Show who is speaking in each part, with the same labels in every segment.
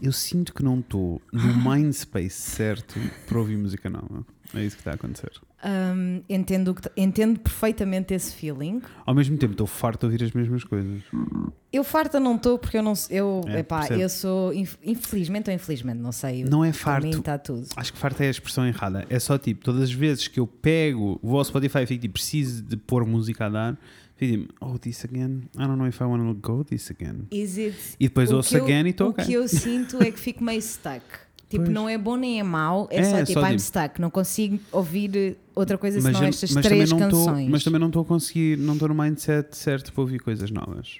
Speaker 1: eu sinto que não estou no mind space certo para ouvir música nova. É isso que está a acontecer.
Speaker 2: Hum, entendo, o que t- entendo perfeitamente esse feeling.
Speaker 1: Ao mesmo tempo, estou farto de ouvir as mesmas coisas.
Speaker 2: Eu farta não estou porque eu não s- eu,
Speaker 1: É,
Speaker 2: epá,
Speaker 1: percebo.
Speaker 2: eu sou inf- infelizmente ou infelizmente, não sei.
Speaker 1: Não é
Speaker 2: Para mim
Speaker 1: farto.
Speaker 2: está tudo.
Speaker 1: Acho que farta é a expressão errada. É só tipo, todas as vezes que eu pego, vou ao Spotify e fico tipo, preciso de pôr música a dar, fico tipo, oh, this again. I don't know if I want to go this again.
Speaker 2: Is it-
Speaker 1: E depois
Speaker 2: o
Speaker 1: ouço
Speaker 2: que eu-
Speaker 1: again e estou
Speaker 2: O
Speaker 1: ok.
Speaker 2: que eu sinto é que fico meio stuck. Tipo,
Speaker 1: Pois.
Speaker 2: não é bom nem é mau, é,
Speaker 1: É,
Speaker 2: só
Speaker 1: é
Speaker 2: tipo,
Speaker 1: só
Speaker 2: I'm
Speaker 1: tipo-
Speaker 2: stuck. Não consigo ouvir eh, outra coisa senão
Speaker 1: eu-
Speaker 2: estas
Speaker 1: mas
Speaker 2: três
Speaker 1: também não tô-
Speaker 2: canções.
Speaker 1: mas também não estou a conseguir, não estou no mindset certo para ouvir coisas novas.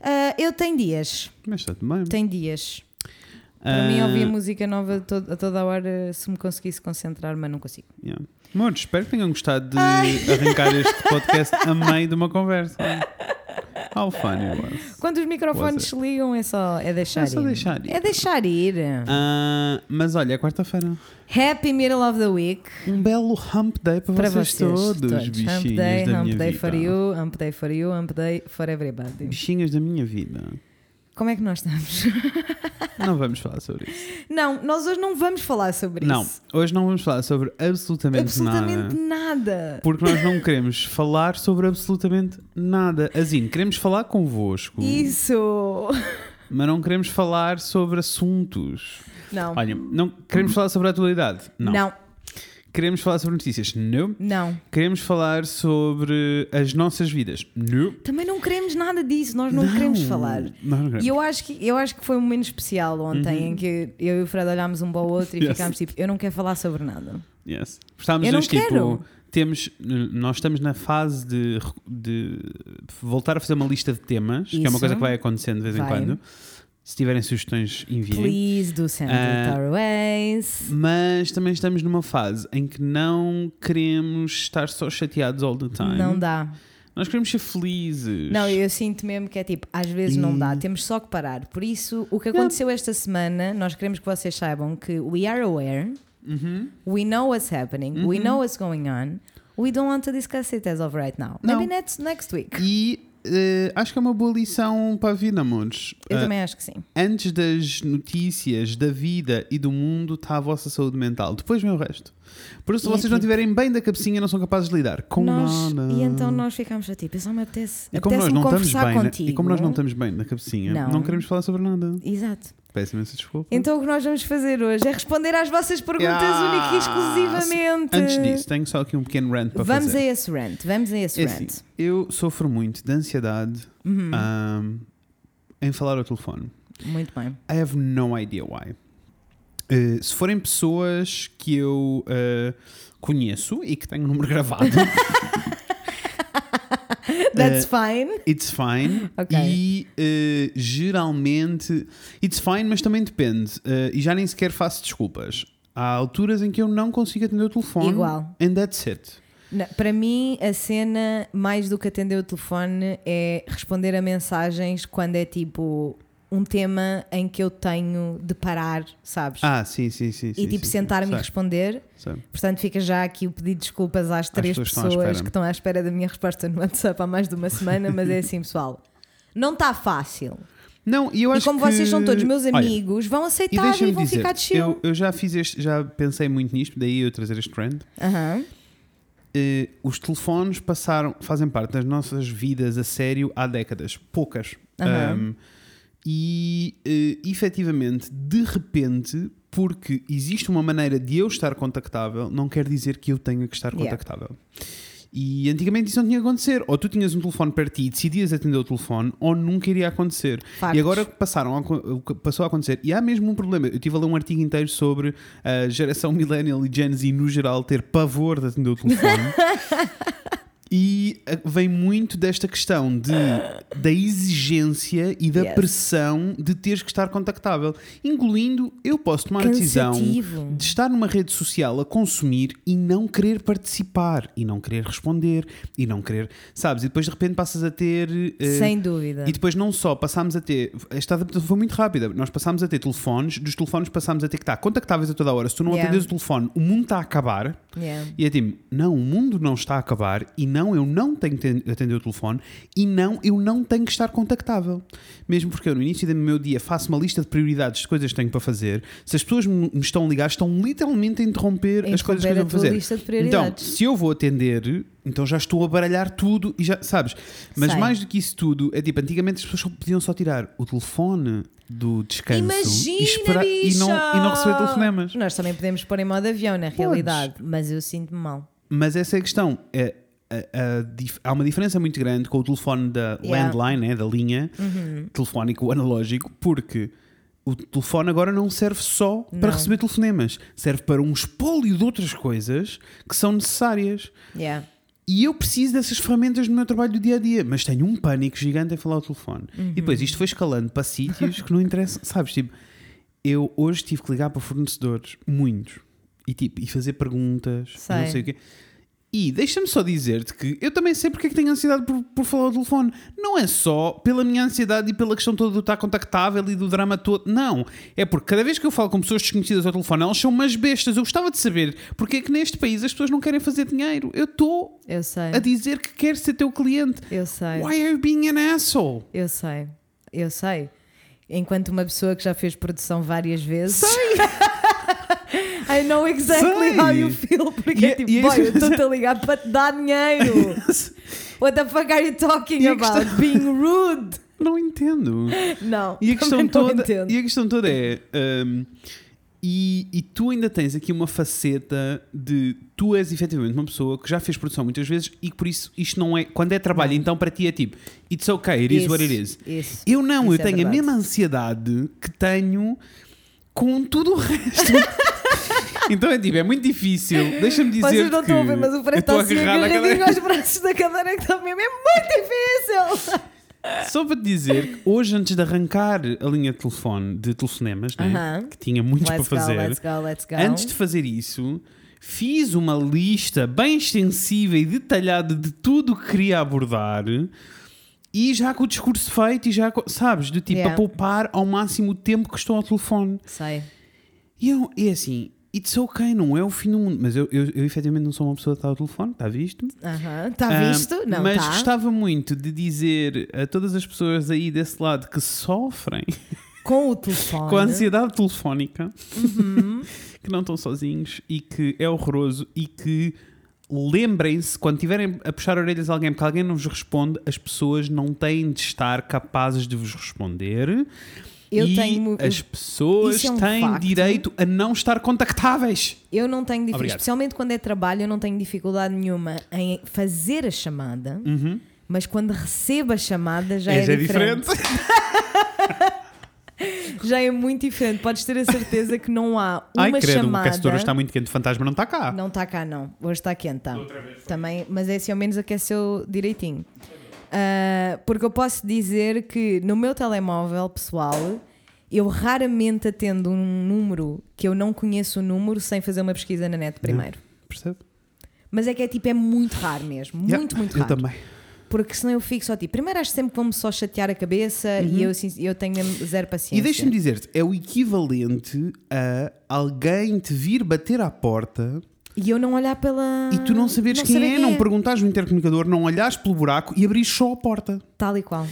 Speaker 2: Ah, eu tenho dias,
Speaker 1: Mas está tudo bem.
Speaker 2: tenho dias. Para mim,
Speaker 1: Ah,
Speaker 2: ouvir música nova to- a toda a hora se me conseguisse concentrar, mas não consigo.
Speaker 1: yeah. Amores, espero que tenham gostado de arrancar este podcast a meio de uma conversa. How fun it was.
Speaker 2: Quando os microfones
Speaker 1: Was it?
Speaker 2: se ligam, é só, é deixar,
Speaker 1: É só
Speaker 2: ir.
Speaker 1: deixar ir.
Speaker 2: É deixar ir.
Speaker 1: Ah, mas olha, é quarta-feira.
Speaker 2: Happy Middle of the Week
Speaker 1: Um belo hump day para,
Speaker 2: para
Speaker 1: vocês,
Speaker 2: vocês.
Speaker 1: todos, bichinhos
Speaker 2: hump day,
Speaker 1: da
Speaker 2: hump
Speaker 1: minha
Speaker 2: day
Speaker 1: vida.
Speaker 2: for you, hump day for you, hump day for everybody.
Speaker 1: Bichinhos da minha vida.
Speaker 2: Como é que nós estamos?
Speaker 1: Não vamos falar sobre isso.
Speaker 2: Não, nós hoje não vamos falar sobre
Speaker 1: Não,
Speaker 2: isso.
Speaker 1: hoje não vamos falar sobre absolutamente,
Speaker 2: Absolutamente
Speaker 1: nada.
Speaker 2: nada.
Speaker 1: Porque nós não queremos falar sobre absolutamente nada. Assim, queremos falar convosco,
Speaker 2: Isso.
Speaker 1: mas não queremos falar sobre assuntos.
Speaker 2: Não.
Speaker 1: Olha, não queremos falar sobre a atualidade. Não.
Speaker 2: Não.
Speaker 1: Queremos falar sobre notícias. Não.
Speaker 2: Não.
Speaker 1: Queremos falar sobre as nossas vidas. Não.
Speaker 2: Também não queremos nada disso, nós não, queremos falar.
Speaker 1: Nós não queremos. Uhum.
Speaker 2: E eu acho, que, eu acho que foi um momento especial ontem em que eu e o Fred olhámos um para o outro e
Speaker 1: Yes.
Speaker 2: ficámos tipo, eu não quero falar sobre nada.
Speaker 1: Yes. Estamos
Speaker 2: Eu não
Speaker 1: nós, tipo,
Speaker 2: quero.
Speaker 1: temos, nós estamos na fase de, de voltar a fazer uma lista de temas, que é uma
Speaker 2: Isso.
Speaker 1: coisa que vai acontecendo de vez em
Speaker 2: Vai.
Speaker 1: quando. Se tiverem sugestões, enviem.
Speaker 2: Please do send
Speaker 1: Ah.
Speaker 2: it our ways.
Speaker 1: Mas também estamos numa fase em que não queremos estar só chateados all the time.
Speaker 2: Não dá.
Speaker 1: Nós queremos ser felizes.
Speaker 2: Não, eu sinto mesmo que é tipo, às vezes não dá, temos só que parar. Por isso, o que aconteceu esta semana, nós queremos que vocês saibam que we are aware,
Speaker 1: Uhum.
Speaker 2: we know what's happening, we know what's going on, we don't want to discuss it as of right now.
Speaker 1: Não.
Speaker 2: Maybe next, next week.
Speaker 1: E eh, acho que é uma boa lição para a vida, amores.
Speaker 2: Eu
Speaker 1: Eh,
Speaker 2: também acho que sim.
Speaker 1: antes das notícias da vida e do mundo está a vossa saúde mental. Depois vem o resto. Por isso, se
Speaker 2: E
Speaker 1: vocês
Speaker 2: aqui-
Speaker 1: não estiverem bem da cabecinha, não são capazes de lidar com
Speaker 2: Nós-
Speaker 1: nada.
Speaker 2: E então nós ficámos a tipo, eu só me apetece,
Speaker 1: E como nós
Speaker 2: apetece
Speaker 1: não estamos
Speaker 2: conversar
Speaker 1: bem, na-
Speaker 2: contigo.
Speaker 1: e como nós não estamos bem na cabecinha, não,
Speaker 2: Não.
Speaker 1: queremos falar sobre nada.
Speaker 2: Exato.
Speaker 1: Peço imensa desculpa.
Speaker 2: Então o que nós vamos fazer hoje é responder às vossas perguntas
Speaker 1: Ah,
Speaker 2: única e exclusivamente.
Speaker 1: Antes disso, tenho só aqui um pequeno rant para
Speaker 2: eh, Vamos
Speaker 1: fazer.
Speaker 2: a esse rant, vamos a esse
Speaker 1: É assim,
Speaker 2: rant. Uhum,
Speaker 1: eu sofro muito de ansiedade
Speaker 2: Hum.
Speaker 1: ahm, em falar ao telefone.
Speaker 2: Muito bem.
Speaker 1: I have no idea why. Eh, se forem pessoas que eu eh, conheço e que tenho o número gravado, Eh,
Speaker 2: That's fine.
Speaker 1: it's fine.
Speaker 2: Ok.
Speaker 1: E eh, geralmente, it's fine, mas também depende. Eh, e já nem sequer faço desculpas. Há alturas em que eu não consigo atender o telefone.
Speaker 2: Igual.
Speaker 1: And that's it.
Speaker 2: Na- para mim, a cena, mais do que atender o telefone, é responder a mensagens quando é tipo um tema em que eu tenho de parar, sabes?
Speaker 1: Ah, sim, sim, sim.
Speaker 2: e tipo sentar-me e
Speaker 1: e
Speaker 2: responder. Portanto, fica já aqui o pedido de desculpas às três
Speaker 1: pessoas que estão à
Speaker 2: pessoas
Speaker 1: espera.
Speaker 2: que estão à espera da minha resposta no WhatsApp há mais de uma semana, mas é assim, pessoal. Não está fácil.
Speaker 1: Não, e eu
Speaker 2: E
Speaker 1: acho
Speaker 2: como
Speaker 1: que-
Speaker 2: vocês são todos meus
Speaker 1: Olha,
Speaker 2: amigos, vão
Speaker 1: e
Speaker 2: aceitar e,
Speaker 1: deixa-me
Speaker 2: vão
Speaker 1: dizer,
Speaker 2: ficar de chill.
Speaker 1: eu, eu já fiz este, já pensei muito nisto, daí eu trazer este trend.
Speaker 2: Aham.
Speaker 1: Eh, os telefones passaram, fazem parte das nossas vidas a sério há décadas, poucas.
Speaker 2: Aham.
Speaker 1: Um, e eh, efetivamente, de repente, porque existe uma maneira de eu estar contactável, não quer dizer que eu tenha que estar
Speaker 2: Yeah.
Speaker 1: contactável. E antigamente isso não tinha que acontecer. Ou tu tinhas um telefone para ti e decidias atender o telefone, ou nunca iria acontecer.
Speaker 2: Factos.
Speaker 1: E agora passaram a acon- passou a acontecer. E há mesmo um problema. Eu tive a ler um artigo inteiro sobre a geração millennial e Gen Z no geral ter pavor de atender o telefone. E ah, vem muito desta questão de, da exigência e da
Speaker 2: Yes.
Speaker 1: pressão de teres que estar contactável. Incluindo, eu posso tomar a decisão
Speaker 2: Cansativo.
Speaker 1: de estar numa rede social a consumir e não querer participar, e não querer responder, e não querer. Sabes? E depois de repente passas a ter. eh,
Speaker 2: Sem dúvida.
Speaker 1: e depois não só passámos a ter. Esta adaptação foi muito rápida. Nós passámos a ter telefones, dos telefones passámos a ter que estar contactáveis a toda a hora. Se tu não
Speaker 2: Yeah.
Speaker 1: atendes o telefone, o mundo está a acabar.
Speaker 2: Yeah.
Speaker 1: E é tipo, não, o mundo não está a acabar e não, eu não tenho que ten- atender o telefone e não, eu não tenho que estar contactável. Mesmo porque eu, no início do meu dia, faço uma lista de prioridades de coisas que tenho para fazer. Se as pessoas me me estão a ligar, estão literalmente a interromper, as coisas que eu
Speaker 2: Interromper a
Speaker 1: devo
Speaker 2: tua
Speaker 1: fazer.
Speaker 2: lista de
Speaker 1: então,
Speaker 2: prioridades.
Speaker 1: se eu vou atender, então já estou a baralhar tudo e já sabes. Mas
Speaker 2: Sei.
Speaker 1: mais do que isso tudo, é tipo, antigamente as pessoas só podiam só tirar o telefone do descanso
Speaker 2: Imagina,
Speaker 1: e, esperar- e não, e não receber
Speaker 2: bicho!
Speaker 1: telefonemas.
Speaker 2: Nós também podemos pôr em modo avião, na realidade, mas eu sinto-me mal.
Speaker 1: Mas essa é a questão. É, a- a dif- há uma diferença muito grande com o telefone da
Speaker 2: Yeah.
Speaker 1: landline, né, da linha
Speaker 2: Uhum.
Speaker 1: telefónico analógico, porque o telefone agora não serve só para
Speaker 2: Não.
Speaker 1: receber telefonemas, serve para um espólio de outras coisas que são necessárias.
Speaker 2: Yeah.
Speaker 1: E eu preciso dessas ferramentas no meu trabalho do dia a dia, mas tenho um pânico gigante em falar ao telefone. E depois isto foi escalando para sítios que não interessam, sabes? Tipo, eu hoje tive que ligar para fornecedores, muitos, e tipo, e fazer perguntas, e não
Speaker 2: Sei.
Speaker 1: sei o quê. E deixa-me só dizer-te que eu também sei porque é que tenho ansiedade por, por falar ao telefone. Não é só pela minha ansiedade e pela questão toda do estar contactável e do drama todo. Não. É porque cada vez que eu falo com pessoas desconhecidas ao telefone, elas são umas bestas. Eu gostava de saber porque é que neste país as pessoas não querem fazer dinheiro. Eu estou
Speaker 2: Eu sei.
Speaker 1: a dizer que quero ser teu cliente.
Speaker 2: Eu sei.
Speaker 1: Why are you being an asshole?
Speaker 2: Eu sei. Eu sei. Enquanto uma pessoa que já fez produção várias vezes. I know exactly
Speaker 1: Sei.
Speaker 2: how you feel. Porque
Speaker 1: E
Speaker 2: é
Speaker 1: é-
Speaker 2: tipo,
Speaker 1: e é
Speaker 2: boy, eu
Speaker 1: isso-
Speaker 2: estou-te a ligar para te dar dinheiro. What the fuck are you talking
Speaker 1: E a
Speaker 2: about? Being rude.
Speaker 1: Não entendo.
Speaker 2: Não.
Speaker 1: E a,
Speaker 2: também
Speaker 1: questão
Speaker 2: não
Speaker 1: toda,
Speaker 2: entendo.
Speaker 1: e a questão toda é. hum, e, e tu ainda tens aqui uma faceta de tu és efetivamente uma pessoa que já fez produção muitas vezes e que por isso isto não é. Quando é trabalho, então para ti é tipo, it's okay, it is
Speaker 2: Isso,
Speaker 1: what it is.
Speaker 2: Isso.
Speaker 1: Eu não,
Speaker 2: Isso
Speaker 1: eu
Speaker 2: é
Speaker 1: tenho a
Speaker 2: verdade.
Speaker 1: mesma ansiedade que tenho com tudo o resto. então é tipo, é muito difícil. Deixa-me dizer.
Speaker 2: Vocês não
Speaker 1: que
Speaker 2: estão a ver, mas o Fred
Speaker 1: eu
Speaker 2: está
Speaker 1: estou
Speaker 2: assim
Speaker 1: agarrado à
Speaker 2: agarradinho
Speaker 1: cadeira.
Speaker 2: aos braços da cadeira que está mesmo. É muito difícil!
Speaker 1: Só para te dizer, que hoje antes de arrancar a linha de telefone, de telefonemas, né,
Speaker 2: Aham.
Speaker 1: que tinha muitos
Speaker 2: Let's
Speaker 1: para
Speaker 2: go,
Speaker 1: fazer.
Speaker 2: let's go, let's go.
Speaker 1: Antes de fazer isso, fiz uma lista bem extensiva e detalhada de tudo o que queria abordar e já com o discurso feito e já, com, sabes, do tipo,
Speaker 2: Yeah.
Speaker 1: a poupar ao máximo o tempo que estou ao telefone.
Speaker 2: Sei.
Speaker 1: E eu, é assim, it's ok, não é o fim do mundo, mas eu, eu, eu efetivamente não sou uma pessoa que está ao telefone, está visto?
Speaker 2: Aham. Está
Speaker 1: Ahm,
Speaker 2: Ah, visto? Não,
Speaker 1: mas
Speaker 2: tá.
Speaker 1: gostava muito de dizer a todas as pessoas aí desse lado que sofrem
Speaker 2: Com o telefone.
Speaker 1: com a ansiedade telefónica
Speaker 2: Uhum.
Speaker 1: que não estão sozinhos e que é horroroso e que lembrem-se quando tiverem a puxar orelhas a alguém porque alguém não vos responde, as pessoas não têm de estar capazes de vos responder.
Speaker 2: Eu
Speaker 1: e
Speaker 2: tenho mu-
Speaker 1: as pessoas
Speaker 2: Isso é um
Speaker 1: têm
Speaker 2: facto.
Speaker 1: direito a não estar contactáveis.
Speaker 2: Eu não tenho, dif-
Speaker 1: Obrigado.
Speaker 2: especialmente quando é trabalho, eu não tenho dificuldade nenhuma em fazer a chamada,
Speaker 1: Uhum.
Speaker 2: mas quando recebo a chamada já é,
Speaker 1: Essa
Speaker 2: diferente. Já é muito diferente. Podes ter a certeza que não há uma
Speaker 1: Ai, credo, o
Speaker 2: chamada.
Speaker 1: aquecedor hoje está muito quente, o fantasma não está cá.
Speaker 2: Não está cá, não. Hoje está quente, tá. Também, mas esse ao menos aqueceu direitinho. Ah, porque eu posso dizer que no meu telemóvel pessoal eu raramente atendo um número que eu não conheço o número sem fazer uma pesquisa na net primeiro.
Speaker 1: Percebe?
Speaker 2: Mas é que é tipo, é muito raro mesmo.
Speaker 1: Uhum. Yeah,
Speaker 2: Muito, muito
Speaker 1: Eu
Speaker 2: raro.
Speaker 1: também.
Speaker 2: Porque senão eu fico só tipo, primeiro acho sempre que vão-me só chatear a cabeça e eu, assim, eu tenho mesmo zero paciência.
Speaker 1: Uhum. E deixa-me dizer-te, é o equivalente a alguém te vir bater à porta
Speaker 2: E eu não olhar pela.
Speaker 1: e tu não saberes quem,
Speaker 2: Hum, saber
Speaker 1: é, não perguntares no intercomunicador, não olhares pelo buraco e abris só a porta.
Speaker 2: Tal e qual.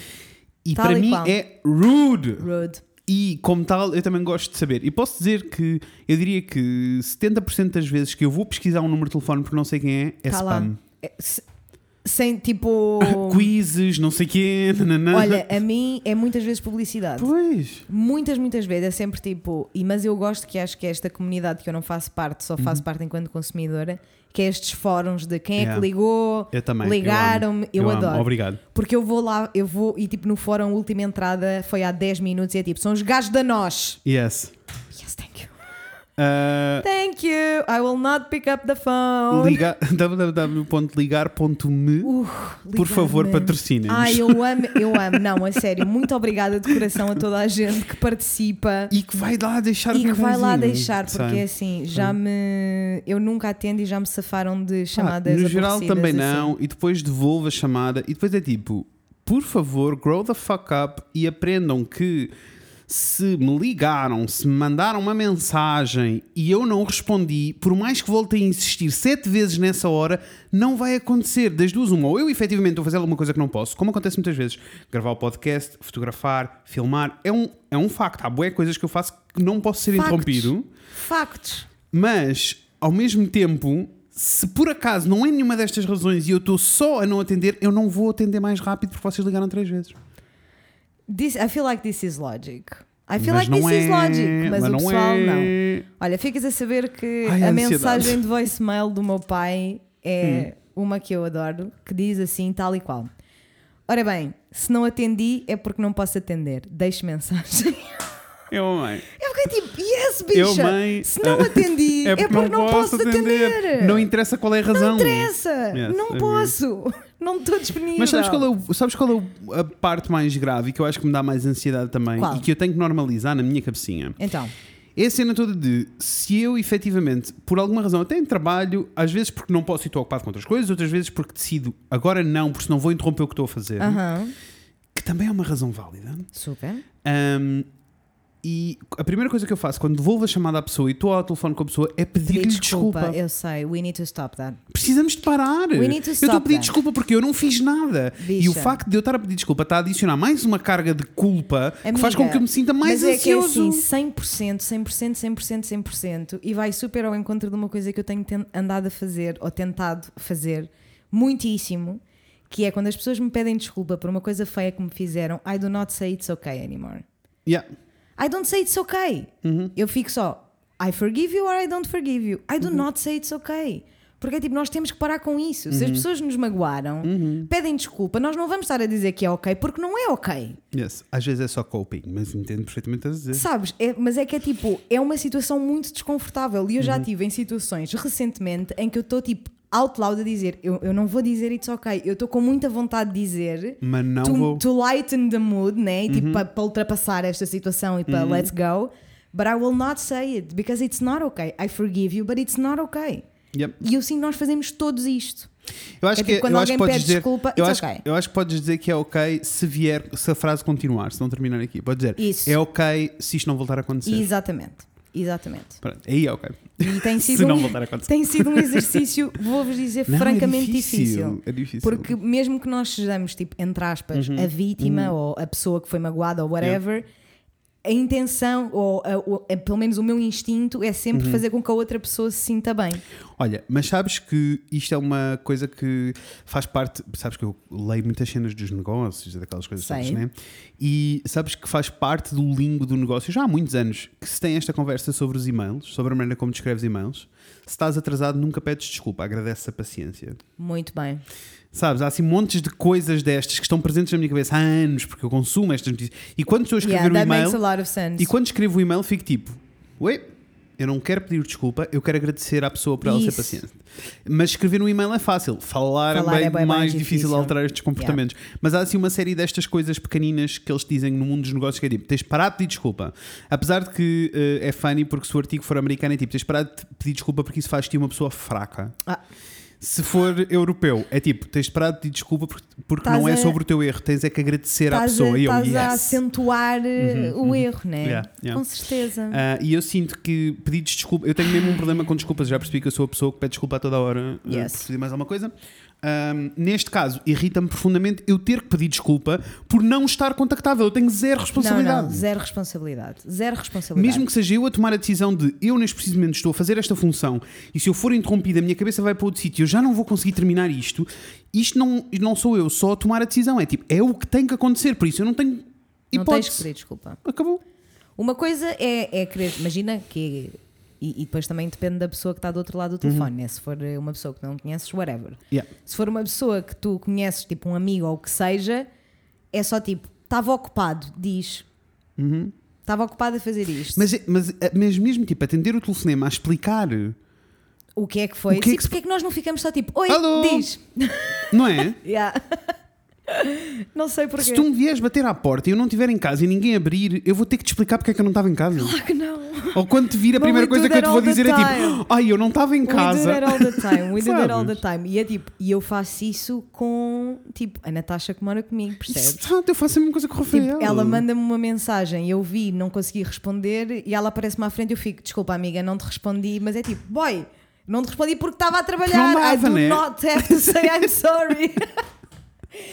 Speaker 1: E
Speaker 2: Tal
Speaker 1: para
Speaker 2: e
Speaker 1: mim
Speaker 2: qual.
Speaker 1: é rude.
Speaker 2: Rude.
Speaker 1: E como tal, eu também gosto de saber. E posso dizer que eu diria que 70% das vezes que eu vou pesquisar um número de telefone porque não sei quem é, é
Speaker 2: tá lá.
Speaker 1: spam.
Speaker 2: É, se- Sem tipo.
Speaker 1: Quizzes, não sei quê, nananã.
Speaker 2: Olha, a mim é muitas vezes publicidade.
Speaker 1: Pois.
Speaker 2: Muitas, muitas vezes é sempre tipo, e mas eu gosto que acho que é esta comunidade que eu não faço parte, só faço
Speaker 1: Uhum.
Speaker 2: parte enquanto consumidora, que é estes fóruns de quem é
Speaker 1: Yeah.
Speaker 2: que ligou,
Speaker 1: Eu também. eu amo.
Speaker 2: ligaram-me, eu,
Speaker 1: amo.
Speaker 2: adoro.
Speaker 1: Obrigado.
Speaker 2: Porque eu vou lá, eu vou e tipo no fórum, a última entrada foi há 10 minutos e é tipo, são os gajos da nós.
Speaker 1: Yes.
Speaker 2: Yes, thank you.
Speaker 1: Ah,
Speaker 2: Thank you. I will not pick up the phone.
Speaker 1: liga- www.ligar.me
Speaker 2: Uh,
Speaker 1: Por favor,
Speaker 2: ligar-me.
Speaker 1: patrocinem-nos.
Speaker 2: Ai, eu amo, eu amo. Não, a sério, muito obrigada de coração a toda a gente que participa.
Speaker 1: E que vai lá deixar
Speaker 2: E que vai lá
Speaker 1: mensagenzinho.
Speaker 2: deixar, porque
Speaker 1: Sei.
Speaker 2: assim, já me. Eu nunca atendo e já me safaram de chamadas.
Speaker 1: Ah, no geral
Speaker 2: aborrecidas,
Speaker 1: também
Speaker 2: assim.
Speaker 1: não, e depois devolvo a chamada, e depois é tipo, por favor, grow the fuck up e aprendam que se me ligaram, se me mandaram uma mensagem e eu não respondi, por mais que voltem a insistir sete vezes nessa hora, não vai acontecer. Das duas, uma. Ou eu efetivamente estou a fazer alguma coisa que não posso, como acontece muitas vezes. Gravar o podcast, fotografar, filmar. É um, é um facto. Há boé coisas que eu faço que não posso ser
Speaker 2: Factos.
Speaker 1: interrompido.
Speaker 2: Factos.
Speaker 1: Mas, ao mesmo tempo, se por acaso não é nenhuma destas razões e eu estou só a não atender, eu não vou atender mais rápido porque vocês ligaram três vezes.
Speaker 2: This, I feel like this is logic. I feel
Speaker 1: Mas
Speaker 2: like this
Speaker 1: não
Speaker 2: is
Speaker 1: é,
Speaker 2: logic. Mas,
Speaker 1: mas
Speaker 2: o
Speaker 1: não
Speaker 2: pessoal
Speaker 1: é.
Speaker 2: não. Olha, ficas a saber que
Speaker 1: Ai, é
Speaker 2: a
Speaker 1: ansiedade.
Speaker 2: mensagem de voicemail do meu pai é
Speaker 1: Hum.
Speaker 2: uma que eu adoro, que diz assim, tal e qual. Ora bem, se não atendi é porque não posso atender. Deixe mensagem.
Speaker 1: Eu, é. mãe.
Speaker 2: Eu fiquei tipo, yes,
Speaker 1: Eu,
Speaker 2: bicha!
Speaker 1: mãe,
Speaker 2: se não atendi é porque, não posso atender.
Speaker 1: Não interessa qual é a razão.
Speaker 2: Não interessa!
Speaker 1: Yes,
Speaker 2: não
Speaker 1: I
Speaker 2: posso! Não estou disponível.
Speaker 1: Mas sabes qual, é o- sabes qual é o- a parte mais grave e que eu acho que me dá mais ansiedade também
Speaker 2: Qual?
Speaker 1: e que eu tenho que normalizar na minha cabecinha?
Speaker 2: Então,
Speaker 1: É a cena toda de se eu efetivamente, por alguma razão, até em trabalho, às vezes porque não posso e estou ocupado com outras coisas, outras vezes porque decido agora não, porque senão vou interromper o que estou a fazer,
Speaker 2: aham,
Speaker 1: que também é uma razão válida.
Speaker 2: super.
Speaker 1: Ahm, e a primeira coisa que eu faço quando devolvo a chamada à pessoa e estou ao telefone com a pessoa é pedir-lhe desculpa.
Speaker 2: Eu sei, we need to stop that.
Speaker 1: Precisamos de parar.
Speaker 2: We need to
Speaker 1: eu estou a
Speaker 2: stop
Speaker 1: pedir
Speaker 2: that.
Speaker 1: desculpa porque eu não fiz nada. E
Speaker 2: Bicha.
Speaker 1: o facto de eu estar a pedir desculpa está a adicionar mais uma carga de culpa que
Speaker 2: Amiga,
Speaker 1: faz com que eu me sinta mais
Speaker 2: mas
Speaker 1: ansioso.
Speaker 2: É que é assim, 100%, 100%, 100%, 100%, e vai super ao encontro de uma coisa que eu tenho ten- andado a fazer ou tentado fazer muitíssimo, que é quando as pessoas me pedem desculpa por uma coisa feia que me fizeram, I do not say it's okay anymore.
Speaker 1: Yeah.
Speaker 2: I don't say it's okay.
Speaker 1: Uhum.
Speaker 2: Eu fico só, I forgive you or I don't forgive you. I do
Speaker 1: Uhum.
Speaker 2: not say it's okay. Porque é tipo, nós temos que parar com isso. Se as
Speaker 1: Uhum.
Speaker 2: pessoas nos magoaram, pedem desculpa, nós não vamos estar a dizer que é ok, porque não é ok.
Speaker 1: Yes. Às vezes é só coping, mas entendo perfeitamente o que estás a dizer.
Speaker 2: Sabes? É- mas é que é tipo, é uma situação muito desconfortável. E eu
Speaker 1: Uhum.
Speaker 2: já tive em situações recentemente em que eu estou tipo out loud a dizer, eu, eu não vou dizer it's ok. Eu estou com muita vontade de dizer
Speaker 1: Mas não
Speaker 2: to,
Speaker 1: vou. Uhum.
Speaker 2: to lighten the mood, né? E, Tipo, para, para ultrapassar esta situação e para let's go. But I will not say it because it's not okay. I forgive you, but it's not okay.
Speaker 1: Yep.
Speaker 2: E eu sinto que nós fazemos todos isto.
Speaker 1: Eu acho
Speaker 2: É
Speaker 1: que,
Speaker 2: tipo, quando
Speaker 1: eu acho
Speaker 2: alguém
Speaker 1: que podes
Speaker 2: pede
Speaker 1: dizer,
Speaker 2: desculpa,
Speaker 1: eu
Speaker 2: it's
Speaker 1: acho,
Speaker 2: okay.
Speaker 1: eu acho que podes dizer que é ok se vier, se a frase continuar, se não terminar aqui. Podes dizer,
Speaker 2: Isso.
Speaker 1: é ok se isto não voltar a acontecer.
Speaker 2: Exatamente. Exatamente.
Speaker 1: Pronto, aí é ok.
Speaker 2: E tem sido,
Speaker 1: não
Speaker 2: um,
Speaker 1: voltar a acontecer.
Speaker 2: tem sido um exercício, vou-vos dizer,
Speaker 1: Não, é
Speaker 2: francamente difícil.
Speaker 1: É Uhum, difícil.
Speaker 2: Porque mesmo que nós sejamos, tipo, entre aspas, a vítima ou a pessoa que foi magoada ou whatever, a intenção, ou, a- ou- a- pelo menos o meu instinto, é
Speaker 1: Uhum.
Speaker 2: sempre fazer com que a outra pessoa se sinta bem.
Speaker 1: Olha, mas sabes que isto é uma coisa que faz parte. Sabes que eu leio muitas cenas dos negócios, daquelas coisas,
Speaker 2: Sei.
Speaker 1: sabes, né? E sabes que faz parte do lingo do negócio já há muitos anos que se tem esta conversa sobre os e-mails, sobre a maneira como descreves e-mails. Se estás atrasado, nunca pedes desculpa, agradece a paciência.
Speaker 2: Muito bem.
Speaker 1: Sabes, há assim montes de coisas destas que estão presentes na minha cabeça há anos, porque eu consumo estas notícias. E quando estou a
Speaker 2: Yeah,
Speaker 1: escrever
Speaker 2: that
Speaker 1: o um e-mail.
Speaker 2: makes a lot of sense.
Speaker 1: E quando escrevo o e-mail, fico tipo: Oi, eu não quero pedir desculpa, eu quero agradecer à pessoa por ela ser
Speaker 2: Isso.
Speaker 1: paciente. Mas escrever um e-mail é fácil, falar,
Speaker 2: Falar
Speaker 1: é, bem
Speaker 2: é bem mais
Speaker 1: mais difícil,
Speaker 2: difícil.
Speaker 1: alterar estes comportamentos. Mas há assim uma série destas coisas pequeninas que eles dizem no mundo dos negócios que é tipo: tens de parar de pedir desculpa. Apesar de que eh, é funny, porque se o artigo for americano, é tipo: tens de parar de pedir desculpa porque isso faz-te uma pessoa fraca.
Speaker 2: Ah.
Speaker 1: Se for europeu, é tipo, tens de parar de pedir desculpa porque, porque
Speaker 2: Tás
Speaker 1: não é
Speaker 2: a-
Speaker 1: sobre o teu erro, tens é que agradecer à
Speaker 2: Estás a,
Speaker 1: pessoa. e eu,
Speaker 2: estás a
Speaker 1: yes. Uhum,
Speaker 2: acentuar eh, o erro, né?
Speaker 1: Yeah, yeah.
Speaker 2: Com certeza.
Speaker 1: Ah, e eu sinto que pedidos de desculpa. Eu tenho mesmo um problema com desculpas, já percebi que eu sou a pessoa que pede desculpa a toda hora ah,
Speaker 2: Yes.
Speaker 1: por pedir mais alguma coisa. Ahm, neste caso, irrita-me profundamente eu ter que pedir desculpa por não estar contactável. Eu tenho zero
Speaker 2: não,
Speaker 1: responsabilidade.
Speaker 2: não, zero responsabilidade. Zero responsabilidade.
Speaker 1: Mesmo que seja eu a tomar a decisão de eu, neste preciso momento, estou a fazer esta função e se eu for interrompido, a minha cabeça vai para outro sítio, eu já não vou conseguir terminar isto. Isto não, não sou eu só a tomar a decisão, é tipo, é o que tem que acontecer, por isso eu não tenho
Speaker 2: não tens que
Speaker 1: hipótese.
Speaker 2: pedir desculpa.
Speaker 1: Acabou.
Speaker 2: Uma coisa é, é querer, imagina que. E, e depois também depende da pessoa que está do outro lado do telefone, né? se for uma pessoa que não conheces, whatever.
Speaker 1: Uhum. Yeah.
Speaker 2: Se for uma pessoa que tu conheces, tipo um amigo ou o que seja, é só tipo, estava ocupado, diz. Estava ocupado a fazer isto.
Speaker 1: Uhum. Mas, mas, mas mesmo tipo, atender o telefonema a explicar,
Speaker 2: o que é que foi?
Speaker 1: O que é
Speaker 2: Sim,
Speaker 1: que se-
Speaker 2: porque é que nós não ficamos só tipo, oi,
Speaker 1: Alô?
Speaker 2: diz.
Speaker 1: não é?
Speaker 2: Yeah. Não sei porquê.
Speaker 1: Se tu me vieres bater à porta e eu não estiver em casa e ninguém abrir, eu vou ter que te explicar porque é que eu não estava em casa.
Speaker 2: Claro que não.
Speaker 1: Ou quando te vir, a
Speaker 2: But
Speaker 1: primeira
Speaker 2: we
Speaker 1: coisa
Speaker 2: do
Speaker 1: que eu
Speaker 2: that
Speaker 1: te vou
Speaker 2: all the
Speaker 1: dizer é
Speaker 2: time.
Speaker 1: tipo: Ai, eu não estava em
Speaker 2: We do that
Speaker 1: casa.
Speaker 2: all the time. We do that all the
Speaker 1: Sabes?
Speaker 2: time. E é tipo, e eu faço isso com, tipo, a Natasha que mora comigo, percebes?
Speaker 1: Exato, eu faço a mesma coisa que o
Speaker 2: Tipo,
Speaker 1: Rafael.
Speaker 2: ela manda-me uma mensagem, eu vi, não consegui responder e ela aparece-me à frente e eu fico, desculpa amiga, não te respondi, mas é tipo, boy, não te respondi porque estava a trabalhar.
Speaker 1: Não dava,
Speaker 2: I do
Speaker 1: né?
Speaker 2: not have to say I'm sorry.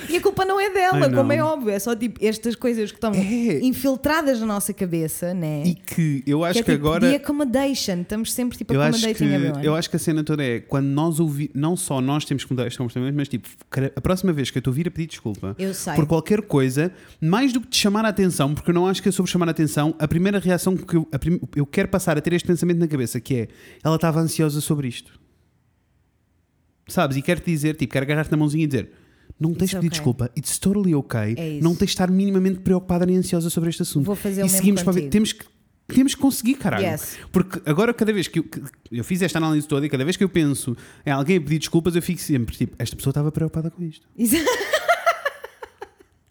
Speaker 2: e a culpa não é
Speaker 1: I
Speaker 2: dela,
Speaker 1: know.
Speaker 2: como é óbvio, é só tipo estas coisas que estão
Speaker 1: É.
Speaker 2: infiltradas na nossa cabeça, né?
Speaker 1: E que eu acho
Speaker 2: é
Speaker 1: que,
Speaker 2: tipo,
Speaker 1: agora.
Speaker 2: The accommodation, estamos sempre tipo
Speaker 1: Eu acho,
Speaker 2: accommodating
Speaker 1: que,
Speaker 2: everyone.
Speaker 1: eu acho que a cena toda é quando nós ouvimos, não só nós temos que mudar estes comportamentos, mas tipo, cara, a próxima vez que eu te ouvir a pedir desculpa
Speaker 2: Eu sei.
Speaker 1: por qualquer coisa, mais do que te chamar a atenção, porque eu não acho que é sobre chamar a atenção, a primeira reação que eu, a prim- eu quero passar a ter este pensamento na cabeça que é ela estava ansiosa sobre isto. Sabes? E quero-te dizer, tipo, quero agarrar-te na mãozinha e dizer. Não tens de pedir
Speaker 2: okay.
Speaker 1: desculpa, it's totally okay.
Speaker 2: É isso.
Speaker 1: não tens de estar minimamente preocupada nem ansiosa sobre este assunto.
Speaker 2: Vou fazer
Speaker 1: e
Speaker 2: o mesmo
Speaker 1: seguimos para ver.
Speaker 2: contigo.
Speaker 1: Temos que, temos que conseguir, caralho.
Speaker 2: Yes.
Speaker 1: Porque agora, cada vez que eu, que- eu fiz esta análise toda e cada vez que eu penso em alguém a pedir desculpas, eu fico sempre tipo: esta pessoa estava preocupada com isto.
Speaker 2: Isso-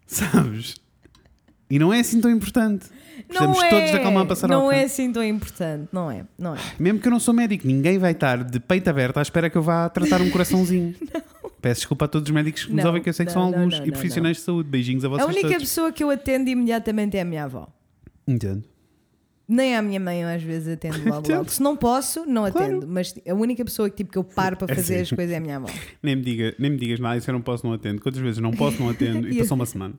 Speaker 1: Sabes? E não é assim tão importante.
Speaker 2: não
Speaker 1: Precisamos todos
Speaker 2: é,
Speaker 1: da calma a passar
Speaker 2: não
Speaker 1: ao
Speaker 2: é
Speaker 1: canto.
Speaker 2: assim tão importante, não é, não é.
Speaker 1: Mesmo que eu não sou médico, ninguém vai estar de peito aberto à espera que eu vá tratar um coraçinho. Peço desculpa a todos os médicos que nos
Speaker 2: Não,
Speaker 1: ouvem, que eu sei que
Speaker 2: não,
Speaker 1: são
Speaker 2: não,
Speaker 1: alguns,
Speaker 2: não,
Speaker 1: e
Speaker 2: não,
Speaker 1: profissionais de saúde. Beijinhos a vocês
Speaker 2: A única
Speaker 1: todos.
Speaker 2: pessoa que eu atendo imediatamente é a minha avó.
Speaker 1: Entendo.
Speaker 2: Nem à minha mãe eu às vezes atendo logo,
Speaker 1: Entendo.
Speaker 2: logo. Se não posso, não
Speaker 1: Claro.
Speaker 2: atendo. Mas a única pessoa que, tipo, que eu paro para
Speaker 1: É
Speaker 2: fazer
Speaker 1: assim.
Speaker 2: as coisas é a minha avó.
Speaker 1: Nem me, diga, nem me digas nada, isso eu não posso, não atendo. Quantas vezes não posso, não atendo? E
Speaker 2: E-
Speaker 1: passou uma semana.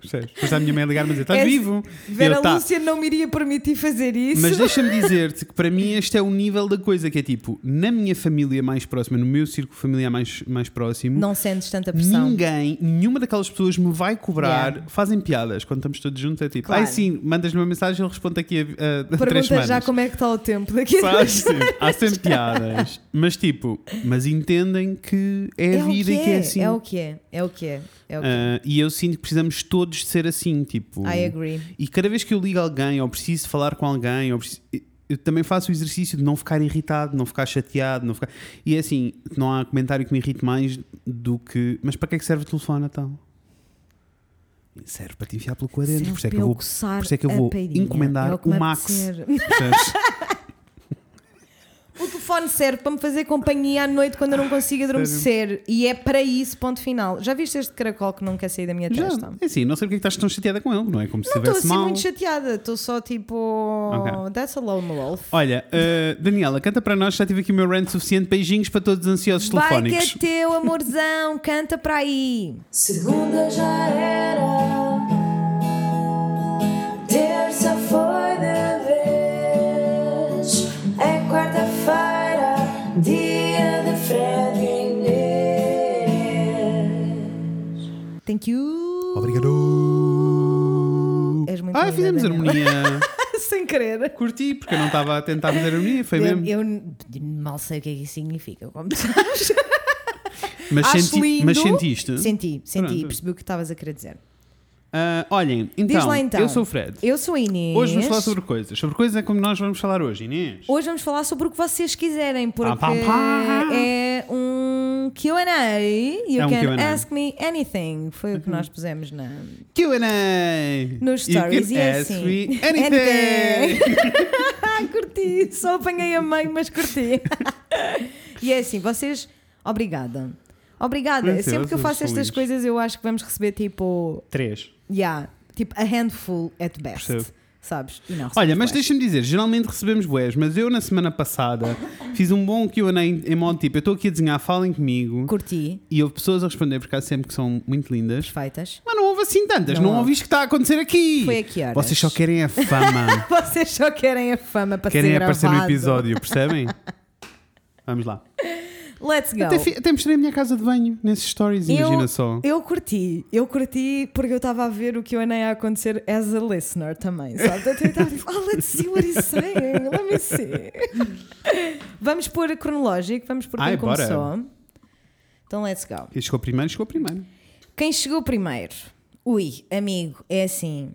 Speaker 1: Percebes? Depois a minha mãe a ligar-me a dizer: estás
Speaker 2: É-
Speaker 1: vivo? E
Speaker 2: Vera
Speaker 1: eu, "Tá."
Speaker 2: Lúcia não me iria permitir fazer isso.
Speaker 1: Mas deixa-me dizer-te que para mim este é o nível da coisa que é tipo, na minha família mais próxima, no meu círculo familiar mais, mais próximo,
Speaker 2: Não sentes tanta pressão.
Speaker 1: ninguém, nenhuma daquelas pessoas me vai cobrar,
Speaker 2: Yeah.
Speaker 1: fazem piadas quando estamos todos juntos. É tipo,
Speaker 2: Claro.
Speaker 1: ai sim, mandas-me uma mensagem, eu respondo aqui a, a três
Speaker 2: Pergunta
Speaker 1: semanas.
Speaker 2: já como é que está o tempo daqui a
Speaker 1: Sabes?
Speaker 2: dois
Speaker 1: Sim, Há sempre piadas. Mas tipo, mas entendem que é, a
Speaker 2: o
Speaker 1: vida
Speaker 2: que
Speaker 1: e que é assim.
Speaker 2: É o que é, é o que é. é, o que é.
Speaker 1: Ah, e eu sinto que precisamos todos de ser assim, tipo.
Speaker 2: I agree.
Speaker 1: E cada vez que eu ligo a alguém, ou preciso falar com alguém, ou preciso- eu também faço o exercício de não ficar irritado, não ficar chateado, não ficar. E é assim, não há comentário que me irrite mais do que. Mas para que é que serve o telefone então? Serve para te enfiar pelo cu adentro. Por isso é que eu vou. Por isso é que eu vou encomendar
Speaker 2: É
Speaker 1: o Max. percebes?
Speaker 2: O telefone serve para me fazer companhia à noite quando eu não consigo adormecer. E é para isso, ponto final. Já viste este caracol que não quer sair da minha
Speaker 1: Já,
Speaker 2: testa?
Speaker 1: é assim, não sei porque é que estás tão chateada com ele, não é? Como se
Speaker 2: Não estou
Speaker 1: estivesse
Speaker 2: assim
Speaker 1: mal.
Speaker 2: muito chateada, estou só tipo.
Speaker 1: Ok.
Speaker 2: That's a lone wolf.
Speaker 1: Olha, ah, Daniela, canta para nós, já tive aqui o meu rant suficiente. Beijinhos para todos os ansiosos
Speaker 2: Vai que
Speaker 1: telefónicos.
Speaker 2: é teu, amorzão, canta para aí.
Speaker 3: Segunda já era, terça foi de vez, é quarta-feira, dia de Fred e Inês.
Speaker 2: Thank you.
Speaker 1: Obrigado.
Speaker 2: És muito
Speaker 1: Ah,
Speaker 2: linda, né?
Speaker 1: fizemos
Speaker 2: Daniela.
Speaker 1: harmonia.
Speaker 2: Sem querer.
Speaker 1: Curti, porque eu não estava a tentar fazer harmonia, foi
Speaker 2: Eu,
Speaker 1: mesmo.
Speaker 2: eu mal sei o que é que isso significa, como tu sabes.
Speaker 1: mas,
Speaker 2: Acho
Speaker 1: senti,
Speaker 2: lindo.
Speaker 1: mas sentiste?
Speaker 2: Senti, senti,
Speaker 1: Pronto.
Speaker 2: percebi o que estavas a querer dizer.
Speaker 1: Ah, olhem,
Speaker 2: Diz
Speaker 1: então,
Speaker 2: lá então.
Speaker 1: eu sou o Fred.
Speaker 2: Eu sou a Inês.
Speaker 1: Hoje vamos falar sobre coisas. Sobre coisas é como nós vamos falar hoje, Inês.
Speaker 2: Hoje vamos falar sobre o que vocês quiserem, porque
Speaker 1: Ah, Pá, pá, pá.
Speaker 2: é um QA. You
Speaker 1: É um
Speaker 2: can
Speaker 1: Q&A.
Speaker 2: ask me anything. Foi o
Speaker 1: Uhum.
Speaker 2: que nós pusemos na.
Speaker 1: Q&A!
Speaker 2: Nos
Speaker 1: You
Speaker 2: stories,
Speaker 1: can
Speaker 2: e é
Speaker 1: ask
Speaker 2: assim.
Speaker 1: me anything!
Speaker 2: Anything. Ah, curti! Só apanhei a mãe, mas curti. e é assim, vocês. Obrigada. Obrigada.
Speaker 1: Sim,
Speaker 2: Sempre que eu
Speaker 1: vocês
Speaker 2: faço
Speaker 1: são
Speaker 2: estas
Speaker 1: lindos.
Speaker 2: coisas, eu acho que vamos receber tipo.
Speaker 1: Três.
Speaker 2: Yeah, tipo, a handful at best.
Speaker 1: Percebo.
Speaker 2: Sabes? E não
Speaker 1: Olha,
Speaker 2: recebemos
Speaker 1: mas
Speaker 2: bué.
Speaker 1: deixa-me dizer, geralmente recebemos boés, mas eu na semana passada fiz um bom QA em modo tipo, eu estou aqui a desenhar, falem comigo.
Speaker 2: Curti.
Speaker 1: E houve pessoas a responder, porque há sempre que são muito lindas.
Speaker 2: Perfeitas.
Speaker 1: Mas não houve assim tantas,
Speaker 2: Não
Speaker 1: não,
Speaker 2: houve.
Speaker 1: ouvi isto que está a acontecer aqui.
Speaker 2: Foi a que horas?
Speaker 1: Vocês só querem a fama,
Speaker 2: Vocês só querem a fama para
Speaker 1: querem
Speaker 2: ser
Speaker 1: aparecer no
Speaker 2: gravado.
Speaker 1: episódio, percebem? Vamos lá.
Speaker 2: Let's go.
Speaker 1: Até, fi- até mostrei a minha casa de banho nesses stories, imagina só.
Speaker 2: Eu curti, eu curti porque eu estava a ver o que eu andei a acontecer as a listener também, sabe? Então eu estava tipo, oh, let's see what he's saying, let me see. Vamos pôr cronológico, vamos por quem
Speaker 1: Ai, bora.
Speaker 2: começou. Então let's go.
Speaker 1: Quem chegou primeiro, chegou primeiro.
Speaker 2: Quem chegou primeiro? Ui, amigo, é assim.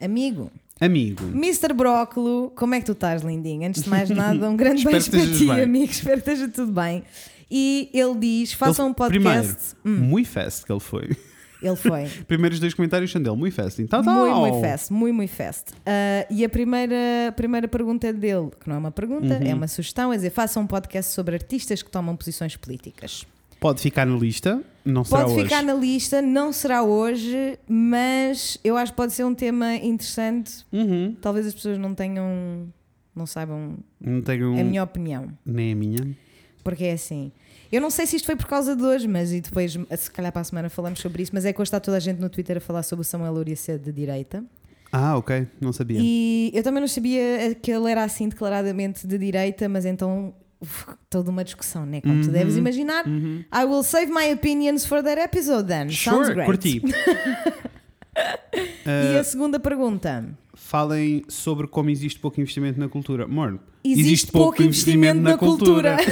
Speaker 2: Amigo,
Speaker 1: Amigo.
Speaker 2: Mr. Brócolo, como é que tu estás, lindinho? Antes de mais nada, um grande
Speaker 1: Espero
Speaker 2: beijo
Speaker 1: que
Speaker 2: para
Speaker 1: estejas
Speaker 2: ti,
Speaker 1: bem.
Speaker 2: amigo. Espero que esteja tudo bem. E ele diz: façam um
Speaker 1: Primeiro,
Speaker 2: podcast.
Speaker 1: muito fast que ele foi.
Speaker 2: Ele foi.
Speaker 1: Primeiros dois comentários são dele, muito fast. Então, tá.
Speaker 2: Muito, muito fast, muito, muito fast. Ah, e a primeira, a primeira pergunta dele, que não é uma pergunta,
Speaker 1: Uhum.
Speaker 2: é uma sugestão, é dizer, façam um podcast sobre artistas que tomam posições políticas.
Speaker 1: Pode ficar na lista, não será
Speaker 2: pode
Speaker 1: hoje.
Speaker 2: ficar na lista, não será hoje, mas eu acho que pode ser um tema interessante.
Speaker 1: Uhum.
Speaker 2: Talvez as pessoas não tenham, não saibam,
Speaker 1: Não tenho
Speaker 2: é a minha opinião.
Speaker 1: nem a minha.
Speaker 2: Porque é assim. Eu não sei se isto foi por causa de hoje, mas e depois, se calhar para a semana falamos sobre isso, mas é que hoje está toda a gente no Twitter a falar sobre o Samuel Uriace de direita.
Speaker 1: Ah, ok, não sabia.
Speaker 2: E eu também não sabia que ele era assim declaradamente de direita, mas então uf, toda uma discussão, né? Como tu deves imaginar. I will save my opinions for that episode then. Sounds
Speaker 1: Sure,
Speaker 2: great.
Speaker 1: curti. Eh,
Speaker 2: E a segunda pergunta.
Speaker 1: Falem sobre como existe pouco investimento na cultura. Morno,
Speaker 2: Existe, pouco, investimento, na cultura.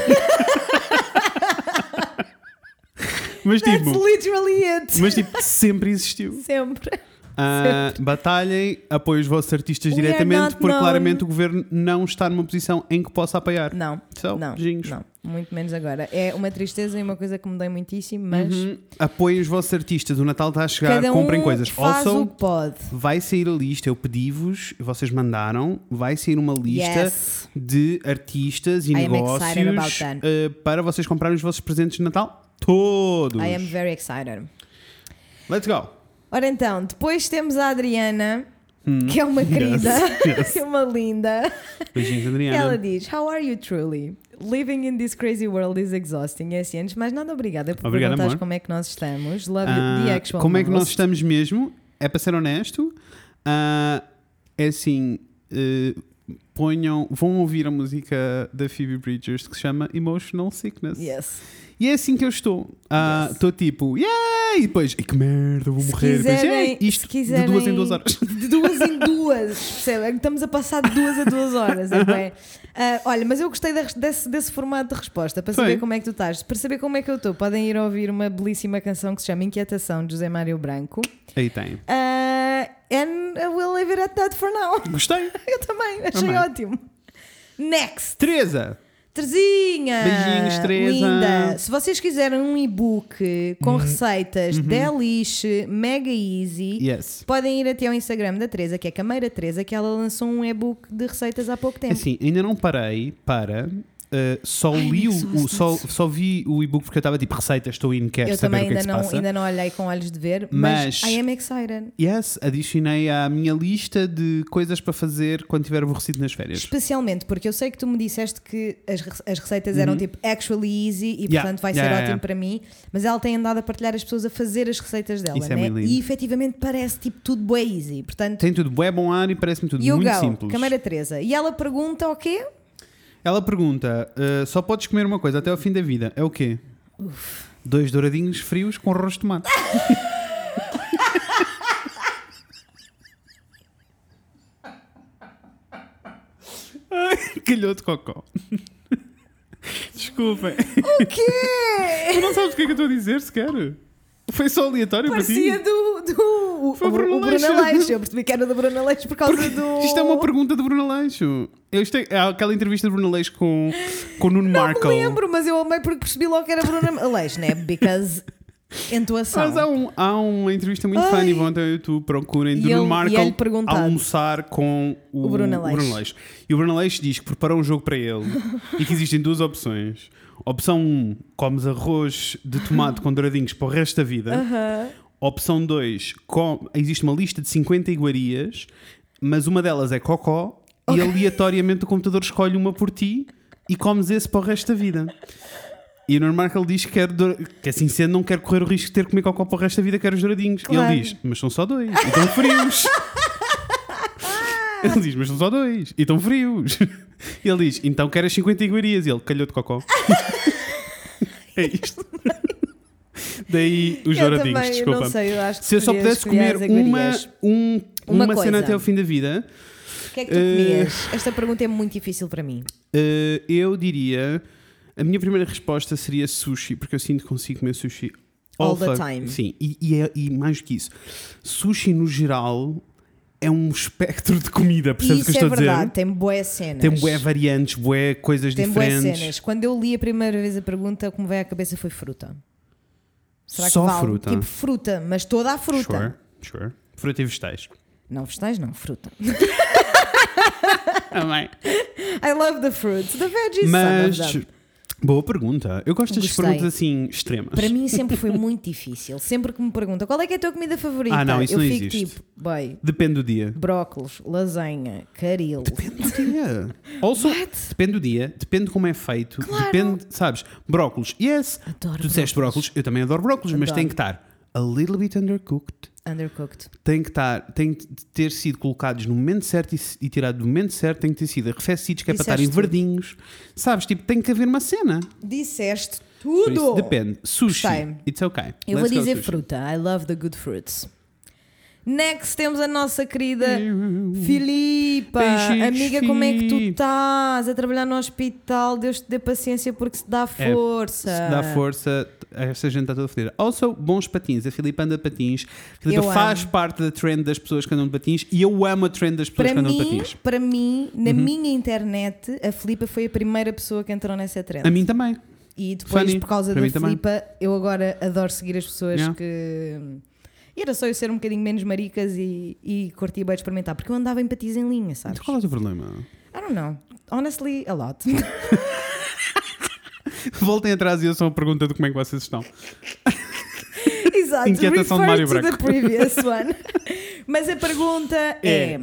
Speaker 1: mas,
Speaker 2: That's
Speaker 1: tipo,
Speaker 2: literally it.
Speaker 1: mas tipo, sempre existiu.
Speaker 2: Sempre.
Speaker 1: Ah, batalhem, apoiem os vossos artistas
Speaker 2: We are
Speaker 1: diretamente,
Speaker 2: not
Speaker 1: porque
Speaker 2: known.
Speaker 1: claramente o governo não está numa posição em que possa apoiar.
Speaker 2: Não.
Speaker 1: Só
Speaker 2: não,
Speaker 1: beijinhos.
Speaker 2: não, muito menos agora. É uma tristeza e uma coisa que me dói muitíssimo, mas
Speaker 1: Uhum. Apoiem os vossos artistas, o Natal está a chegar,
Speaker 2: cada um
Speaker 1: comprem coisas.
Speaker 2: faz
Speaker 1: Also,
Speaker 2: o que pode.
Speaker 1: vai sair a lista, eu pedi-vos, vocês mandaram, vai sair uma lista
Speaker 2: Yes.
Speaker 1: de artistas e
Speaker 2: I am excited
Speaker 1: negócios
Speaker 2: about that.
Speaker 1: eh, para vocês comprarem os vossos presentes de Natal todos.
Speaker 2: I am very excited.
Speaker 1: Let's go.
Speaker 2: Ora então, depois temos a Adriana,
Speaker 1: Hum.
Speaker 2: que é uma querida, é uma linda.
Speaker 1: Beijinhos, Adriana.
Speaker 2: Ela diz: How are you truly? Living in this crazy world is exhausting. É assim, antes de mais nada, obrigada por
Speaker 1: Obrigado,
Speaker 2: perguntares
Speaker 1: amor.
Speaker 2: como é que nós estamos. Love
Speaker 1: Ah,
Speaker 2: you, the actual
Speaker 1: como é que nós
Speaker 2: host.
Speaker 1: estamos mesmo? É para ser honesto, ah, é assim. eh, ponham, vão ouvir a música da Phoebe Bridgers que se chama Emotional Sickness.
Speaker 2: Yes.
Speaker 1: E é assim que eu estou. Ah,
Speaker 2: Yes.
Speaker 1: Estou tipo, yeah! E depois, ai que merda, vou
Speaker 2: Se
Speaker 1: morrer. Depois,
Speaker 2: quiserem-
Speaker 1: "Ei", isto
Speaker 2: se quiserem-
Speaker 1: de duas em duas horas.
Speaker 2: De duas em duas, percebe? É Estamos a passar de duas a duas horas, é bem? Ah, olha, mas eu gostei da res- desse, desse formato de resposta, para
Speaker 1: Foi.
Speaker 2: saber como é que tu estás. Para saber como é que eu estou, podem ir ouvir uma belíssima canção que se chama Inquietação, de José Mário Branco.
Speaker 1: Aí tem.
Speaker 2: Uh, and we'll leave it at that for now.
Speaker 1: Gostei.
Speaker 2: Eu também, achei
Speaker 1: Também.
Speaker 2: ótimo. Next,
Speaker 1: Teresa!
Speaker 2: Terezinha!
Speaker 1: Beijinhos, Teresa. Uhum.
Speaker 2: Linda! Se vocês quiserem um e-book com receitas delish, mega easy,
Speaker 1: Yes.
Speaker 2: podem ir até ao Instagram da Teresa, que é Cameira Teresa, que ela lançou um e-book de receitas há pouco tempo.
Speaker 1: Assim, ainda não parei para. ah, só
Speaker 2: Ai,
Speaker 1: li o,
Speaker 2: isso,
Speaker 1: o-
Speaker 2: isso,
Speaker 1: só,
Speaker 2: isso.
Speaker 1: só vi o e-book porque eu estava tipo receitas, estou in, quero
Speaker 2: Eu
Speaker 1: saber
Speaker 2: também
Speaker 1: o que é
Speaker 2: ainda,
Speaker 1: que se
Speaker 2: não,
Speaker 1: passa.
Speaker 2: ainda não olhei com olhos de ver, mas,
Speaker 1: Mas-
Speaker 2: I am excited.
Speaker 1: Yes, adicionei à minha lista de coisas para fazer quando tiver aborrecido nas férias.
Speaker 2: Especialmente porque eu sei que tu me disseste que as, re- as receitas eram tipo actually easy e
Speaker 1: Uhum. Yeah,
Speaker 2: portanto vai
Speaker 1: yeah,
Speaker 2: ser
Speaker 1: yeah,
Speaker 2: ótimo
Speaker 1: yeah.
Speaker 2: para mim, mas ela tem andado a partilhar as pessoas a fazer as receitas dela,
Speaker 1: Isso é
Speaker 2: né?
Speaker 1: muito lindo.
Speaker 2: e efetivamente parece tipo tudo bem easy. Portanto,
Speaker 1: Tem tudo bué bom ar e parece-me tudo
Speaker 2: you
Speaker 1: muito
Speaker 2: go,
Speaker 1: simples.
Speaker 2: Câmara Teresa. E ela pergunta o quê?
Speaker 1: Ela pergunta: ah, só podes comer uma coisa até ao fim da vida? É o quê? Dois douradinhos frios com arroz de tomate. Ai, calhou de cocó. Desculpem.
Speaker 2: O quê?
Speaker 1: Tu não sabes o que é que eu estou a dizer sequer? Foi só aleatório
Speaker 2: Parecia
Speaker 1: para ti?
Speaker 2: do, do
Speaker 1: Foi
Speaker 2: o,
Speaker 1: Bruno
Speaker 2: o Bruno
Speaker 1: Aleixo.
Speaker 2: Aleixo. Eu percebi que era do Bruno Aleixo por causa do.
Speaker 1: Isto é uma pergunta de Bruno Aleixo. Isto é, é aquela entrevista de Bruno Aleixo com, com o Nuno Marco.
Speaker 2: Não me lembro, mas eu amei porque percebi logo que era Bruno Aleixo, né? Because. Entoação.
Speaker 1: Mas há, um- há uma entrevista muito
Speaker 2: Ai.
Speaker 1: funny, vão até ao YouTube, procurem,
Speaker 2: E
Speaker 1: do Nuno
Speaker 2: ele-
Speaker 1: Markle
Speaker 2: e ele perguntado.
Speaker 1: almoçar com o,
Speaker 2: O Bruno Aleixo.
Speaker 1: E o Bruno Aleixo diz que preparou um jogo para ele e que existem duas opções. Opção 1, um, comes arroz de tomate com douradinhos para o resto da vida. Opção 2, existe uma lista de 50 iguarias, mas uma delas é cocó e aleatoriamente o computador escolhe uma por ti e comes esse para o resto da vida. E o Norman Markle diz que, quer dor- que assim sendo não quer correr o risco de ter que comer cocó para o resto da vida, quer os douradinhos. E
Speaker 2: Claro.
Speaker 1: ele diz, mas são só dois, e estão frios. ele diz, mas são só dois, e estão frios. E ele diz, então quer as 50 iguarias. E ele, calhou de cocó. é isto. Daí os
Speaker 2: eu
Speaker 1: douradinhos,
Speaker 2: também,
Speaker 1: desculpa.
Speaker 2: Não sei, eu acho que
Speaker 1: Se eu só
Speaker 2: escolhi-
Speaker 1: pudesse
Speaker 2: escolhi as
Speaker 1: comer uma,
Speaker 2: iguarias.
Speaker 1: um- uma, cena
Speaker 2: Uma coisa.
Speaker 1: até ao fim da vida,
Speaker 2: O que é que tu
Speaker 1: Eh,
Speaker 2: comias? Esta pergunta é muito difícil para mim.
Speaker 1: eh, eu diria. A minha primeira resposta seria sushi, porque eu sinto que consigo comer sushi
Speaker 2: All the
Speaker 1: fuck-
Speaker 2: time.
Speaker 1: Sim, e, e é- e mais do que isso, sushi no geral é um espectro de comida, percebes o que eu
Speaker 2: Isso é
Speaker 1: estou a dizer?
Speaker 2: verdade, tem boé cenas.
Speaker 1: Tem bué variantes, bué coisas
Speaker 2: Tem boas
Speaker 1: diferentes.
Speaker 2: cenas. Quando eu li a primeira vez a pergunta, o que me veio à cabeça foi fruta. Será
Speaker 1: Só
Speaker 2: que vale?
Speaker 1: fruta?
Speaker 2: Tipo fruta, mas toda a fruta.
Speaker 1: Sure, sure. Fruta e vegetais.
Speaker 2: Não vegetais, não, fruta. é
Speaker 1: Também.
Speaker 2: I love the fruits, the veggies.
Speaker 1: Mas,
Speaker 2: some of them.
Speaker 1: boa pergunta. Eu gosto das
Speaker 2: Gostei.
Speaker 1: perguntas assim extremas.
Speaker 2: Para mim sempre foi muito difícil. Sempre que me perguntam qual é que é a tua comida favorita,
Speaker 1: Ah, não, isso
Speaker 2: eu
Speaker 1: não
Speaker 2: fico
Speaker 1: existe.
Speaker 2: tipo, bem,
Speaker 1: Depende do dia.
Speaker 2: brócolos, lasanha, caril.
Speaker 1: Depende do dia. Also, depende do dia, depende de como é feito,
Speaker 2: Claro.
Speaker 1: depende, sabes, brócolis, yes.
Speaker 2: Adoro
Speaker 1: tu disseste brócolis, eu também adoro brócolis, mas
Speaker 2: Adoro.
Speaker 1: tem que estar a little bit undercooked.
Speaker 2: Undercooked.
Speaker 1: Tem que estar, tem de ter sido colocados no momento certo e, se- e tirado do momento certo, tem que ter sido arrefecidos, que é para
Speaker 2: Disseste
Speaker 1: estarem
Speaker 2: tudo.
Speaker 1: verdinhos. Sabes, tipo, tem que haver uma cena.
Speaker 2: Disseste
Speaker 1: Por isso,
Speaker 2: tudo.
Speaker 1: depende. Sushi,
Speaker 2: Gostei.
Speaker 1: it's okay.
Speaker 2: Eu
Speaker 1: Let's go
Speaker 2: vou dizer
Speaker 1: sushi.
Speaker 2: fruta. I love the good fruits. Next temos a nossa querida
Speaker 1: Hum,
Speaker 2: Filipa.
Speaker 1: Beijinhos,
Speaker 2: Amiga, como é que tu
Speaker 1: Fi.
Speaker 2: estás? A trabalhar no hospital, Deus te dê paciência porque se dá
Speaker 1: É,
Speaker 2: força.
Speaker 1: Se dá força, essa gente está toda fodida. Also, bons patins. A Filipa anda de patins. A Filipa
Speaker 2: Eu
Speaker 1: faz
Speaker 2: amo.
Speaker 1: parte da trend das pessoas que andam de patins e eu amo a trend das pessoas
Speaker 2: Para
Speaker 1: que andam de
Speaker 2: mim,
Speaker 1: patins. Uhum.
Speaker 2: para mim, na minha internet, a Filipa foi a primeira pessoa que entrou nessa trend.
Speaker 1: A mim também.
Speaker 2: E depois,
Speaker 1: Funny,
Speaker 2: por causa
Speaker 1: para
Speaker 2: da
Speaker 1: mim também.
Speaker 2: Filipa, eu agora adoro seguir as pessoas
Speaker 1: Yeah.
Speaker 2: que. E era só eu ser um bocadinho menos maricas e, e curtir bem experimentar, porque eu andava em patins em linha, sabes?
Speaker 1: Qual é o teu problema?
Speaker 2: I don't know. Honestly, a lot.
Speaker 1: Voltem atrás e eu só a pergunta de como é que vocês estão.
Speaker 2: Exato.
Speaker 1: Inquietação de
Speaker 2: Refer
Speaker 1: Mário
Speaker 2: to
Speaker 1: Branco.
Speaker 2: the previous one. Mas a pergunta é...
Speaker 1: É.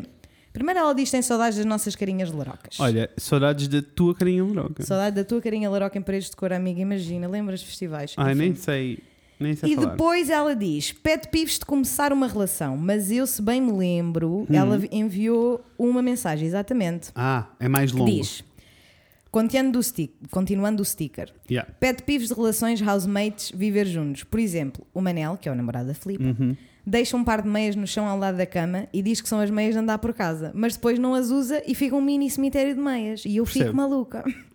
Speaker 2: Primeiro ela diz que tem saudades das nossas carinhas larocas.
Speaker 1: Olha, saudades da tua carinha broca.
Speaker 2: Saudade da tua carinha laroca em paredes de cor, amiga. Imagina, lembras festivais.
Speaker 1: Ai,
Speaker 2: Enfim.
Speaker 1: nem sei. Nem sei
Speaker 2: E
Speaker 1: é falar.
Speaker 2: depois ela diz: pede pives de começar uma relação, mas eu, se bem me lembro, ela
Speaker 1: Uhum.
Speaker 2: enviou uma mensagem, exatamente.
Speaker 1: Ah, é mais
Speaker 2: Que
Speaker 1: longo.
Speaker 2: diz: continuando o, stick, continuando o sticker,
Speaker 1: Yeah.
Speaker 2: pede pives de relações housemates viver juntos. Por exemplo, o Manel, que é o namorado da Filipe,
Speaker 1: Hum. Uhum.
Speaker 2: deixa um par de meias no chão ao lado da cama e diz que são as meias de andar por casa, mas depois não as usa e fica um mini cemitério de meias. E eu fico
Speaker 1: Percebo.
Speaker 2: maluca.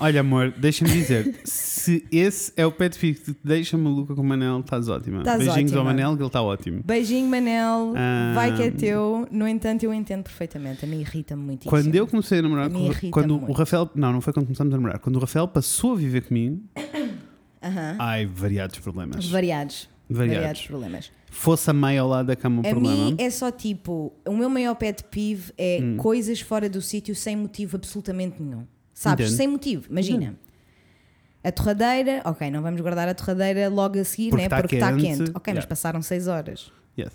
Speaker 1: Olha, amor, deixa-me dizer. se esse é o pet fixe que te deixa maluca com o Manel, estás ótima.
Speaker 2: Estás
Speaker 1: Beijinhos ao
Speaker 2: ótima.
Speaker 1: Manel, que ele está ótimo.
Speaker 2: Beijinho, Manel.
Speaker 1: Ah.
Speaker 2: Vai que é teu. No entanto, eu entendo perfeitamente. A mim irrita-me muito isso.
Speaker 1: Quando eu comecei a namorar
Speaker 2: Me
Speaker 1: com
Speaker 2: irrita
Speaker 1: quando o
Speaker 2: muito.
Speaker 1: Rafael, não, não foi quando começámos a namorar, quando o Rafael passou a viver comigo, ai, variados problemas.
Speaker 2: Variados.
Speaker 1: Variados.
Speaker 2: problemas.
Speaker 1: Fosse a meia ao lado da cama o
Speaker 2: A
Speaker 1: problema. Hum.
Speaker 2: mim é só tipo, o meu maior pet peeve é coisas fora do sítio sem motivo absolutamente nenhum. Sabes?
Speaker 1: Entendo. Hum.
Speaker 2: Sem motivo. Imagina. A torradeira, ok, não vamos guardar a torradeira logo a seguir,
Speaker 1: Porque
Speaker 2: né?
Speaker 1: tá
Speaker 2: Porque está
Speaker 1: quente.
Speaker 2: quente. Ok, mas
Speaker 1: Yeah.
Speaker 2: passaram 6 horas.
Speaker 1: Yes.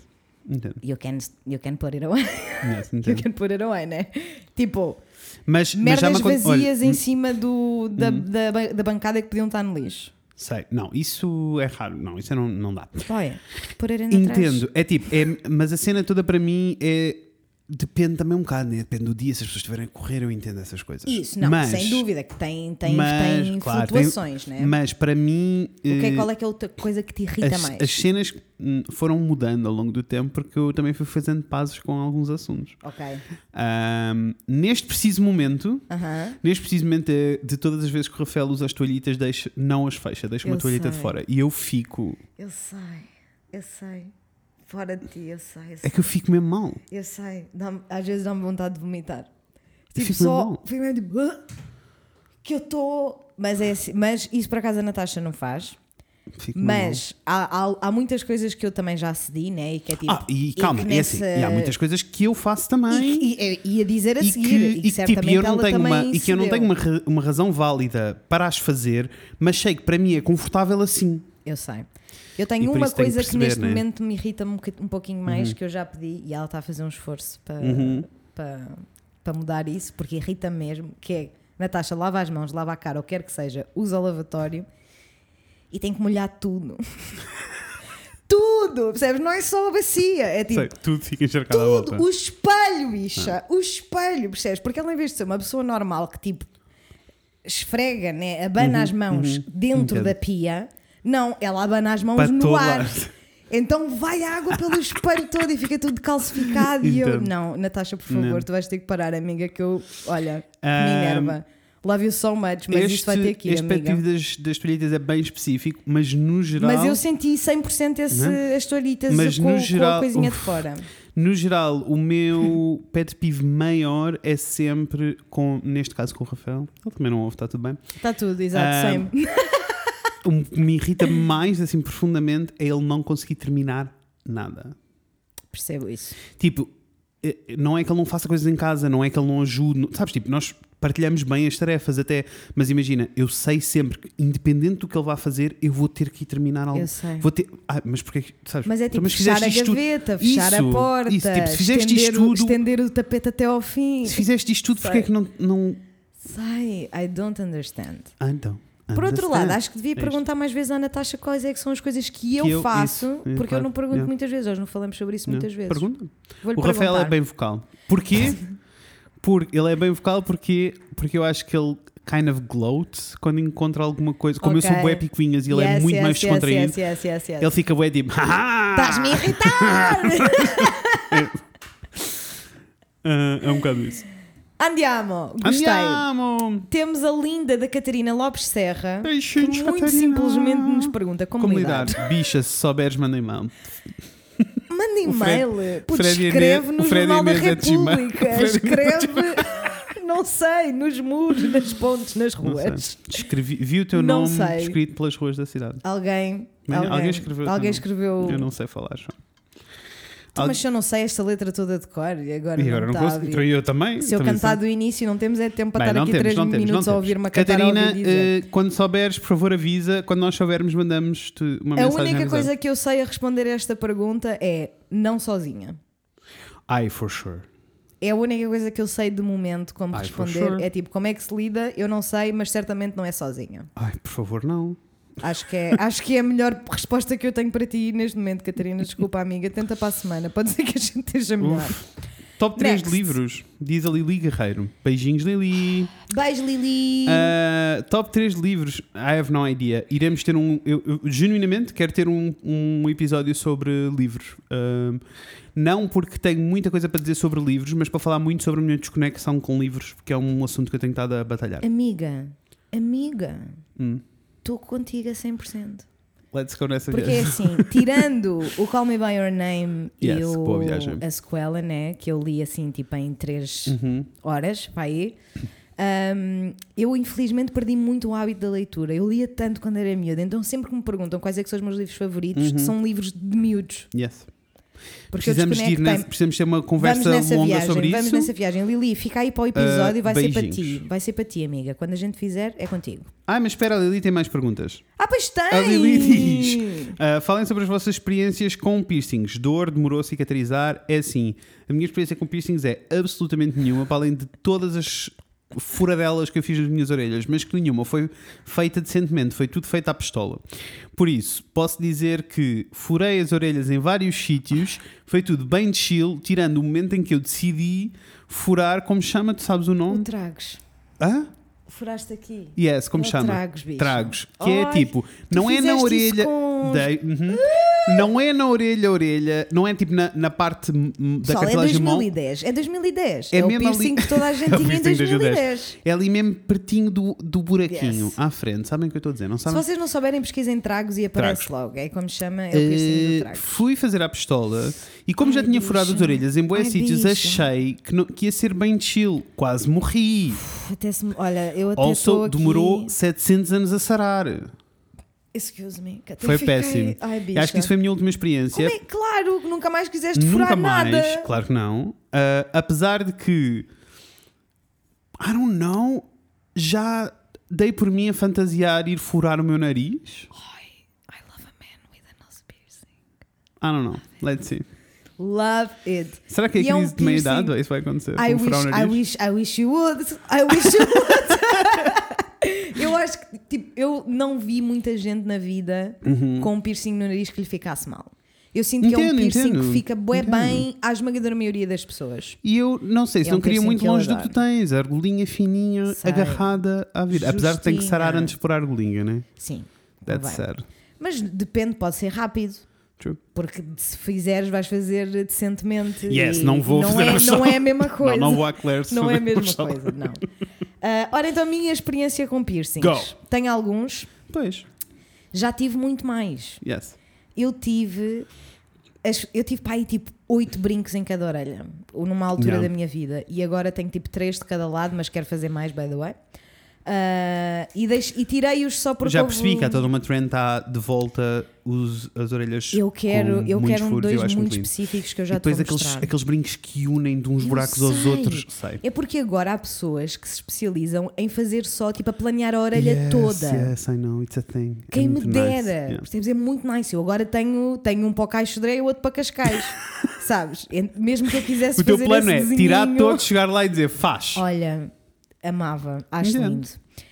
Speaker 1: Entendo.
Speaker 2: You can, you can put it away.
Speaker 1: Yes,
Speaker 2: You
Speaker 1: entendo.
Speaker 2: can put it away, né? Tipo,
Speaker 1: Mas, mas já me
Speaker 2: merdas
Speaker 1: aconte- olha, hum.
Speaker 2: vazias em cima do, da, da, ba- da bancada que podiam estar no lixo.
Speaker 1: Sei, não, isso é raro. Não, isso não, não dá.
Speaker 2: Olha, por aí ainda atrás.
Speaker 1: Entendo. É tipo, é, mas a cena toda para mim é. Depende também um bocado, né? Depende do dia, se as pessoas estiverem a correr, eu entendo essas coisas.
Speaker 2: Isso, não,
Speaker 1: Mas-
Speaker 2: sem dúvida, que tem, tem,
Speaker 1: mas,
Speaker 2: tem
Speaker 1: claro, tem-
Speaker 2: flutuações, né?
Speaker 1: Mas para mim. eh,
Speaker 2: O que é, qual é que é a outra coisa que te irrita
Speaker 1: as,
Speaker 2: mais?
Speaker 1: as cenas hum, foram mudando ao longo do tempo porque eu também fui fazendo pazes com alguns assuntos.
Speaker 2: Ok.
Speaker 1: Ahm, neste preciso momento,
Speaker 2: Aham.
Speaker 1: neste preciso momento é de todas as vezes que o Rafael usa as toalhitas, deixa, não as fecha, deixa uma
Speaker 2: Eu
Speaker 1: toalhita de
Speaker 2: sei.
Speaker 1: fora. E eu fico.
Speaker 2: Eu sei, eu sei. Fora de ti, eu sei. Eu
Speaker 1: É que eu fico mesmo mal.
Speaker 2: Eu sei, dá-me- às vezes dá-me vontade de vomitar. Tipo,
Speaker 1: fico
Speaker 2: só.
Speaker 1: mal.
Speaker 2: Fico mesmo tipo. "Ah, Que eu estou. Mas, é assim- mas isso por acaso a Natasha não faz.
Speaker 1: Fico mesmo
Speaker 2: Mas há, há, há muitas coisas que eu também já cedi, né? E que é tipo.
Speaker 1: mal. Ah, e
Speaker 2: que
Speaker 1: calma, é assim.
Speaker 2: nessa-
Speaker 1: E há muitas coisas que eu faço também.
Speaker 2: E, que- e- e a dizer a
Speaker 1: e
Speaker 2: seguir.
Speaker 1: que, e que, tipo,
Speaker 2: certamente
Speaker 1: eu não
Speaker 2: ela
Speaker 1: tenho uma,
Speaker 2: também
Speaker 1: e que eu não
Speaker 2: cedeu.
Speaker 1: tenho uma, ra- uma razão válida para as fazer, mas sei que para mim é confortável assim.
Speaker 2: Eu sei. Eu
Speaker 1: E
Speaker 2: tenho
Speaker 1: por
Speaker 2: uma
Speaker 1: isso tenho que
Speaker 2: coisa que
Speaker 1: perceber,
Speaker 2: neste
Speaker 1: né? Uhum.
Speaker 2: momento me irrita um, boca- um pouquinho mais, que eu já pedi, e ela está a fazer um esforço para para para mudar isso, porque irrita me mesmo, que é, Natasha, lava as mãos, lava a cara, ou quer que seja, usa o lavatório e tem que molhar tudo. tudo, percebes? Não é só a bacia, é tipo,
Speaker 1: tudo fica encharcado
Speaker 2: tudo, o espelho, bicha, o espelho, percebes? Porque ela, em vez de ser uma pessoa normal que tipo esfrega, né, abana as mãos dentro
Speaker 1: Uhum, Entendo.
Speaker 2: da pia, não, ela abana as mãos
Speaker 1: Para todo
Speaker 2: no ar.
Speaker 1: lado.
Speaker 2: Então vai água pelo espelho todo e fica tudo calcificado. E eu,
Speaker 1: Entendo.
Speaker 2: não, Natasha, por favor,
Speaker 1: Não.
Speaker 2: tu vais ter que parar, amiga, que eu, olha,
Speaker 1: Ahm,
Speaker 2: me enerva. Love you so much, mas isto vai ter que ir,
Speaker 1: este
Speaker 2: amiga.
Speaker 1: pet peeve das, das toalhitas é bem específico, mas no geral.
Speaker 2: Mas eu senti 100% esse, as toalhitas
Speaker 1: Uhum. Mas
Speaker 2: com,
Speaker 1: no
Speaker 2: com
Speaker 1: geral-
Speaker 2: a coisinha
Speaker 1: Uf.
Speaker 2: de fora.
Speaker 1: No geral, o meu pet peeve maior é sempre com, neste caso com o Rafael, ele também não ouve, está tudo bem.
Speaker 2: Está Tá tudo, exato,
Speaker 1: Ah,
Speaker 2: same.
Speaker 1: O que me irrita mais, assim, profundamente, é ele não conseguir terminar nada.
Speaker 2: Percebo isso.
Speaker 1: Tipo, eh, não é que ele não faça coisas em casa, não é que ele não ajude, não- sabes? Tipo, nós partilhamos bem as tarefas até, mas imagina, eu sei sempre que, independente do que ele vá fazer, eu vou ter que ir terminar algo.
Speaker 2: Eu sei.
Speaker 1: Vou ter, ah, mas porque é que- sabes?
Speaker 2: Mas é
Speaker 1: Então,
Speaker 2: tipo fechar
Speaker 1: fizeste
Speaker 2: a
Speaker 1: isto tudo-
Speaker 2: gaveta, fechar
Speaker 1: Isso,
Speaker 2: a porta,
Speaker 1: Isso, tipo, se fizeste
Speaker 2: estender,
Speaker 1: isto tudo,
Speaker 2: o, estender o tapete até ao fim.
Speaker 1: se fizeste isto tudo, porque é que não. não...
Speaker 2: Sei, I don't understand.
Speaker 1: Ah, então.
Speaker 2: Por outro
Speaker 1: understand.
Speaker 2: lado, acho que devia
Speaker 1: É isto.
Speaker 2: perguntar mais vezes à Natasha quais é que são as coisas que eu,
Speaker 1: eu- isso,
Speaker 2: faço,
Speaker 1: é,
Speaker 2: porque eu
Speaker 1: claro,
Speaker 2: não pergunto
Speaker 1: yeah.
Speaker 2: muitas vezes, nós não falamos sobre isso
Speaker 1: Não.
Speaker 2: muitas vezes.
Speaker 1: Pergunta.
Speaker 2: Vou-lhe
Speaker 1: O Rafael é
Speaker 2: perguntar.
Speaker 1: bem vocal. Porquê? Porque ele é bem vocal porque, porque eu acho que ele kind of gloats quando encontra alguma coisa. Como eu sou
Speaker 2: Ok.
Speaker 1: bué picuinhas e ele é
Speaker 2: Yes,
Speaker 1: muito
Speaker 2: yes,
Speaker 1: mais
Speaker 2: yes,
Speaker 1: descontraído,
Speaker 2: yes, yes, yes, yes.
Speaker 1: ele fica bué tipo...
Speaker 2: Estás-me a irritar!
Speaker 1: Ah, é um bocado isso.
Speaker 2: Andiamo! Gostei.
Speaker 1: Andiamo!
Speaker 2: Temos a linda da Catarina Lopes Serra, que
Speaker 1: Beijinhos,
Speaker 2: muito
Speaker 1: Catarina.
Speaker 2: simplesmente nos pergunta como,
Speaker 1: Como
Speaker 2: lidar.
Speaker 1: lidar? Bicha, se souberes, manda e-mail.
Speaker 2: Manda
Speaker 1: Fred-
Speaker 2: e-mail. Putz,
Speaker 1: Fred
Speaker 2: escreve
Speaker 1: Inês-
Speaker 2: no
Speaker 1: o Fred
Speaker 2: Jornal da
Speaker 1: Inês é de Gmail.
Speaker 2: República.
Speaker 1: O Fred Inês é de
Speaker 2: escreve, não sei, nos muros, nas pontes, nas
Speaker 1: Não sei.
Speaker 2: ruas.
Speaker 1: Escrevi, vi o teu
Speaker 2: Não
Speaker 1: nome
Speaker 2: sei.
Speaker 1: escrito pelas ruas da cidade.
Speaker 2: Alguém,
Speaker 1: Mas
Speaker 2: alguém,
Speaker 1: alguém escreveu-
Speaker 2: alguém
Speaker 1: eu não-
Speaker 2: escreveu-
Speaker 1: Eu não sei falar. João.
Speaker 2: Então, mas se eu não sei esta letra toda de cor e agora,
Speaker 1: E agora não
Speaker 2: não, está a
Speaker 1: consigo.
Speaker 2: vir.
Speaker 1: Eu também.
Speaker 2: Se eu
Speaker 1: também sei.
Speaker 2: cantar do início, não temos é tempo para
Speaker 1: Bem,
Speaker 2: estar
Speaker 1: não
Speaker 2: aqui
Speaker 1: temos,
Speaker 2: 3
Speaker 1: não temos,
Speaker 2: minutos
Speaker 1: não
Speaker 2: a
Speaker 1: temos.
Speaker 2: ouvir-me a cantar ao
Speaker 1: Catarina,
Speaker 2: ouvido dizer.
Speaker 1: eh, quando souberes, por favor, avisa. Quando nós soubermos, mandamos te uma
Speaker 2: a
Speaker 1: mensagem.
Speaker 2: única
Speaker 1: avisando.
Speaker 2: coisa que eu sei a responder a esta pergunta é não sozinha.
Speaker 1: Ai, for sure.
Speaker 2: É a única coisa que eu sei de momento como
Speaker 1: Ai, for
Speaker 2: responder.
Speaker 1: sure.
Speaker 2: É tipo, como é que se lida? Eu não sei, mas certamente não é sozinha.
Speaker 1: Ai, por favor, não.
Speaker 2: Acho que, é, acho que é a melhor resposta que eu tenho para ti neste momento, Catarina. Desculpa, amiga. Tenta para a semana. Pode ser que a gente esteja melhor.
Speaker 1: Top 3
Speaker 2: Next.
Speaker 1: de livros, diz a Lili Guerreiro. Beijinhos, Lili.
Speaker 2: Beijo, Lili.
Speaker 1: Ah, top 3 de livros, I have no idea. Iremos ter um. Eu, eu genuinamente quero ter um, um episódio sobre livros. Ahm, não porque tenho muita coisa para dizer sobre livros, mas para falar muito sobre a minha desconexão com livros, porque é um assunto que eu tenho estado a batalhar.
Speaker 2: É Amiga, amiga,
Speaker 1: Hum.
Speaker 2: estou contigo a 100%.
Speaker 1: Let's go nessa
Speaker 2: Porque é
Speaker 1: viagem.
Speaker 2: assim, tirando o Call Me By Your Name e
Speaker 1: Yes,
Speaker 2: o,
Speaker 1: boa viagem.
Speaker 2: a sequela, né, que eu li assim tipo em 3
Speaker 1: Uhum.
Speaker 2: horas, para aí, hum, eu infelizmente perdi muito o hábito da leitura. Eu lia tanto quando era miúda, então sempre que me perguntam quais é que são os meus livros favoritos,
Speaker 1: Uhum.
Speaker 2: são livros de miúdos.
Speaker 1: Yes.
Speaker 2: Porque eu
Speaker 1: precisamos, de ir
Speaker 2: desconectei-me.
Speaker 1: nessa- precisamos ter uma
Speaker 2: Vamos
Speaker 1: conversa
Speaker 2: nessa
Speaker 1: longa
Speaker 2: viagem,
Speaker 1: sobre
Speaker 2: vamos
Speaker 1: isso. Ah,
Speaker 2: nessa viagem. Lili, fica aí para o episódio e vai ser para
Speaker 1: beijinhos.
Speaker 2: ti. Vai ser para ti, amiga. Quando a gente fizer, é contigo.
Speaker 1: Ah, mas espera, a Lili tem mais perguntas.
Speaker 2: Ah, pois tem!
Speaker 1: A Lili diz: "Ah, falem sobre as vossas experiências com piercings. Dor, demorou a cicatrizar? É assim. A minha experiência com piercings é absolutamente nenhuma, para além de todas as furadelas que eu fiz nas minhas orelhas, mas que nenhuma foi feita decentemente, foi tudo feito à pistola. Por isso, posso dizer que furei as orelhas em vários sítios, foi tudo bem chill, tirando o momento em que eu decidi furar, como chama, tu sabes o
Speaker 2: O
Speaker 1: nome?
Speaker 2: tragos.
Speaker 1: Hã?
Speaker 2: Furaste aqui.
Speaker 1: Yes, como
Speaker 2: É o
Speaker 1: chama?
Speaker 2: tragos, bicho.
Speaker 1: Tragos. Que é
Speaker 2: Ai,
Speaker 1: tipo, não é na
Speaker 2: fizeste
Speaker 1: orelha.
Speaker 2: isso com os-
Speaker 1: Dei- Uhum. Não é na orelha, orelha. Não é tipo na, na parte hum, hum, da
Speaker 2: Pessoal, é
Speaker 1: cartilagem mol.
Speaker 2: 2010. É 2010.
Speaker 1: É
Speaker 2: É, o
Speaker 1: mesmo ali-
Speaker 2: piercing que toda a
Speaker 1: É
Speaker 2: gente
Speaker 1: o
Speaker 2: tinha em
Speaker 1: piercing de
Speaker 2: 2010.
Speaker 1: É ali mesmo pertinho do, do buraquinho,
Speaker 2: Yes.
Speaker 1: à frente. Sabem o que eu estou a dizer? Não
Speaker 2: Se
Speaker 1: sabem?
Speaker 2: vocês não souberem, pesquisem tragos e aparece
Speaker 1: Tragos.
Speaker 2: logo. É como se chama, é o piercing
Speaker 1: Eh,
Speaker 2: do tragos.
Speaker 1: fui fazer a pistola e como já tinha furado as
Speaker 2: bicha.
Speaker 1: orelhas em boas
Speaker 2: Ai,
Speaker 1: sítios,
Speaker 2: bicha.
Speaker 1: achei que, não- que ia ser bem chill. Quase morri.
Speaker 2: Até se, olha, eu até estou
Speaker 1: Also,
Speaker 2: aqui...
Speaker 1: demorou 700 anos a sarar.
Speaker 2: Excuse me. que até
Speaker 1: Foi
Speaker 2: fiquei-
Speaker 1: péssimo.
Speaker 2: Ai,
Speaker 1: E acho que
Speaker 2: bicha.
Speaker 1: isso foi a minha última experiência.
Speaker 2: Como é? Claro, que nunca mais quiseste
Speaker 1: Nunca
Speaker 2: furar
Speaker 1: mais,
Speaker 2: nada.
Speaker 1: claro que não. Ah, apesar de que, I don't know, já dei por mim a fantasiar ir furar o meu nariz.
Speaker 2: Ai, I love a man with a nose piercing.
Speaker 1: I don't know, let's see.
Speaker 2: Love it.
Speaker 1: Será que é
Speaker 2: E é um
Speaker 1: crise de meia idade? é
Speaker 2: piercing.
Speaker 1: Isso vai acontecer?
Speaker 2: I
Speaker 1: Vão
Speaker 2: wish,
Speaker 1: furar o
Speaker 2: I
Speaker 1: um nariz?
Speaker 2: wish, I wish you would. I wish you would. eu acho que, tipo, eu não vi muita gente na vida com um piercing no nariz que lhe ficasse mal. Eu sinto que é um
Speaker 1: Uhum. Entendo,
Speaker 2: piercing
Speaker 1: entendo.
Speaker 2: que fica bué
Speaker 1: Entendo.
Speaker 2: bem à esmagadora maioria das pessoas.
Speaker 1: E eu não sei, se
Speaker 2: É um
Speaker 1: não queria
Speaker 2: piercing
Speaker 1: muito
Speaker 2: que eu
Speaker 1: longe do que
Speaker 2: adoro.
Speaker 1: tu tens, a argolinha fininha,
Speaker 2: Sei.
Speaker 1: agarrada à vida. Apesar de ter que sarar
Speaker 2: Justinha.
Speaker 1: antes por argolinha, né?
Speaker 2: Sim.
Speaker 1: That's
Speaker 2: convém.
Speaker 1: sad.
Speaker 2: Mas depende, pode ser rápido.
Speaker 1: True.
Speaker 2: Porque se fizeres, vais fazer decentemente.
Speaker 1: Yes,
Speaker 2: e
Speaker 1: não vou
Speaker 2: não
Speaker 1: fazer
Speaker 2: é,
Speaker 1: a
Speaker 2: não é a mesma coisa.
Speaker 1: Não, não vou à Claire
Speaker 2: Não é a
Speaker 1: sobre-
Speaker 2: mesma coisa, não. Ah, ora, então, a minha experiência com piercings.
Speaker 1: Go.
Speaker 2: Tenho alguns,
Speaker 1: Pois,
Speaker 2: já tive muito mais.
Speaker 1: yes.
Speaker 2: Eu tive. as- Eu tive para aí tipo oito brincos em cada orelha, ou numa altura
Speaker 1: Yeah.
Speaker 2: da minha vida. E agora tenho tipo três de cada lado, mas quero fazer mais, by the way. Ah, e, deixo- e tirei-os só porque.
Speaker 1: Já
Speaker 2: houve- um-
Speaker 1: percebi que há toda uma trend está de volta os, as orelhas.
Speaker 2: Eu quero,
Speaker 1: com
Speaker 2: eu
Speaker 1: muitos
Speaker 2: quero um
Speaker 1: furos, eu
Speaker 2: dois
Speaker 1: acho
Speaker 2: muito,
Speaker 1: lindo.
Speaker 2: específicos que eu
Speaker 1: e
Speaker 2: já te
Speaker 1: depois
Speaker 2: vou
Speaker 1: aqueles,
Speaker 2: mostrar.
Speaker 1: aqueles brincos que unem de uns
Speaker 2: Eu
Speaker 1: buracos aos
Speaker 2: sei.
Speaker 1: outros. Sei.
Speaker 2: É porque agora há pessoas que se especializam em fazer só, tipo, a planear a orelha toda.
Speaker 1: Yes, I know, it's a thing. É
Speaker 2: Quem me
Speaker 1: muito nice.
Speaker 2: dera,
Speaker 1: Yeah.
Speaker 2: percebes? É muito nice. Eu agora tenho, tenho um para o Caixo de Areia e outro para Cascais, sabes? En- Mesmo que eu quisesse
Speaker 1: O teu
Speaker 2: fazer
Speaker 1: plano é
Speaker 2: esse
Speaker 1: tirar
Speaker 2: desenhinho-
Speaker 1: todos, chegar lá e dizer faz.
Speaker 2: Olha, amava, acho
Speaker 1: Entendo.
Speaker 2: lindo.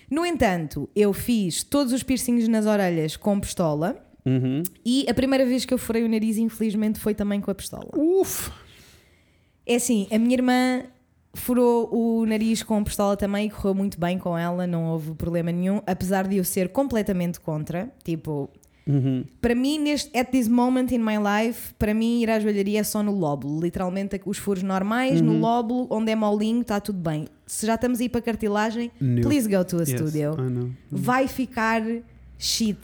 Speaker 2: No entanto, eu fiz todos os piercings nas orelhas com pistola
Speaker 1: Uhum.
Speaker 2: e a primeira vez que eu furei o nariz, infelizmente, foi também com a pistola.
Speaker 1: Uf!
Speaker 2: É assim, a minha irmã furou o nariz com pistola também e correu muito bem com ela, não houve problema nenhum, apesar de eu ser completamente contra. Tipo, para mim, neste at this moment in my life, para mim ir à joalharia é só no lóbulo. Literalmente, os furos normais, no
Speaker 1: Uhum.
Speaker 2: lóbulo, onde é molinho, está tudo bem. Se já estamos aí para cartilagem,
Speaker 1: No.
Speaker 2: please go to a
Speaker 1: Yes, Ah.
Speaker 2: studio
Speaker 1: I know.
Speaker 2: vai ficar shit.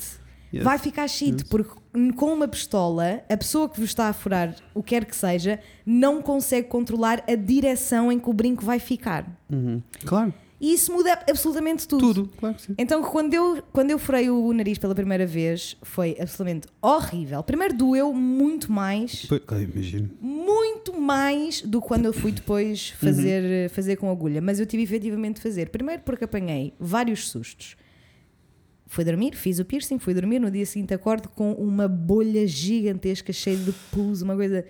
Speaker 1: Yes.
Speaker 2: Vai ficar shit, porque com uma pistola, a pessoa que vos está a furar, o que quer que seja, não consegue controlar a direção em que o brinco vai ficar.
Speaker 1: Uhum. Claro,
Speaker 2: E isso muda absolutamente tudo.
Speaker 1: tudo, claro que sim.
Speaker 2: Então, quando eu, quando eu furei o nariz pela primeira vez, foi absolutamente horrível. Primeiro, doeu muito mais,
Speaker 1: Pois, claro, imagino.
Speaker 2: muito mais do que quando eu fui depois fazer, eh, fazer com agulha. Mas eu tive efetivamente de fazer. Primeiro, porque apanhei vários sustos. Fui dormir, fiz o piercing, fui dormir. No dia seguinte, acordo com uma bolha gigantesca cheia de pus, uma coisa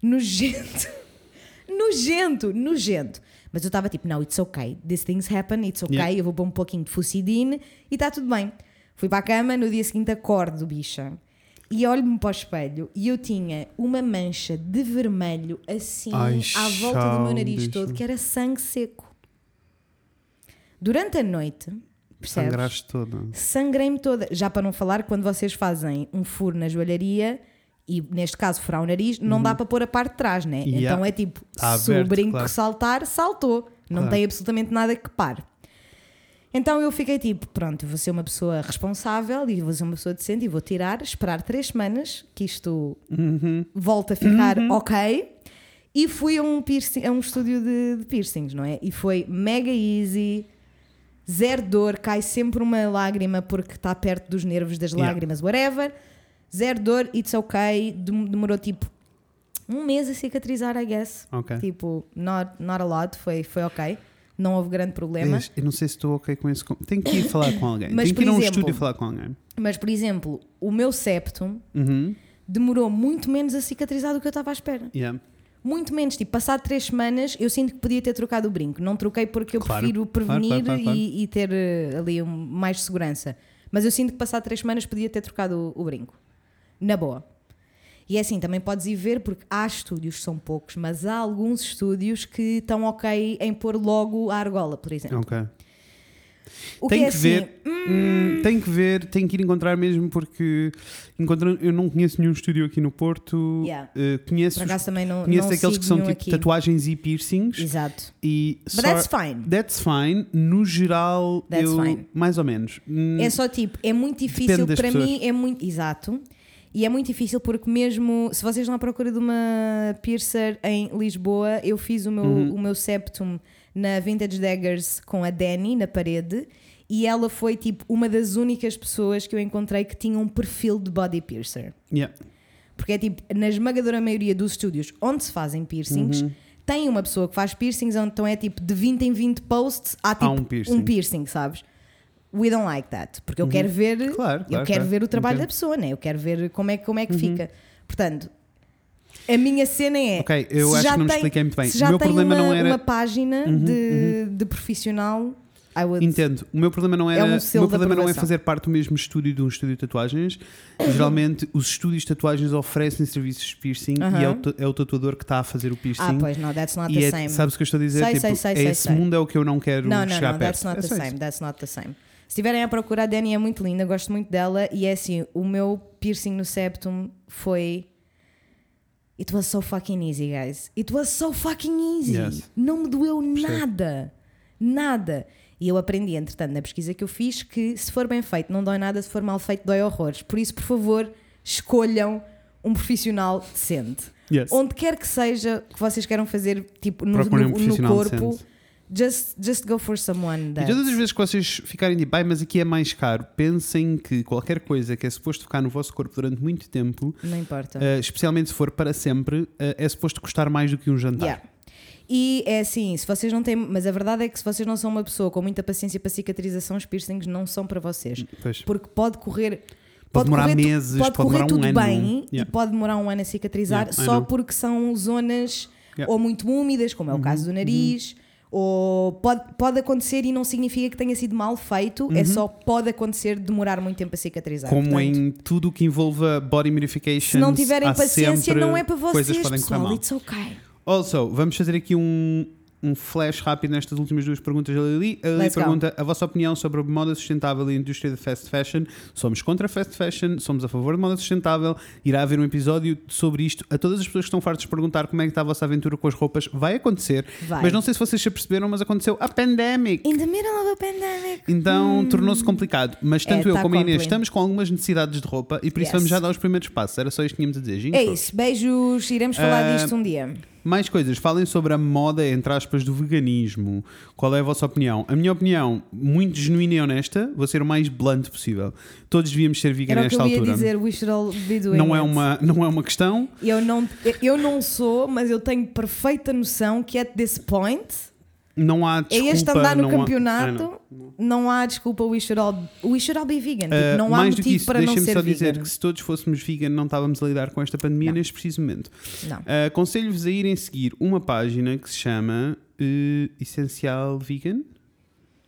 Speaker 2: nojento. nojento, nojento. Mas eu estava tipo, não, it's okay, these things happen, it's okay,
Speaker 1: Yeah.
Speaker 2: eu vou pôr um pouquinho de fucidine e está tudo bem. Fui para a cama, no dia seguinte acordo, bicha. E olho-me para o espelho e eu tinha uma mancha de vermelho assim
Speaker 1: Ai,
Speaker 2: à volta do meu
Speaker 1: chão,
Speaker 2: nariz
Speaker 1: bicha.
Speaker 2: todo, que era sangue seco. Durante a noite, percebes?
Speaker 1: Sangraste toda.
Speaker 2: Sangrei-me toda. Já para não falar, quando vocês fazem um furo na joalharia, e neste caso furar o nariz, não dá para pôr a parte de trás, né?
Speaker 1: Uhum. Yeah.
Speaker 2: Então é tipo,
Speaker 1: Tá
Speaker 2: se o
Speaker 1: aberto,
Speaker 2: brinco
Speaker 1: claro.
Speaker 2: saltar, saltou. Não
Speaker 1: Claro.
Speaker 2: tem absolutamente nada que pare. Então eu fiquei tipo, pronto, eu vou ser uma pessoa responsável e vou ser uma pessoa decente e vou tirar, esperar três semanas que isto volta a ficar
Speaker 1: Uhum.
Speaker 2: ok. E fui a um, piercing, a um estúdio de, de piercings, não é? E foi mega easy, zero dor, cai sempre uma lágrima porque está perto dos nervos das
Speaker 1: Yeah.
Speaker 2: lágrimas, whatever. Zero dor, it's ok. Dem- Demorou tipo um mês a cicatrizar, I guess.
Speaker 1: Ok.
Speaker 2: Tipo, not, not a lot, foi, foi ok. Não houve grande problema.
Speaker 1: Mas É eu não sei se estou ok com isso. Tenho que ir falar com alguém.
Speaker 2: Mas,
Speaker 1: Tenho que ir
Speaker 2: por
Speaker 1: a um
Speaker 2: exemplo-
Speaker 1: estúdio e falar com alguém.
Speaker 2: Mas, por exemplo, o meu septum
Speaker 1: Uhum.
Speaker 2: demorou muito menos a cicatrizar do que eu estava à espera.
Speaker 1: Yeah.
Speaker 2: Muito menos, tipo, passado três semanas eu sinto que podia ter trocado o brinco. Não troquei porque eu
Speaker 1: Claro,
Speaker 2: prefiro
Speaker 1: claro,
Speaker 2: prevenir
Speaker 1: claro, claro, claro.
Speaker 2: E, e ter eh, ali um- mais segurança. Mas eu sinto que passado três semanas podia ter trocado o, o brinco. Na boa. E é assim, também podes ir ver, porque há estúdios, são poucos, mas há alguns estúdios que estão ok em pôr logo a argola, por exemplo.
Speaker 1: Ok.
Speaker 2: O
Speaker 1: tem
Speaker 2: que é
Speaker 1: que
Speaker 2: assim,
Speaker 1: ver, hum, tem que ver, tem que ir encontrar mesmo porque encontrando, eu não conheço nenhum estúdio aqui no Porto.
Speaker 2: Yeah.
Speaker 1: Eh, conheço
Speaker 2: por acaso também não,
Speaker 1: conheço
Speaker 2: não
Speaker 1: aqueles que
Speaker 2: sigo
Speaker 1: são
Speaker 2: nenhum
Speaker 1: tipo
Speaker 2: aqui.
Speaker 1: tatuagens e piercings
Speaker 2: Exato.
Speaker 1: e
Speaker 2: But that's fine.
Speaker 1: that's fine. No geral,
Speaker 2: That's
Speaker 1: eu
Speaker 2: fine.
Speaker 1: mais ou menos. Hum,
Speaker 2: É só tipo, é muito difícil
Speaker 1: Depende das
Speaker 2: para
Speaker 1: pessoas.
Speaker 2: mim, é muito. Exato. E é muito difícil porque mesmo se vocês estão à procura de uma piercer em Lisboa, eu fiz o meu,
Speaker 1: Uhum.
Speaker 2: o meu septum na Vintage Daggers com a Dani na parede e ela foi tipo uma das únicas pessoas que eu encontrei que tinha um perfil de body piercer.
Speaker 1: yeah.
Speaker 2: Porque é tipo, na esmagadora maioria dos estúdios onde se fazem piercings,
Speaker 1: Uhum.
Speaker 2: tem uma pessoa que faz piercings, onde então é tipo de 20 em 20 posts, há tipo um
Speaker 1: um
Speaker 2: piercing,
Speaker 1: piercing. Uhum.
Speaker 2: sabes? We don't like that. Porque eu quero ver,
Speaker 1: Claro,
Speaker 2: eu
Speaker 1: claro,
Speaker 2: quero
Speaker 1: claro.
Speaker 2: ver o trabalho
Speaker 1: Entendo. Uhum.
Speaker 2: da pessoa, né? Eu quero ver como é, como é que fica. Portanto, a minha cena é.
Speaker 1: Ok, eu
Speaker 2: se
Speaker 1: acho
Speaker 2: já
Speaker 1: que não me
Speaker 2: tem-
Speaker 1: expliquei muito bem.
Speaker 2: Se
Speaker 1: O
Speaker 2: já
Speaker 1: meu
Speaker 2: tem
Speaker 1: problema
Speaker 2: uma,
Speaker 1: não era- Uhum,
Speaker 2: uma página de, de profissional, I would.
Speaker 1: Entendo. O meu problema não era,
Speaker 2: É um
Speaker 1: o
Speaker 2: selo
Speaker 1: meu
Speaker 2: de
Speaker 1: problema não é
Speaker 2: aprovação.
Speaker 1: fazer parte do mesmo estúdio de um estúdio de tatuagens. Geralmente os estúdios de tatuagens oferecem serviços de piercing
Speaker 2: Aham.
Speaker 1: e é o, ta- é o tatuador que está a fazer o piercing.
Speaker 2: ah, pois, não, that's not
Speaker 1: E
Speaker 2: the
Speaker 1: é-
Speaker 2: same.
Speaker 1: sabes o que eu estou a dizer?
Speaker 2: Sei,
Speaker 1: Tipo,
Speaker 2: sei, sei,
Speaker 1: é
Speaker 2: sei,
Speaker 1: esse
Speaker 2: sei.
Speaker 1: mundo é o que eu não quero
Speaker 2: Não, não,
Speaker 1: chegar
Speaker 2: não,
Speaker 1: perto.
Speaker 2: that's not
Speaker 1: É
Speaker 2: the
Speaker 1: só isso.
Speaker 2: same, that's not the same. Se estiverem à procura, a Dani é muito linda, gosto muito dela e é assim, o meu piercing no septum foi. It was so fucking easy, guys. It was so fucking easy.
Speaker 1: Yes.
Speaker 2: Não me doeu
Speaker 1: Percebo.
Speaker 2: nada. Nada. E eu aprendi, entretanto, na pesquisa que eu fiz, que se for bem feito não dói nada, se for mal feito dói horrores. Por isso, por favor, escolham um profissional decente.
Speaker 1: Yes.
Speaker 2: Onde quer que seja que vocês queiram fazer, tipo, no,
Speaker 1: Procurem um
Speaker 2: no- no
Speaker 1: profissional
Speaker 2: corpo,
Speaker 1: decente.
Speaker 2: just, just go for someone
Speaker 1: E
Speaker 2: that.
Speaker 1: todas as vezes que vocês ficarem de bem, mas aqui é mais caro, pensem que qualquer coisa que é suposto ficar no vosso corpo durante muito tempo,
Speaker 2: Não importa.
Speaker 1: eh, especialmente se for para sempre, eh, é suposto custar mais do que um jantar.
Speaker 2: Yeah. E é assim, se vocês não têm. Mas a verdade é que se vocês não são uma pessoa com muita paciência para cicatrização, os piercings não são para vocês.
Speaker 1: Pois.
Speaker 2: Porque pode correr.
Speaker 1: demorar
Speaker 2: correr tu-
Speaker 1: meses,
Speaker 2: pode,
Speaker 1: pode
Speaker 2: correr
Speaker 1: demorar um
Speaker 2: tudo
Speaker 1: ano.
Speaker 2: bem
Speaker 1: Yeah.
Speaker 2: e pode demorar um ano a cicatrizar
Speaker 1: Yeah, I
Speaker 2: só
Speaker 1: know.
Speaker 2: porque são zonas
Speaker 1: Yeah. Uhum,
Speaker 2: ou muito úmidas, como é o caso do nariz, ou pode, pode acontecer e não significa que tenha sido mal feito, é só pode acontecer demorar muito tempo a cicatrizar.
Speaker 1: Uhum. Como
Speaker 2: Portanto,
Speaker 1: em tudo o que envolva body modification.
Speaker 2: se não tiverem
Speaker 1: há
Speaker 2: paciência,
Speaker 1: sempre
Speaker 2: não é para
Speaker 1: Coisas
Speaker 2: vocês,
Speaker 1: que podem correr
Speaker 2: pessoal.
Speaker 1: mal.
Speaker 2: It's okay.
Speaker 1: Also, vamos fazer aqui um, um flash rápido nestas últimas duas perguntas da Lili. A Lili
Speaker 2: Let's go.
Speaker 1: pergunta a vossa opinião sobre a moda sustentável e a indústria da fast fashion. Somos contra a fast fashion, somos a favor de moda sustentável. Irá haver um episódio sobre isto. A todas as pessoas que estão fartas de perguntar como é que está a vossa aventura com as roupas, vai acontecer.
Speaker 2: Vai.
Speaker 1: Mas não sei se vocês se aperceberam, mas aconteceu a pandemic.
Speaker 2: In the middle of a pandemic.
Speaker 1: Então tornou-se complicado, mas tanto
Speaker 2: Hum. É,
Speaker 1: eu
Speaker 2: tá
Speaker 1: como a Inês
Speaker 2: complicado.
Speaker 1: estamos com algumas necessidades de roupa e por isso
Speaker 2: Yes.
Speaker 1: vamos já dar os primeiros passos. Era só isto que tínhamos a dizer. Ginho,
Speaker 2: É
Speaker 1: por
Speaker 2: isso, beijos, iremos falar
Speaker 1: Ah,
Speaker 2: disto um dia.
Speaker 1: mais coisas, falem sobre a moda, entre aspas, do veganismo. Qual é a vossa opinião? A minha opinião, muito genuína e honesta, vou ser o mais blunt possível. Todos devíamos ser vegan
Speaker 2: Era o que
Speaker 1: nesta
Speaker 2: eu ia
Speaker 1: altura.
Speaker 2: dizer, we should all be doing
Speaker 1: não, é
Speaker 2: it.
Speaker 1: uma, não é uma questão.
Speaker 2: Eu não, eu não sou, mas eu tenho perfeita noção que at this point
Speaker 1: Não há desculpa.
Speaker 2: é este andar no
Speaker 1: não há-
Speaker 2: campeonato,
Speaker 1: Ah, não.
Speaker 2: não. há desculpa, we should all, we should all be vegan. Tipo,
Speaker 1: Ah,
Speaker 2: não há
Speaker 1: mais do
Speaker 2: motivo
Speaker 1: que isso,
Speaker 2: para não
Speaker 1: deixem-me
Speaker 2: ser
Speaker 1: só dizer
Speaker 2: vegan.
Speaker 1: que se todos fôssemos vegan não estávamos a lidar com esta pandemia neste preciso momento.
Speaker 2: Não.
Speaker 1: Ah, Aconselho-vos a irem seguir uma página que se chama eh, Essencial Vegan,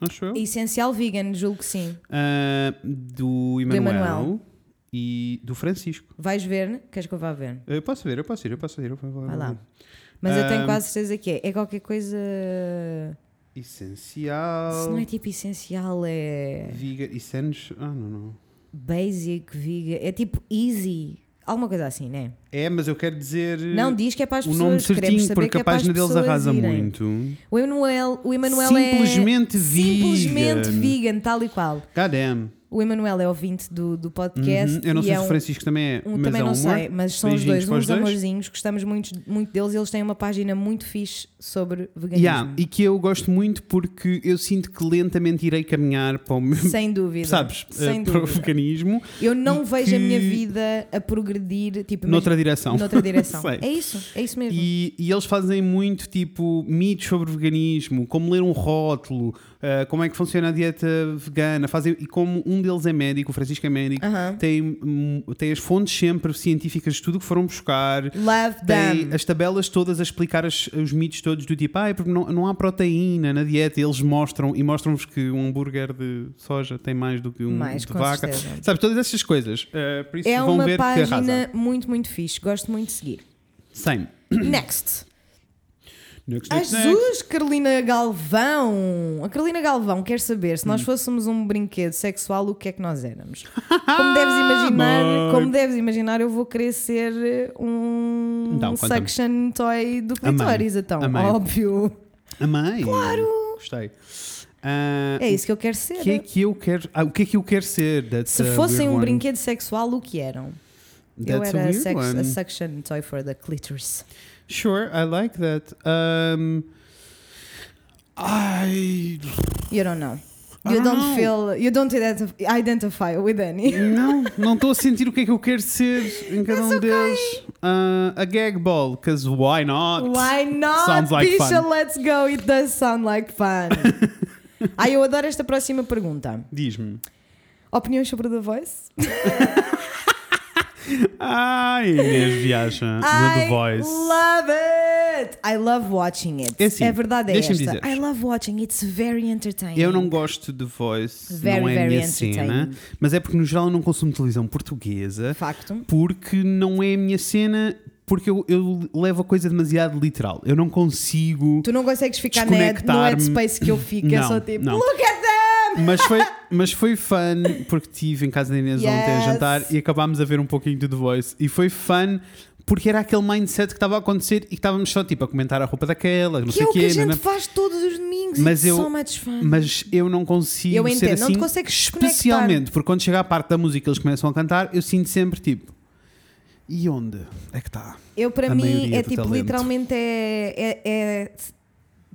Speaker 1: acho eu.
Speaker 2: Essencial vegan, julgo que sim.
Speaker 1: Ah, do Emanuel,
Speaker 2: Emanuel.
Speaker 1: e do Francisco.
Speaker 2: Vais ver, né? queres que eu vá ver?
Speaker 1: Eu posso ver, eu posso ir, eu posso ir. Eu posso ir.
Speaker 2: Vai lá. Mas eu tenho
Speaker 1: Ah,
Speaker 2: quase certeza que é. É qualquer coisa. Se
Speaker 1: Essencial.
Speaker 2: não é tipo essencial, é.
Speaker 1: Vegan. Essence. Ah, não, não.
Speaker 2: Basic, vegan. É tipo easy. Alguma coisa assim, né?
Speaker 1: É, mas eu quero dizer.
Speaker 2: Não, diz que é para as
Speaker 1: o
Speaker 2: pessoas.
Speaker 1: nome
Speaker 2: queremos
Speaker 1: certinho,
Speaker 2: saber
Speaker 1: porque
Speaker 2: que é
Speaker 1: a
Speaker 2: para as
Speaker 1: página deles
Speaker 2: pessoas
Speaker 1: arrasa
Speaker 2: irem.
Speaker 1: muito.
Speaker 2: O Emanuel, o Emanuel
Speaker 1: Simplesmente
Speaker 2: é simplesmente
Speaker 1: vegan.
Speaker 2: vegan, tal e qual.
Speaker 1: God damn.
Speaker 2: O Emanuel é ouvinte do, do podcast.
Speaker 1: Uhum. Eu não
Speaker 2: e
Speaker 1: sei
Speaker 2: é
Speaker 1: se o
Speaker 2: um-
Speaker 1: Francisco também é.
Speaker 2: um-
Speaker 1: mas
Speaker 2: também
Speaker 1: é um
Speaker 2: não
Speaker 1: amor.
Speaker 2: sei, mas são os
Speaker 1: Beijinhos
Speaker 2: dois
Speaker 1: para
Speaker 2: uns amorzinhos, gostamos muito, muito deles. Eles têm uma página muito fixe sobre veganismo.
Speaker 1: Yeah, e que eu gosto muito porque eu sinto que lentamente irei caminhar para o meu.
Speaker 2: Sem dúvida.
Speaker 1: Sabes?
Speaker 2: Sem
Speaker 1: eh, para o
Speaker 2: dúvida.
Speaker 1: veganismo.
Speaker 2: Eu não
Speaker 1: e
Speaker 2: vejo a
Speaker 1: que-
Speaker 2: minha vida a progredir tipo,
Speaker 1: Noutra
Speaker 2: imagina-
Speaker 1: direção.
Speaker 2: noutra direção.
Speaker 1: Sei.
Speaker 2: é isso, é isso mesmo.
Speaker 1: E, e eles fazem muito tipo mitos sobre veganismo, como ler um rótulo, ah, como é que funciona a dieta vegana, fazem, e como um deles é médico, o Francisco é médico,
Speaker 2: Aham.
Speaker 1: tem, hum, tem as fontes sempre científicas de tudo que foram buscar.
Speaker 2: Love
Speaker 1: Tem
Speaker 2: them.
Speaker 1: as tabelas todas a explicar as- os mitos todos do tipo, ah, é porque não, não há proteína na dieta. Eles mostram e mostram-vos que um hambúrguer de soja tem mais do que um
Speaker 2: Mais,
Speaker 1: de
Speaker 2: com
Speaker 1: vaca.
Speaker 2: certeza.
Speaker 1: Sabes, todas essas coisas. Ah, por isso
Speaker 2: É
Speaker 1: vão
Speaker 2: uma
Speaker 1: ver que arrasa.
Speaker 2: página muito, muito fixe. Gosto muito de seguir.
Speaker 1: Same.
Speaker 2: Next.
Speaker 1: Next,
Speaker 2: Ah,
Speaker 1: next, next.
Speaker 2: Jesus, Carolina Galvão! A Carolina Galvão quer saber se nós
Speaker 1: Hum.
Speaker 2: fôssemos um brinquedo sexual, o que é que nós éramos. Como deves imaginar,
Speaker 1: Amor.
Speaker 2: como deves imaginar eu vou querer ser um
Speaker 1: Então, conta-me.
Speaker 2: suction toy do clitóris, então.
Speaker 1: Amei.
Speaker 2: Óbvio.
Speaker 1: Amei. Claro. Gostei. Ah,
Speaker 2: É isso que eu quero ser.
Speaker 1: o que é que eu quero? ah, o que é que eu quero ser? That's
Speaker 2: Se
Speaker 1: a weird
Speaker 2: fossem um
Speaker 1: one.
Speaker 2: brinquedo sexual, o que eram? eu
Speaker 1: That's a
Speaker 2: era a,
Speaker 1: weird
Speaker 2: sex- a
Speaker 1: one.
Speaker 2: suction toy for the clitoris.
Speaker 1: Sure, I like that. Um, ai,
Speaker 2: You don't know.
Speaker 1: I
Speaker 2: You
Speaker 1: don't
Speaker 2: don't
Speaker 1: know.
Speaker 2: feel, you don't identif- identify with any.
Speaker 1: não, não estou a sentir o que é que eu quero ser em cada um deles. Ah, a gag ball, because why not?
Speaker 2: Why not?
Speaker 1: Sounds like
Speaker 2: Bicha,
Speaker 1: fun.
Speaker 2: let's go. It does sound like fun. Ai, eu adoro esta próxima pergunta.
Speaker 1: Diz-me.
Speaker 2: Opiniões sobre The Voice?
Speaker 1: Ai, Ah, Inês viaja no The
Speaker 2: I
Speaker 1: Voice.
Speaker 2: love it! I love watching it.
Speaker 1: É assim,
Speaker 2: a verdade é esta.
Speaker 1: deixa-me dizer-vos.
Speaker 2: I love watching. It's very entertaining.
Speaker 1: Eu não gosto de voice,
Speaker 2: Very,
Speaker 1: não é a
Speaker 2: very
Speaker 1: minha cena,
Speaker 2: entertaining.
Speaker 1: mas é porque no geral eu não consumo televisão portuguesa.
Speaker 2: Facto.
Speaker 1: porque não é a minha cena, porque eu, eu levo a coisa demasiado literal. Eu não consigo.
Speaker 2: Tu não consegues ficar na head, no
Speaker 1: Desconectar-me.
Speaker 2: headspace que eu fico. é
Speaker 1: Não,
Speaker 2: só tipo,
Speaker 1: não.
Speaker 2: look at them!
Speaker 1: Mas foi, mas foi fun, porque estive em casa da Inês ontem a
Speaker 2: Yes.
Speaker 1: jantar e acabámos a ver um pouquinho de The Voice. E foi fun, porque era aquele mindset que estava a acontecer e que estávamos só tipo a comentar a roupa daquela, não
Speaker 2: Que
Speaker 1: sei
Speaker 2: é
Speaker 1: o
Speaker 2: o que
Speaker 1: quê.
Speaker 2: a gente
Speaker 1: nanã.
Speaker 2: faz todos os domingos.
Speaker 1: Mas
Speaker 2: It's
Speaker 1: eu-
Speaker 2: so much fun.
Speaker 1: Mas eu não consigo
Speaker 2: Eu
Speaker 1: ser
Speaker 2: entendo,
Speaker 1: assim.
Speaker 2: não te consegues desconectar.
Speaker 1: especialmente porque quando chega à parte da música e eles começam a cantar, eu sinto sempre tipo. E onde é que está?
Speaker 2: Eu, para
Speaker 1: A
Speaker 2: mim,
Speaker 1: maioria
Speaker 2: é
Speaker 1: do
Speaker 2: tipo,
Speaker 1: talento.
Speaker 2: literalmente é, é- é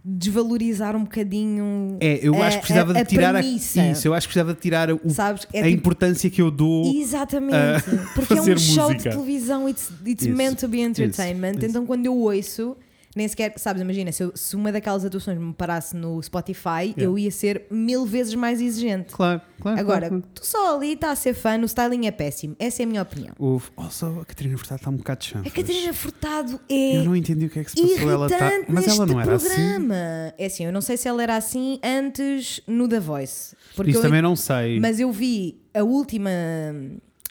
Speaker 2: desvalorizar um bocadinho.
Speaker 1: É, eu
Speaker 2: a-
Speaker 1: acho que precisava de tirar a,
Speaker 2: premissa,
Speaker 1: isso, eu acho que precisava de tirar o-
Speaker 2: Sabes? É
Speaker 1: a
Speaker 2: tipo,
Speaker 1: importância que eu dou.
Speaker 2: Exatamente, porque é um
Speaker 1: fazer
Speaker 2: show de
Speaker 1: música.
Speaker 2: televisão, it's, it's
Speaker 1: Isso,
Speaker 2: meant to be entertainment.
Speaker 1: isso.
Speaker 2: Então, quando eu ouço, nem sequer, sabes, imagina, se, eu- se uma daquelas atuações me parasse no Spotify, eu ia ser mil vezes mais exigente.
Speaker 1: Claro, claro.
Speaker 2: Agora,
Speaker 1: Ah, claro, claro.
Speaker 2: tu só ali está a ser fã, o styling é péssimo. Essa é a minha opinião.
Speaker 1: Houve. Oh, só a Catarina Furtado está um bocado de chanfas.
Speaker 2: A Catarina Furtado é
Speaker 1: Eu não entendi o que é que se passou. Ela
Speaker 2: irritante
Speaker 1: está. Mas
Speaker 2: neste
Speaker 1: ela não era assim.
Speaker 2: programa. É assim, eu não sei se ela era assim antes no The Voice. Porque
Speaker 1: Isso
Speaker 2: eu-
Speaker 1: também não sei.
Speaker 2: Mas eu vi a última,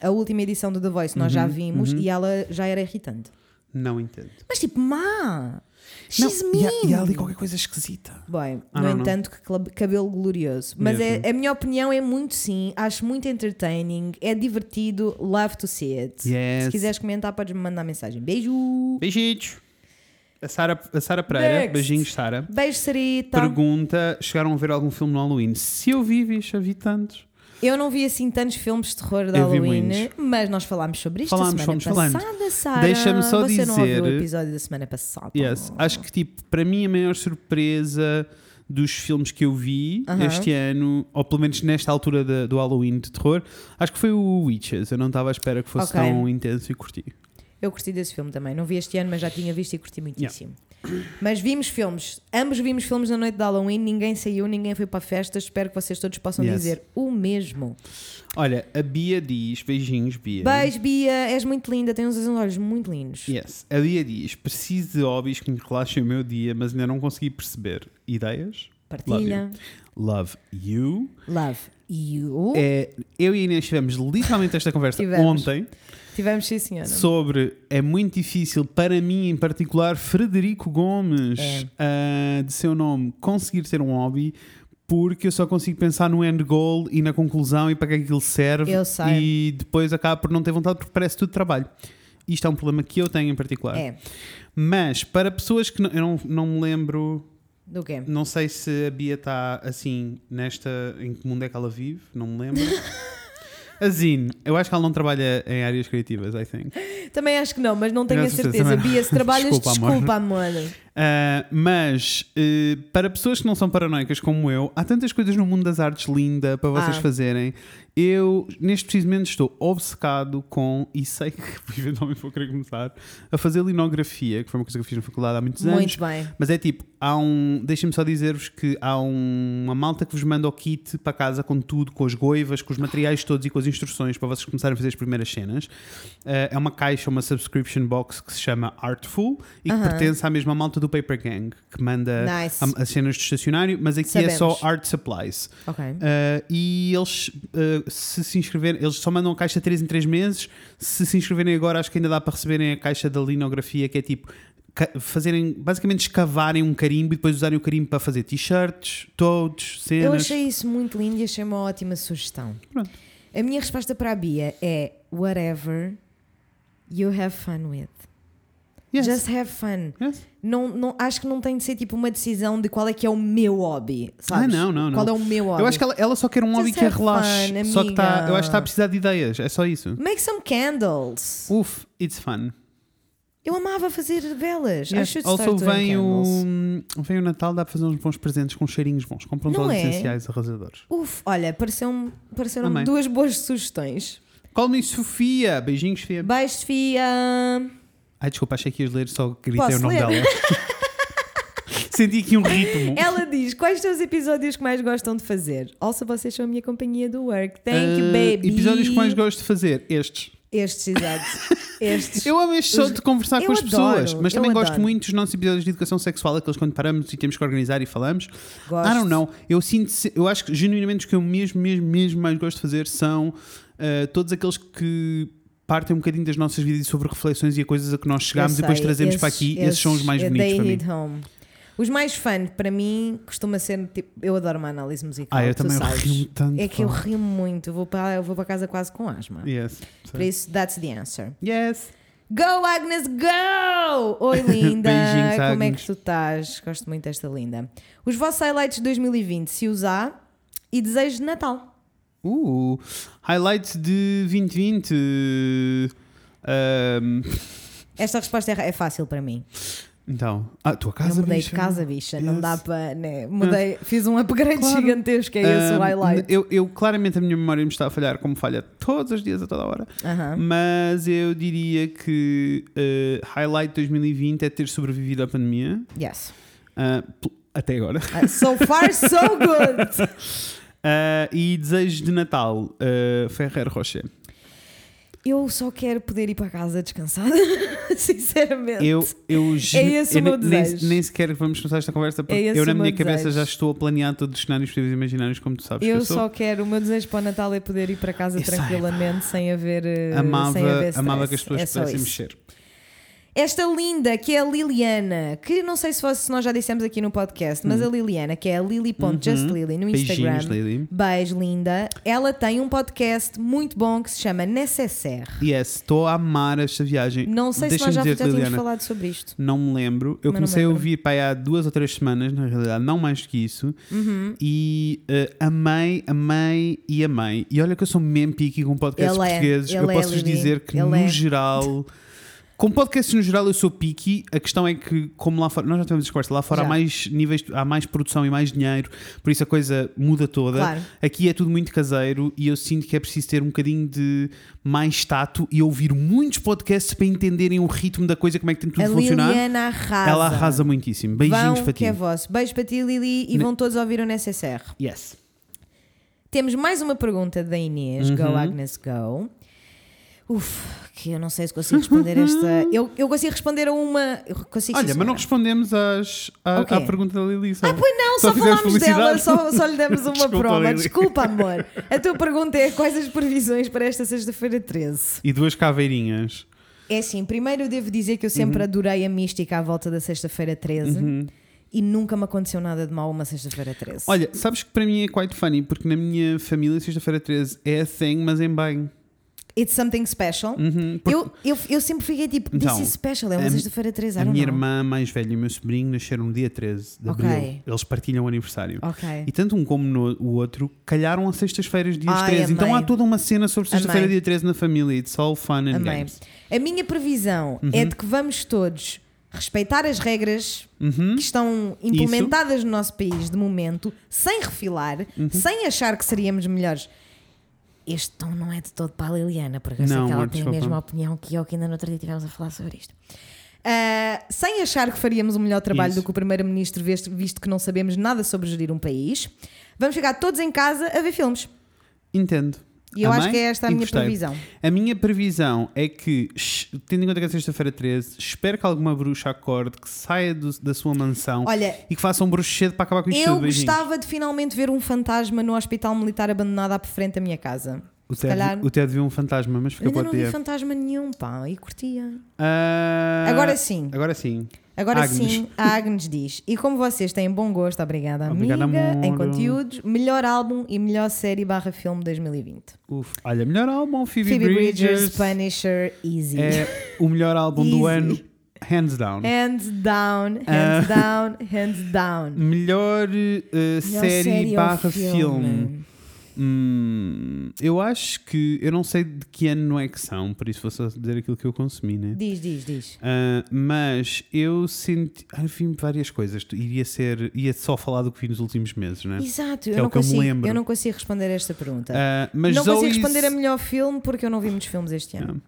Speaker 2: a última edição do The Voice, nós
Speaker 1: Uhum,
Speaker 2: já vimos, e ela já era irritante.
Speaker 1: Não entendo.
Speaker 2: Mas tipo, má!
Speaker 1: Não,
Speaker 2: She's
Speaker 1: e há-
Speaker 2: mean!
Speaker 1: e há ali qualquer coisa esquisita.
Speaker 2: Bem,
Speaker 1: Ah,
Speaker 2: no
Speaker 1: não, não.
Speaker 2: entanto, que cla- cabelo glorioso. Mas é-
Speaker 1: Mesmo.
Speaker 2: a minha opinião é muito sim, acho muito entertaining, é divertido, love to see it. Se
Speaker 1: Yes.
Speaker 2: quiseres comentar, podes me mandar mensagem. Beijo!
Speaker 1: Beijinhos. A Sara, a Sara Pereira,
Speaker 2: Next. Então.
Speaker 1: beijinhos, Sara.
Speaker 2: Beijo, Sarita!
Speaker 1: Pergunta: chegaram a ver algum filme no Halloween? Se eu vi, vi, já vi tantos.
Speaker 2: Eu não vi assim tantos filmes de terror de
Speaker 1: Eu vi
Speaker 2: Halloween,
Speaker 1: muitos.
Speaker 2: mas nós falámos sobre isto
Speaker 1: Falámos,
Speaker 2: a semana
Speaker 1: fomos falando.
Speaker 2: passada, Sara.
Speaker 1: Deixa-me só
Speaker 2: Você não ouviu o
Speaker 1: dizer-
Speaker 2: episódio da semana passada.
Speaker 1: Yes. Acho que, tipo, para mim a maior surpresa dos filmes que eu vi
Speaker 2: Aham.
Speaker 1: este ano, ou pelo menos nesta altura da- do Halloween de terror, acho que foi o Witches. Eu não estava à espera que fosse
Speaker 2: Ok.
Speaker 1: tão intenso e curti.
Speaker 2: Eu curti desse filme também. Não vi este ano, mas já tinha visto e curti muitíssimo. Mas vimos filmes. Ambos vimos filmes na noite de Halloween. Ninguém saiu, ninguém foi para festas. Espero que vocês todos possam
Speaker 1: Yes.
Speaker 2: dizer o mesmo.
Speaker 1: Olha, a Bia diz: beijinhos, Bia.
Speaker 2: Beijo, Bia. És muito linda. Tens uns olhos muito lindos.
Speaker 1: Yes. A Bia diz: preciso de hobbies que me relaxem o meu dia, mas ainda não consegui perceber. Ideias?
Speaker 2: Partilha.
Speaker 1: Love you.
Speaker 2: Love you.
Speaker 1: É, eu e a Inês tivemos literalmente esta conversa
Speaker 2: Uh. Tivemos.
Speaker 1: ontem
Speaker 2: Tivemos, sim, senhora.
Speaker 1: sobre é muito difícil para mim em particular Frederico Gomes
Speaker 2: É.
Speaker 1: ah, de seu nome conseguir ter um hobby porque eu só consigo pensar no end goal e na conclusão e para que é que aquilo serve
Speaker 2: Eu sei.
Speaker 1: e depois acabo por não ter vontade porque parece tudo trabalho. Isto é um problema que eu tenho em particular.
Speaker 2: É.
Speaker 1: Mas para pessoas que não, eu não, não me lembro,
Speaker 2: Do quê?
Speaker 1: não sei se a Bia está assim nesta. em que mundo é que ela vive, não me lembro. A Zine, eu acho que ela não trabalha em áreas criativas, I think.
Speaker 2: Também acho que não, mas não tenho a
Speaker 1: Não, certeza,
Speaker 2: certeza.
Speaker 1: também não.
Speaker 2: Bia, se trabalhas, desculpa,
Speaker 1: Desculpa, amor.
Speaker 2: amor.
Speaker 1: Uh, mas uh, para pessoas que não são paranoicas como eu, há tantas coisas no mundo das artes linda para vocês
Speaker 2: Ah.
Speaker 1: fazerem. Eu, neste preciso momento, estou obcecado com, e sei que eventualmente vou querer começar, a fazer linografia, que foi uma coisa que eu fiz na faculdade há muitos anos.
Speaker 2: Muito bem.
Speaker 1: Mas é tipo, há um. Deixem-me só dizer-vos que há um- uma malta que vos manda o kit para casa com tudo, com as goivas, com os materiais todos e com as instruções para vocês começarem a fazer as primeiras cenas. Eh, é uma caixa, uma subscription box que se chama Artful e que pertence à mesma malta do Paper Gang, que manda
Speaker 2: Nice.
Speaker 1: a- as cenas do estacionário, mas aqui é só
Speaker 2: Sabemos.
Speaker 1: Art Supplies.
Speaker 2: Ok.
Speaker 1: Eh, e eles, eh, se se inscreverem, eles só mandam a caixa 3 em 3 meses. Se se inscreverem agora, acho que ainda dá para receberem a caixa da linografia, que é tipo ca- fazerem, basicamente escavarem um carimbo e depois usarem o carimbo para fazer t-shirts, todos,
Speaker 2: Eu
Speaker 1: cenas.
Speaker 2: achei isso muito lindo e achei uma ótima sugestão.
Speaker 1: Pronto.
Speaker 2: A minha resposta para a Bia é whatever you have fun with.
Speaker 1: Yes.
Speaker 2: Just have fun.
Speaker 1: Yes.
Speaker 2: Não, não, acho que não tem de ser tipo uma decisão de qual é que é o meu hobby. Sabes?
Speaker 1: Ah, não, não, não.
Speaker 2: Qual é o meu hobby?
Speaker 1: Eu acho que ela, ela só quer um hobby
Speaker 2: Just
Speaker 1: que a
Speaker 2: have
Speaker 1: relaxe.
Speaker 2: é fun,
Speaker 1: só que tá,
Speaker 2: amiga.
Speaker 1: eu acho que está a precisar de ideias, é só isso.
Speaker 2: Make some candles.
Speaker 1: Uf, it's fun.
Speaker 2: Eu amava fazer velas. I
Speaker 1: Yes.
Speaker 2: should start
Speaker 1: Also
Speaker 2: doing
Speaker 1: vem um- o,
Speaker 2: candles.
Speaker 1: vem o Natal, dá para fazer uns bons presentes com cheirinhos bons. Compram
Speaker 2: Não
Speaker 1: todos
Speaker 2: é?
Speaker 1: essenciais arrasadores.
Speaker 2: Uf, olha, pareceram-me pareceram
Speaker 1: Amém.
Speaker 2: duas boas sugestões.
Speaker 1: Call me Sofia. Beijinhos, Sofia.
Speaker 2: Beijo, Fia.
Speaker 1: Ai, desculpa, achei que ias ler, só gritei
Speaker 2: Posso
Speaker 1: o nome
Speaker 2: ler?
Speaker 1: dela. Senti aqui um ritmo.
Speaker 2: Ela diz: Quais são os episódios que mais gostam de fazer? Also, vocês são a minha companhia do work. Thank you,
Speaker 1: Ah,
Speaker 2: baby.
Speaker 1: Episódios que mais gosto de fazer, estes.
Speaker 2: Estes, exato. Estes.
Speaker 1: Eu amo este show de conversar
Speaker 2: Eu
Speaker 1: com as
Speaker 2: adoro,
Speaker 1: pessoas, mas
Speaker 2: eu
Speaker 1: também gosto
Speaker 2: adoro.
Speaker 1: muito dos nossos episódios de educação sexual, aqueles quando paramos e temos que organizar e falamos.
Speaker 2: Gosto.
Speaker 1: I don't know. Eu sinto, se- eu acho que genuinamente os que eu mesmo, mesmo, mesmo mais gosto de fazer são ah, todos aqueles que partem um bocadinho das nossas vidas e sobre reflexões e a coisas a que nós
Speaker 2: Eu
Speaker 1: chegámos e depois
Speaker 2: sei,
Speaker 1: trazemos para aqui. Esses, são os mais
Speaker 2: é
Speaker 1: bonitos
Speaker 2: They
Speaker 1: para mim.
Speaker 2: Need Home. Os mais fun, para mim, costuma ser tipo. Eu adoro uma análise musical.
Speaker 1: Ah, eu
Speaker 2: tu
Speaker 1: também
Speaker 2: sabes.
Speaker 1: rio tanto.
Speaker 2: É que eu
Speaker 1: pá.
Speaker 2: rimo muito. Eu vou para, eu vou para casa quase com asma.
Speaker 1: Yes.
Speaker 2: Por isso, that's the answer.
Speaker 1: Yes.
Speaker 2: Go, Agnes, go! Oi, linda!
Speaker 1: Beijinhos,
Speaker 2: Como é
Speaker 1: Agnes.
Speaker 2: que tu estás? Gosto muito desta linda. Os vossos highlights de 2020, se usar, e desejo de Natal.
Speaker 1: Uh, highlights de 2020. Ahm,
Speaker 2: Esta resposta é, é fácil para mim.
Speaker 1: então, ah, tua
Speaker 2: Eu
Speaker 1: casa,
Speaker 2: mudei
Speaker 1: bicha.
Speaker 2: de casa, bicha. Não
Speaker 1: Yes. Ah.
Speaker 2: dá para. Né? Mudei, fiz um upgrade
Speaker 1: Claro. Um,
Speaker 2: gigantesco. É esse
Speaker 1: Ahm,
Speaker 2: o highlight.
Speaker 1: Ehm, eu, eu, claramente, a minha memória me está a falhar, como falha todos os dias, a toda hora.
Speaker 2: Aham.
Speaker 1: Mas eu diria que eh, highlight 2020 é ter sobrevivido à pandemia.
Speaker 2: Yes.
Speaker 1: ah, pl- até agora.
Speaker 2: Ah, So far, so good.
Speaker 1: Ah, e desejo de Natal, ah, Ferrer Rocher.
Speaker 2: Eu só quero poder ir para casa descansada. Sinceramente.
Speaker 1: Eu, eu, ge-
Speaker 2: É esse
Speaker 1: eu
Speaker 2: o meu
Speaker 1: ne- nem,
Speaker 2: desejo.
Speaker 1: nem sequer vamos começar esta conversa porque
Speaker 2: É esse
Speaker 1: eu, na
Speaker 2: o meu
Speaker 1: minha cabeça,
Speaker 2: desejo.
Speaker 1: já estou a planear todos os cenários possíveis e imaginários, como tu sabes. que
Speaker 2: Eu
Speaker 1: eu sou.
Speaker 2: só quero, o meu desejo para o Natal é poder ir para casa
Speaker 1: Eu sei,
Speaker 2: tranquilamente sem haver. eh,
Speaker 1: amava,
Speaker 2: sem haver
Speaker 1: amava
Speaker 2: stress.
Speaker 1: que as pessoas
Speaker 2: É só
Speaker 1: pudessem
Speaker 2: isso.
Speaker 1: mexer.
Speaker 2: Esta linda, que é a Liliana, que não sei se, fosse, se nós já dissemos aqui no podcast, mas a Liliana, que é a lily.justlily no Instagram.
Speaker 1: Hum. Uhum. Beijinhos, Lady.
Speaker 2: Beijo, linda. Ela tem um podcast muito bom que se chama Necessaire.
Speaker 1: Yes, estou a amar esta viagem.
Speaker 2: Não sei
Speaker 1: Deixa-me
Speaker 2: se nós já,
Speaker 1: dizer,
Speaker 2: já tínhamos
Speaker 1: Liliana,
Speaker 2: falado sobre isto.
Speaker 1: Não me lembro. Eu
Speaker 2: Mas não
Speaker 1: comecei a
Speaker 2: lembro.
Speaker 1: ouvir para aí há duas ou três semanas, na realidade, não mais que isso.
Speaker 2: Uhum.
Speaker 1: E eh, amei, amei e amei. E olha que eu sou mesmo piqui com podcasts
Speaker 2: Ele é,
Speaker 1: portugueses. eu
Speaker 2: ele é,
Speaker 1: posso-vos
Speaker 2: Lili.
Speaker 1: dizer que,
Speaker 2: Ele
Speaker 1: no
Speaker 2: é.
Speaker 1: geral. Com podcasts no geral eu sou piqui, a questão é que, como lá fora, nós já tivemos essa conversa, lá fora há
Speaker 2: Já.
Speaker 1: mais níveis, há mais produção e mais dinheiro, por isso a coisa muda toda.
Speaker 2: Claro.
Speaker 1: Aqui é tudo muito caseiro e eu sinto que é preciso ter um bocadinho de mais tato e ouvir muitos podcasts para entenderem o ritmo da coisa, como é que tem tudo
Speaker 2: A
Speaker 1: a funcionar.
Speaker 2: Liliana arrasa.
Speaker 1: Ela arrasa muitíssimo. Beijinhos
Speaker 2: vão,
Speaker 1: para ti.
Speaker 2: que é vosso. Beijo para ti, Lili, e vão todos ouvir o Necessaire.
Speaker 1: Yes.
Speaker 2: Temos mais uma pergunta da Inês.
Speaker 1: Uhum.
Speaker 2: Go, Agnes, go. Uf, que eu não sei se consigo responder esta. Eu, eu consigo responder a uma. Eu consigo sim,
Speaker 1: Olha, mas não
Speaker 2: senhora.
Speaker 1: respondemos às, à,
Speaker 2: Ao quê?
Speaker 1: à pergunta da Lili. Só,
Speaker 2: Ah, pois não, só,
Speaker 1: fizemos
Speaker 2: falámos dela,
Speaker 1: publicidade.
Speaker 2: só, só lhe demos uma
Speaker 1: Desculpa,
Speaker 2: prova.
Speaker 1: Lili.
Speaker 2: Desculpa, amor. A tua pergunta é quais as previsões para esta sexta-feira 13?
Speaker 1: E duas caveirinhas.
Speaker 2: É assim, primeiro eu devo dizer que eu
Speaker 1: Uhum.
Speaker 2: sempre adorei a mística à volta da sexta-feira 13 e nunca me aconteceu nada de mal uma sexta-feira 13.
Speaker 1: Olha, sabes que para mim é quite funny, porque na minha família, sexta-feira 13 é a thing, mas em bem.
Speaker 2: It's something special.
Speaker 1: Uhum, porque-
Speaker 2: eu, eu, eu sempre fiquei tipo, this
Speaker 1: Então,
Speaker 2: is special, é uma
Speaker 1: a-
Speaker 2: sexta-feira 13, I
Speaker 1: A
Speaker 2: don't
Speaker 1: minha
Speaker 2: know.
Speaker 1: irmã mais velha e o meu sobrinho nasceram no dia 13 de
Speaker 2: Ok.
Speaker 1: abril. Eles partilham o aniversário.
Speaker 2: Ok.
Speaker 1: E tanto um como no- o outro calharam a sextas-feiras, dias
Speaker 2: Ai,
Speaker 1: 13. Então
Speaker 2: amei.
Speaker 1: há toda uma cena sobre sexta-feira,
Speaker 2: Amei.
Speaker 1: dia 13 na família. It's all fun and
Speaker 2: Amém.
Speaker 1: games.
Speaker 2: A minha previsão é
Speaker 1: Uhum.
Speaker 2: de que vamos todos respeitar as regras
Speaker 1: Uhum.
Speaker 2: que estão implementadas no nosso país de momento, sem refilar,
Speaker 1: Uhum.
Speaker 2: sem achar que seríamos melhores. Este tom não é de todo para a Liliana, porque eu sei
Speaker 1: Não,
Speaker 2: que ela
Speaker 1: amor,
Speaker 2: tem
Speaker 1: desculpa.
Speaker 2: a mesma opinião que eu, que ainda no outro dia estivemos a falar sobre isto. Ah, sem achar que faríamos um melhor trabalho
Speaker 1: Isso.
Speaker 2: do que o Primeiro-Ministro, visto, visto que não sabemos nada sobre gerir um país, vamos chegar todos em casa a ver filmes.
Speaker 1: Entendo.
Speaker 2: E eu
Speaker 1: Amém?
Speaker 2: acho que é esta a
Speaker 1: E
Speaker 2: minha
Speaker 1: gostei.
Speaker 2: previsão.
Speaker 1: A minha previsão é que, sh- tendo em conta que é sexta-feira 13, espero que alguma bruxa acorde, que saia do- da sua mansão
Speaker 2: Olha,
Speaker 1: e que faça um bruxo cedo para acabar com isto
Speaker 2: Eu
Speaker 1: tudo. Beijinhos.
Speaker 2: gostava de finalmente ver um fantasma no hospital militar abandonado à frente da minha casa.
Speaker 1: O
Speaker 2: Se
Speaker 1: Ted,
Speaker 2: calhar.
Speaker 1: o Ted viu um fantasma, mas fica
Speaker 2: Ainda
Speaker 1: para
Speaker 2: não
Speaker 1: o
Speaker 2: vi um
Speaker 1: dia.
Speaker 2: fantasma nenhum, pá, e curtia.
Speaker 1: Ah,
Speaker 2: Agora sim.
Speaker 1: Agora sim.
Speaker 2: Agora
Speaker 1: Agnes.
Speaker 2: sim, a Agnes diz: E como vocês têm bom gosto, obrigada, amiga,
Speaker 1: Obrigado, amor.
Speaker 2: em conteúdos, melhor álbum e melhor série barra filme 2020.
Speaker 1: Uf. Olha, melhor álbum, Phoebe,
Speaker 2: Phoebe Bridgers,
Speaker 1: Bridgers.
Speaker 2: Punisher, Easy.
Speaker 1: é o melhor álbum do
Speaker 2: Easy. É.
Speaker 1: ano, hands down.
Speaker 2: Hands down,
Speaker 1: Ah.
Speaker 2: hands down, hands down.
Speaker 1: Melhor, eh,
Speaker 2: Melhor
Speaker 1: série,
Speaker 2: ou
Speaker 1: barra filme. Hum, eu acho que eu não sei de que ano é que são, por isso vou só dizer aquilo que eu consumi, né?
Speaker 2: Diz, diz, diz.
Speaker 1: Ah, mas eu senti. Ah, eu vi várias coisas. Tu- Iria ser. Ia só falar do que vi nos últimos meses, né?
Speaker 2: Exato,
Speaker 1: Que
Speaker 2: eu,
Speaker 1: é o
Speaker 2: não
Speaker 1: que eu me
Speaker 2: consigo,
Speaker 1: lembro.
Speaker 2: eu não consigo responder esta pergunta.
Speaker 1: Ah, mas
Speaker 2: não consigo
Speaker 1: Zoe's- Ah,
Speaker 2: responder a melhor filme porque eu não vi muitos filmes este ano.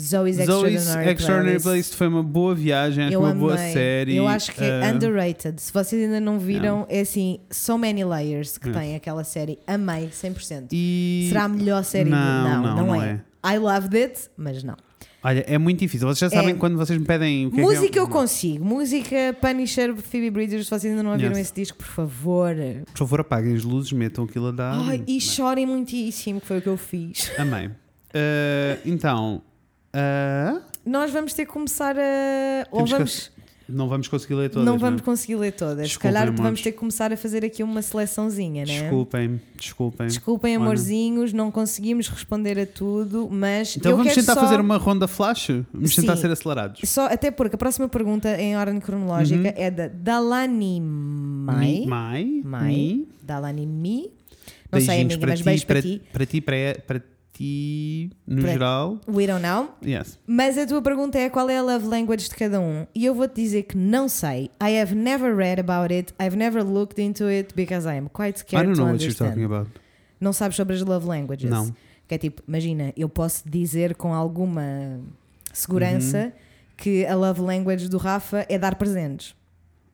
Speaker 2: Zoe's
Speaker 1: É. Zoe's
Speaker 2: Extraordinary,
Speaker 1: Extraordinary
Speaker 2: Playlist.
Speaker 1: Place foi uma boa viagem, acho
Speaker 2: Eu
Speaker 1: uma
Speaker 2: amei.
Speaker 1: boa série.
Speaker 2: Eu acho que é
Speaker 1: Ah,
Speaker 2: underrated. Se vocês ainda não viram, é assim, so many layers que tem aquela série. Amei, 100%.
Speaker 1: E...
Speaker 2: Será a melhor série do-
Speaker 1: Não,
Speaker 2: Não,
Speaker 1: não,
Speaker 2: não,
Speaker 1: não
Speaker 2: é. I loved it, mas não.
Speaker 1: Olha, é muito difícil. Vocês já sabem quando vocês me pedem o que é
Speaker 2: Música
Speaker 1: que é-
Speaker 2: eu consigo. Música Punisher, Phoebe Bridgers. Se vocês ainda não viram
Speaker 1: Yes.
Speaker 2: esse disco, por favor.
Speaker 1: Por favor, apaguem as luzes, metam aquilo a dar.
Speaker 2: Ai,
Speaker 1: Bem.
Speaker 2: e chorem muitíssimo, que foi o que eu fiz.
Speaker 1: Amei. Ah, então. ah,
Speaker 2: Nós vamos ter que começar a. Ou
Speaker 1: Temos que-
Speaker 2: vamos.
Speaker 1: Não vamos conseguir ler todas.
Speaker 2: não vamos
Speaker 1: né?
Speaker 2: conseguir ler todas.
Speaker 1: Desculpem,
Speaker 2: Se calhar
Speaker 1: amores.
Speaker 2: vamos ter que começar a fazer aqui uma
Speaker 1: é?
Speaker 2: seleçãozinha, né?
Speaker 1: Desculpem, desculpem.
Speaker 2: Desculpem,
Speaker 1: Olha.
Speaker 2: amorzinhos, não conseguimos responder a tudo, mas
Speaker 1: Então
Speaker 2: eu
Speaker 1: vamos
Speaker 2: quero
Speaker 1: tentar
Speaker 2: só,
Speaker 1: fazer uma ronda flash? Vamos
Speaker 2: Sim.
Speaker 1: tentar ser acelerados.
Speaker 2: só até porque a próxima pergunta em ordem cronológica é da Dalani Mai,
Speaker 1: Uhum. Mi- Mai.
Speaker 2: Mai.
Speaker 1: Mi.
Speaker 2: Dalani Mi. Não sei,
Speaker 1: Beijinhos
Speaker 2: amiga, mas beijo para ti.
Speaker 1: Para ti, para, para LGBT no
Speaker 2: Pre-
Speaker 1: geral.
Speaker 2: We don't know.
Speaker 1: Yes.
Speaker 2: Mas a tua pergunta é qual é a love language de cada um? E eu vou-te dizer que não sei. I have never read about it. I've never looked into it because I am quite
Speaker 1: I
Speaker 2: scared
Speaker 1: don't
Speaker 2: to
Speaker 1: know what you're
Speaker 2: understand.
Speaker 1: talking about.
Speaker 2: Não sabes sobre as love languages?
Speaker 1: Não.
Speaker 2: Que é tipo, imagina, eu posso dizer com alguma segurança
Speaker 1: Uhum.
Speaker 2: que a love language do Rafa é dar presentes.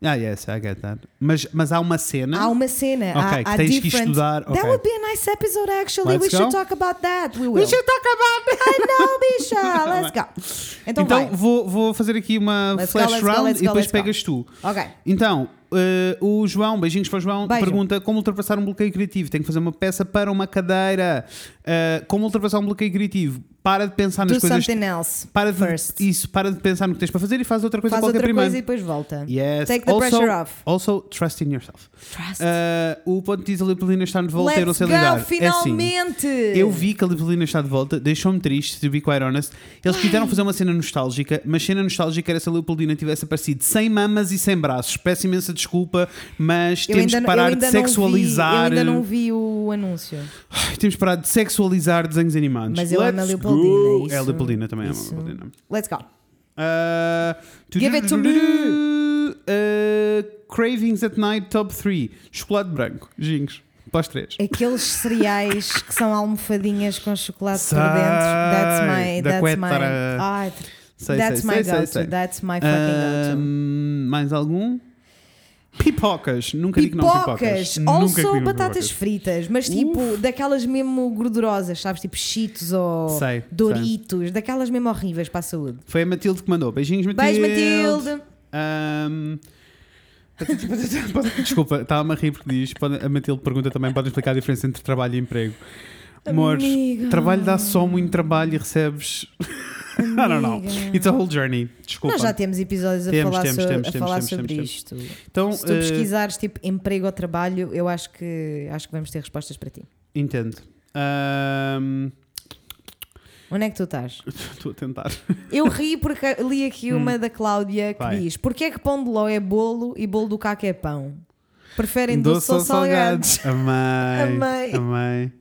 Speaker 1: Ah, yes, I get that. Mas, mas há uma cena.
Speaker 2: Há uma cena,
Speaker 1: Ok,
Speaker 2: há,
Speaker 1: que
Speaker 2: há
Speaker 1: tens que
Speaker 2: different-
Speaker 1: estudar,
Speaker 2: That
Speaker 1: ok.
Speaker 2: would be a nice episode actually.
Speaker 1: Let's
Speaker 2: we
Speaker 1: go.
Speaker 2: should talk about that. We will.
Speaker 1: Deixa eu acabar!
Speaker 2: I know, bicha. Let's go. Então,
Speaker 1: Então,
Speaker 2: vai.
Speaker 1: vou, vou fazer aqui uma
Speaker 2: Let's go,
Speaker 1: flash
Speaker 2: let's go,
Speaker 1: round
Speaker 2: let's
Speaker 1: e
Speaker 2: go,
Speaker 1: depois
Speaker 2: let's go.
Speaker 1: pegas tu.
Speaker 2: Ok.
Speaker 1: Então, eh, o João, beijinhos para o João,
Speaker 2: Beijo.
Speaker 1: pergunta como ultrapassar um bloqueio criativo. Tem que fazer uma peça para uma cadeira. Eh, como ultrapassar um bloqueio criativo? Para de pensar
Speaker 2: Do
Speaker 1: nas coisas.
Speaker 2: something else.
Speaker 1: para de,
Speaker 2: first.
Speaker 1: Isso, para de pensar no que tens para fazer e faz outra coisa
Speaker 2: Faz
Speaker 1: qualquer
Speaker 2: outra
Speaker 1: primeiro.
Speaker 2: coisa e depois volta.
Speaker 1: Yes.
Speaker 2: Take the
Speaker 1: also,
Speaker 2: pressure off.
Speaker 1: Also, trust in yourself.
Speaker 2: Trust.
Speaker 1: Eh, o ponto diz a Lipolina está de volta, eu não
Speaker 2: Let's
Speaker 1: sei
Speaker 2: go,
Speaker 1: lidar. É assim.
Speaker 2: finalmente!
Speaker 1: Eu vi que a Lipolina está de volta, deixou-me triste, to be quite honest. Eles quiseram fazer uma cena nostálgica, mas cena nostálgica era se a Leopoldina tivesse aparecido sem mamas e sem braços. Peço imensa desculpa, mas
Speaker 2: Eu
Speaker 1: temos
Speaker 2: ainda
Speaker 1: que
Speaker 2: não-
Speaker 1: parar
Speaker 2: eu ainda
Speaker 1: de
Speaker 2: não vi- eu
Speaker 1: sexualizar. eh,
Speaker 2: ainda não vi o anúncio.
Speaker 1: Ai, Temos que parar de sexualizar desenhos animados.
Speaker 2: Mas eu amo a
Speaker 1: Let's go.
Speaker 2: Leopoldina.
Speaker 1: É a
Speaker 2: isso-
Speaker 1: Leopoldina também, é
Speaker 2: isso.
Speaker 1: a Leopoldina.
Speaker 2: Let's go.
Speaker 1: Uh,
Speaker 2: Give it to
Speaker 1: me. ah, cravings at night, top 3. Chocolate branco, jingos, para as três.
Speaker 2: Aqueles cereais que são almofadinhas com chocolate por
Speaker 1: Sai
Speaker 2: dentro. That's my.
Speaker 1: da
Speaker 2: That's my.
Speaker 1: cuétara.
Speaker 2: Ai,
Speaker 1: Sei,
Speaker 2: that's
Speaker 1: sei,
Speaker 2: my
Speaker 1: sei, sei,
Speaker 2: go-to.
Speaker 1: sei.
Speaker 2: That's my
Speaker 1: Ahm, um
Speaker 2: fucking
Speaker 1: mais algum? Pipocas. Nunca digo não pipocas.
Speaker 2: go-to. Pipocas,
Speaker 1: Nunca digo
Speaker 2: also
Speaker 1: não
Speaker 2: batatas fritas, mas tipo daquelas mesmo gordurosas, sabes? Tipo cheetos ou
Speaker 1: Sei,
Speaker 2: Doritos, daquelas mesmo horríveis para a saúde.
Speaker 1: Foi a Matilde que mandou. Beijinhos, Matilde.
Speaker 2: Beijo, Matilde!
Speaker 1: Ahm, patati, patata, patata. Desculpa, estava-me a rir porque diz. pode- A Matilde pergunta também: pode explicar a diferença entre trabalho e emprego? Amores,
Speaker 2: Amiga.
Speaker 1: trabalho dá só muito trabalho e recebes. I don't know.
Speaker 2: Amiga.
Speaker 1: It's a whole journey. Desculpa.
Speaker 2: Nós já temos episódios a
Speaker 1: Temos,
Speaker 2: falar,
Speaker 1: temos,
Speaker 2: so-
Speaker 1: temos,
Speaker 2: a
Speaker 1: temos,
Speaker 2: falar
Speaker 1: temos,
Speaker 2: sobre
Speaker 1: temos,
Speaker 2: isto.
Speaker 1: então,
Speaker 2: Se tu
Speaker 1: eh,
Speaker 2: pesquisares tipo emprego ou trabalho, eu acho que acho que vamos ter respostas para ti.
Speaker 1: entendo. Ahm,
Speaker 2: Onde é que tu estás?
Speaker 1: Estou a tentar.
Speaker 2: Eu ri porque li aqui uma da Cláudia que
Speaker 1: Hum. Vai.
Speaker 2: diz: Porquê é que pão de ló é bolo e bolo do caco é pão? Preferem doce
Speaker 1: Doce
Speaker 2: ou
Speaker 1: ou
Speaker 2: salgados?
Speaker 1: salgados? Amei.
Speaker 2: Amei.
Speaker 1: amei.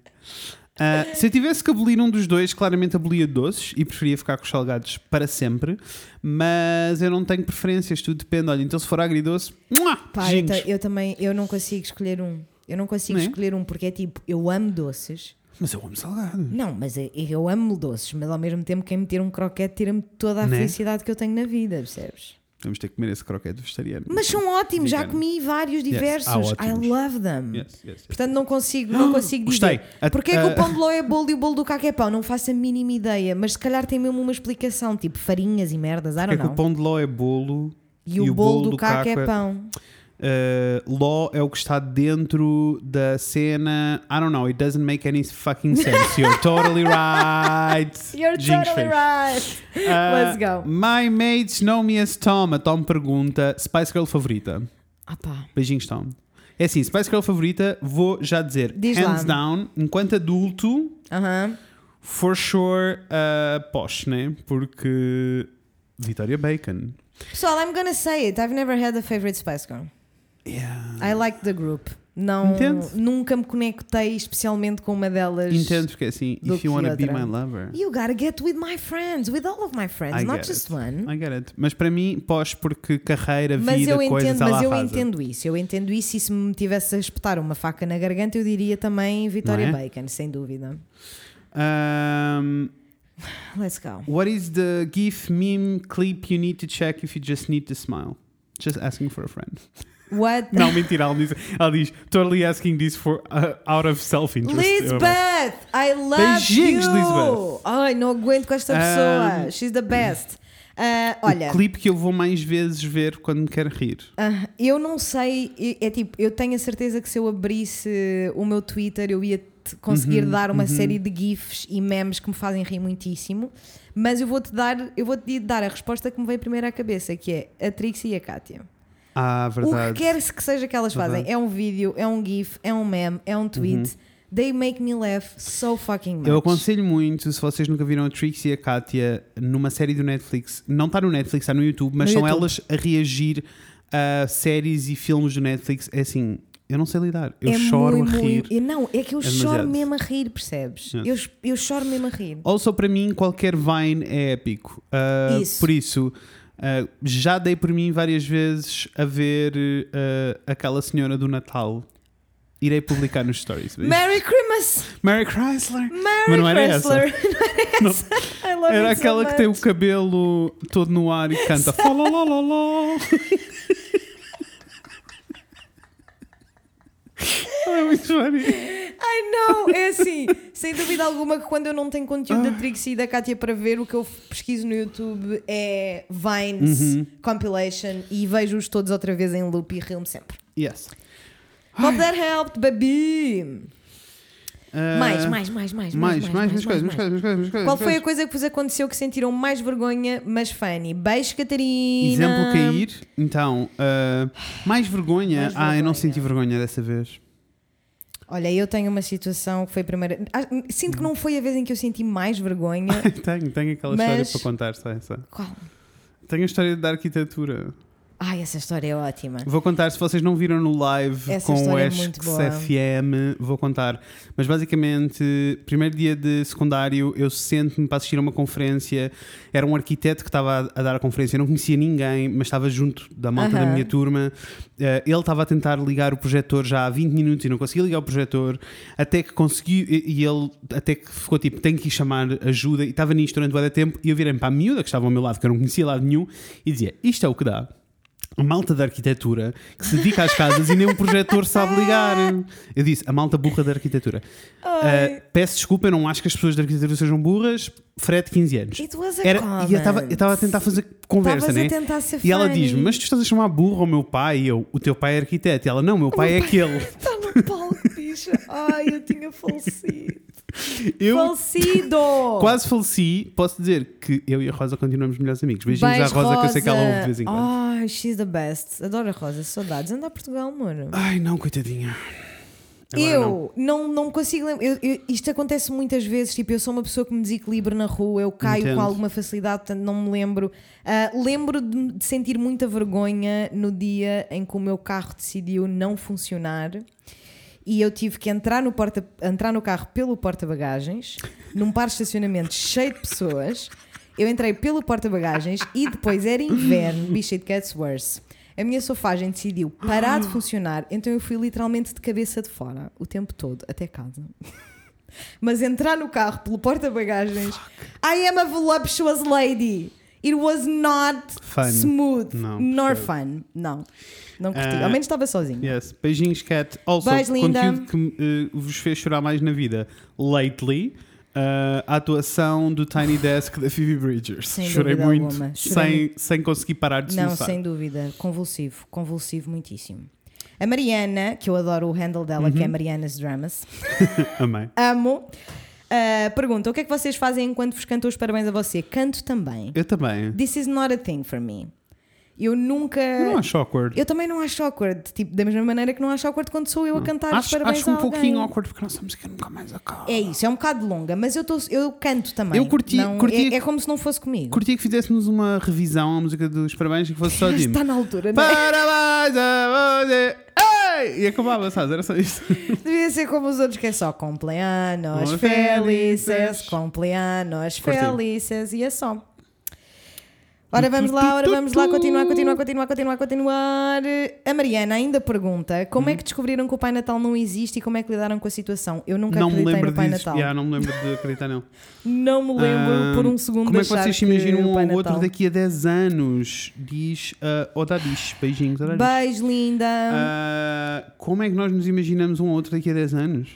Speaker 1: Ah, se eu tivesse que abolir um dos dois, claramente abolia doces e preferia ficar com os salgados para sempre. Mas eu não tenho preferências, tudo depende. Olha, então se for agridoce, muah,
Speaker 2: Pá, eu,
Speaker 1: beijinhos.
Speaker 2: ta- eu também eu não consigo escolher um. Eu não consigo
Speaker 1: Não é?
Speaker 2: escolher um porque é tipo, eu amo doces.
Speaker 1: Mas eu amo salgado.
Speaker 2: Não, mas eu, eu amo doces, mas ao mesmo tempo quem me tira um croquete tira-me toda a
Speaker 1: Né?
Speaker 2: felicidade que eu tenho na vida, percebes?
Speaker 1: Vamos ter que comer esse croquete vegetariano.
Speaker 2: Mas são ótimos, já
Speaker 1: Vegano.
Speaker 2: comi vários
Speaker 1: há
Speaker 2: diversos. I
Speaker 1: ótimos.
Speaker 2: love them.
Speaker 1: Yes, yes, yes.
Speaker 2: Portanto, não consigo, não consigo
Speaker 1: Gostei.
Speaker 2: dizer.
Speaker 1: A-
Speaker 2: Porquê é que
Speaker 1: a-
Speaker 2: o pão de ló é bolo e o bolo do caco é pão? Não faço a mínima ideia, mas se calhar tem mesmo uma explicação, tipo farinhas e merdas, I
Speaker 1: Porque é
Speaker 2: don't
Speaker 1: que o
Speaker 2: know.
Speaker 1: pão de ló é bolo
Speaker 2: E, o bolo, do caco é pão.
Speaker 1: Uh, law é o que está dentro da cena. I don't know, it doesn't make any fucking sense. You're totally right.
Speaker 2: You're
Speaker 1: Jinx
Speaker 2: totally
Speaker 1: fez.
Speaker 2: right. Let's
Speaker 1: Uh,
Speaker 2: go.
Speaker 1: My mates know me as Tom. A Tom pergunta: Spice Girl favorita?
Speaker 2: Ah pá.
Speaker 1: Beijinhos, Tom. É assim, Spice Girl favorita, vou já dizer,
Speaker 2: Diz lá.
Speaker 1: hands down, enquanto adulto,
Speaker 2: Aham.
Speaker 1: for sure, uh, posh, né? Porque. Victoria Bacon.
Speaker 2: Pessoal, I'm gonna say it. I've never had a favorite Spice Girl.
Speaker 1: Yeah.
Speaker 2: I like the group. Não,
Speaker 1: Entendo.
Speaker 2: nunca me conectei especialmente com uma delas.
Speaker 1: Entendo, porque é assim,
Speaker 2: do
Speaker 1: if you
Speaker 2: que
Speaker 1: wanna be my
Speaker 2: outra.
Speaker 1: lover.
Speaker 2: You gotta get with my friends, with all of my friends,
Speaker 1: I
Speaker 2: not
Speaker 1: get
Speaker 2: just
Speaker 1: it.
Speaker 2: one.
Speaker 1: I get it. Mas para mim, pós, porque carreira,
Speaker 2: Hum? Mas
Speaker 1: vida,
Speaker 2: eu entendo,
Speaker 1: coisas, tá ela
Speaker 2: mas eu
Speaker 1: arrasa.
Speaker 2: entendo isso. Eu entendo isso e se me tivesse a espetar uma faca na garganta, eu diria também Vitória
Speaker 1: Não é?
Speaker 2: Bacon, sem dúvida.
Speaker 1: Um,
Speaker 2: Let's go.
Speaker 1: what is the GIF meme clip you need to check if you just need to smile? Just asking for a friend.
Speaker 2: What?
Speaker 1: Não, mentira, ela diz, ela diz totally asking this for uh, out of self-interest.
Speaker 2: Lisbeth, I love
Speaker 1: Beijinhos,
Speaker 2: you.
Speaker 1: Lisbeth.
Speaker 2: Ai, não aguento com esta pessoa.
Speaker 1: Ahm.
Speaker 2: She's the best. Ah,
Speaker 1: O
Speaker 2: olha,
Speaker 1: clipe que eu vou mais vezes ver quando me quero rir.
Speaker 2: Ah, eu não sei, e- é tipo, eu tenho a certeza que se eu abrisse o meu Twitter eu ia te conseguir
Speaker 1: Uhum,
Speaker 2: dar uma série de GIFs e memes que me fazem rir muitíssimo, mas eu vou-te dar, eu vou-te dar a resposta que me veio primeiro à cabeça, que é a Trixie e a Kátia.
Speaker 1: Ah,
Speaker 2: O
Speaker 1: verdade.
Speaker 2: que é quer que seja que elas fazem,
Speaker 1: Verdade. Uhum.
Speaker 2: é um vídeo, é um GIF, é um meme, é um tweet. They make me laugh so fucking much.
Speaker 1: Eu aconselho muito, se vocês nunca viram a Trixie e a Kátia numa série do Netflix, não está no Netflix, está no YouTube, mas
Speaker 2: No
Speaker 1: são
Speaker 2: YouTube.
Speaker 1: elas a reagir a séries e filmes do Netflix. É assim, eu não sei lidar. Eu
Speaker 2: é
Speaker 1: choro
Speaker 2: muito,
Speaker 1: a rir.
Speaker 2: muito- Não, é que eu choro
Speaker 1: demasiado.
Speaker 2: mesmo a rir, percebes? Eu, eu choro mesmo a rir.
Speaker 1: Also, para mim, qualquer Vine é épico. Ah,
Speaker 2: Isso.
Speaker 1: Por isso, ah, já dei por mim várias vezes a ver ah, aquela senhora do Natal. Irei publicar nos stories.
Speaker 2: Merry Christmas!
Speaker 1: Mary Chrysler!
Speaker 2: Mary
Speaker 1: Mas não era essa.
Speaker 2: Chrysler! Não era essa. I love
Speaker 1: Era
Speaker 2: it so
Speaker 1: aquela que tem o
Speaker 2: much.
Speaker 1: cabelo todo no ar e canta Falalalala. É muito funny.
Speaker 2: Ai não, é assim, sem dúvida alguma que quando eu não tenho conteúdo
Speaker 1: Ah.
Speaker 2: da Trixie e da Kátia para ver, o que eu pesquiso no YouTube é Vines,
Speaker 1: Uhum.
Speaker 2: compilation e vejo-os todos outra vez em loop e rio-me sempre.
Speaker 1: Yes.
Speaker 2: Hope that helped, baby!
Speaker 1: Ah,
Speaker 2: Mais, mais, mais,
Speaker 1: mais,
Speaker 2: mais,
Speaker 1: mais, mais coisas, mais coisas, mais coisas, mais coisas.
Speaker 2: Qual foi a coisa que vos aconteceu que sentiram mais vergonha, mas funny? Beijo, Catarina!
Speaker 1: Exemplo cair. Então, ah, mais vergonha.
Speaker 2: Mais
Speaker 1: ah, eu não
Speaker 2: vergonha.
Speaker 1: senti vergonha dessa vez.
Speaker 2: Olha, eu tenho uma situação que foi a primeira. Ah, Sinto que não foi a vez em que eu senti mais vergonha.
Speaker 1: tenho, tenho aquela
Speaker 2: Mas-
Speaker 1: história para contar, só essa.
Speaker 2: Qual?
Speaker 1: Tenho a história da arquitetura.
Speaker 2: Ai, essa história é ótima.
Speaker 1: Vou contar, se vocês não viram no live
Speaker 2: Essa
Speaker 1: com o
Speaker 2: história é
Speaker 1: Ash
Speaker 2: muito boa.
Speaker 1: FM, vou contar. Mas basicamente, primeiro dia de secundário, eu sento-me para assistir a uma conferência. Era um arquiteto que estava a, a dar a conferência, eu não conhecia ninguém, mas estava junto da malta da
Speaker 2: Aham.
Speaker 1: minha turma. Eh, ele estava a tentar ligar o projetor já há 20 minutos e não conseguia ligar o projetor, até que conseguiu, e, e ele até que ficou tipo, tenho que ir chamar ajuda, e estava nisto durante o tempo, e eu virei para a miúda que estava ao meu lado, que eu não conhecia lado nenhum, e dizia, isto é o que dá. A malta da arquitetura que se dedica às casas e nem um projetor sabe ligar. Eu disse, a malta burra da arquitetura.
Speaker 2: Ai.
Speaker 1: Ah, peço desculpa, eu não acho que as pessoas da arquitetura sejam burras. Fred, 15 anos.
Speaker 2: It was a
Speaker 1: Era-
Speaker 2: comment.
Speaker 1: e eu estava eu estava a tentar fazer conversa,
Speaker 2: Estavas a
Speaker 1: né?
Speaker 2: tentar ser
Speaker 1: E ela
Speaker 2: funny.
Speaker 1: diz-me, mas tu estás a chamar burro ao meu pai? E eu, o teu pai é arquiteto. E ela, não, meu pai é aquele.
Speaker 2: Está no um palco, bicha. Ai, eu tinha falecido. é
Speaker 1: Eu
Speaker 2: Falecido!
Speaker 1: quase faleci. Posso dizer que eu e a Rosa continuamos melhores amigos. Beijinhos à Rosa, que eu sei que ela ouve de vez em quando.
Speaker 2: Ai, Oh, she's the best. Adoro a Rosa, saudades. Anda a Portugal, mano.
Speaker 1: Ai, não, coitadinha. Agora não.
Speaker 2: eu não. Não, consigo lembrar. eu- eu- Isto acontece muitas vezes. Tipo, eu sou uma pessoa que me desequilibro na rua, eu caio
Speaker 1: Entendo.
Speaker 2: com alguma facilidade, portanto não me lembro. Ah, lembro de, de sentir muita vergonha no dia em que o meu carro decidiu não funcionar. E eu tive que entrar no, porta, entrar no carro pelo porta-bagagens, num par de estacionamento cheio de pessoas. Eu entrei pelo porta-bagagens e depois era inverno, bicho, it gets worse. A minha sofagem decidiu parar de funcionar, então eu fui literalmente de cabeça de fora o tempo todo, até casa. Mas entrar no carro pelo porta-bagagens, I am a voluptuous lady. It was not
Speaker 1: Fun.
Speaker 2: smooth,
Speaker 1: Não,
Speaker 2: nor
Speaker 1: percebo.
Speaker 2: fun. Não, não curti.
Speaker 1: Ah,
Speaker 2: Ao menos estava sozinho.
Speaker 1: Yes. Beijinhos, Cat. Also,
Speaker 2: Beijo, linda.
Speaker 1: conteúdo que eh, vos fez chorar mais na vida. Lately, eh, a atuação do Tiny Desk da Phoebe Bridgers.
Speaker 2: Sem
Speaker 1: Chorei
Speaker 2: dúvida
Speaker 1: muito,
Speaker 2: alguma. Chorei
Speaker 1: sem, sem conseguir parar de
Speaker 2: Não,
Speaker 1: soluçar.
Speaker 2: sem dúvida. Convulsivo, convulsivo muitíssimo. A Mariana, que eu adoro o handle dela,
Speaker 1: Uhum.
Speaker 2: que é Mariana's Dramas,
Speaker 1: Amém.
Speaker 2: amo, ah, pergunta: o que é que vocês fazem enquanto vos canto os parabéns a você? Canto também.
Speaker 1: Eu também.
Speaker 2: This is not a thing for me. Eu nunca.
Speaker 1: Eu não acho awkward.
Speaker 2: Eu também não acho awkward, tipo, da mesma maneira que não acho awkward quando sou eu a cantar os
Speaker 1: acho
Speaker 2: parabéns
Speaker 1: acho
Speaker 2: a
Speaker 1: um
Speaker 2: alguém.
Speaker 1: pouquinho awkward porque nossa música nunca mais acaba.
Speaker 2: É isso, é um bocado longa, mas eu, tô, eu canto também.
Speaker 1: Eu curti-
Speaker 2: Não-
Speaker 1: curti-
Speaker 2: é, é como se não fosse comigo.
Speaker 1: Curtia que fizéssemos uma revisão à música dos parabéns e que fosse só Jim.
Speaker 2: Está na altura, não é?
Speaker 1: Parabéns a você! Ei! E acabava, sabes? Era só isso.
Speaker 2: Devia ser como os outros, que é só compleanos,
Speaker 1: Os
Speaker 2: felices,
Speaker 1: felices.
Speaker 2: compleanos,
Speaker 1: Curti.
Speaker 2: felices, e é só. Ora vamos lá, ora vamos lá, continuar, continuar, continuar, continuar, continuar. A Mariana ainda pergunta: como
Speaker 1: Hum.
Speaker 2: é que descobriram que o Pai Natal não existe e como é que lidaram com a situação? Eu nunca
Speaker 1: Não me
Speaker 2: acreditei
Speaker 1: lembro
Speaker 2: no Pai
Speaker 1: disso.
Speaker 2: Natal.
Speaker 1: Yeah, não me lembro de acreditar nele.
Speaker 2: Não me lembro
Speaker 1: Ahm,
Speaker 2: por um segundo
Speaker 1: Como é que
Speaker 2: achar
Speaker 1: vocês se imaginam
Speaker 2: o
Speaker 1: um
Speaker 2: Pai
Speaker 1: ao outro
Speaker 2: Natal-
Speaker 1: daqui a 10 anos? Diz ah, Odadis. Beijinhos, Odadis.
Speaker 2: Beijo, linda.
Speaker 1: Ah, como é que nós nos imaginamos um ao outro daqui a 10 anos?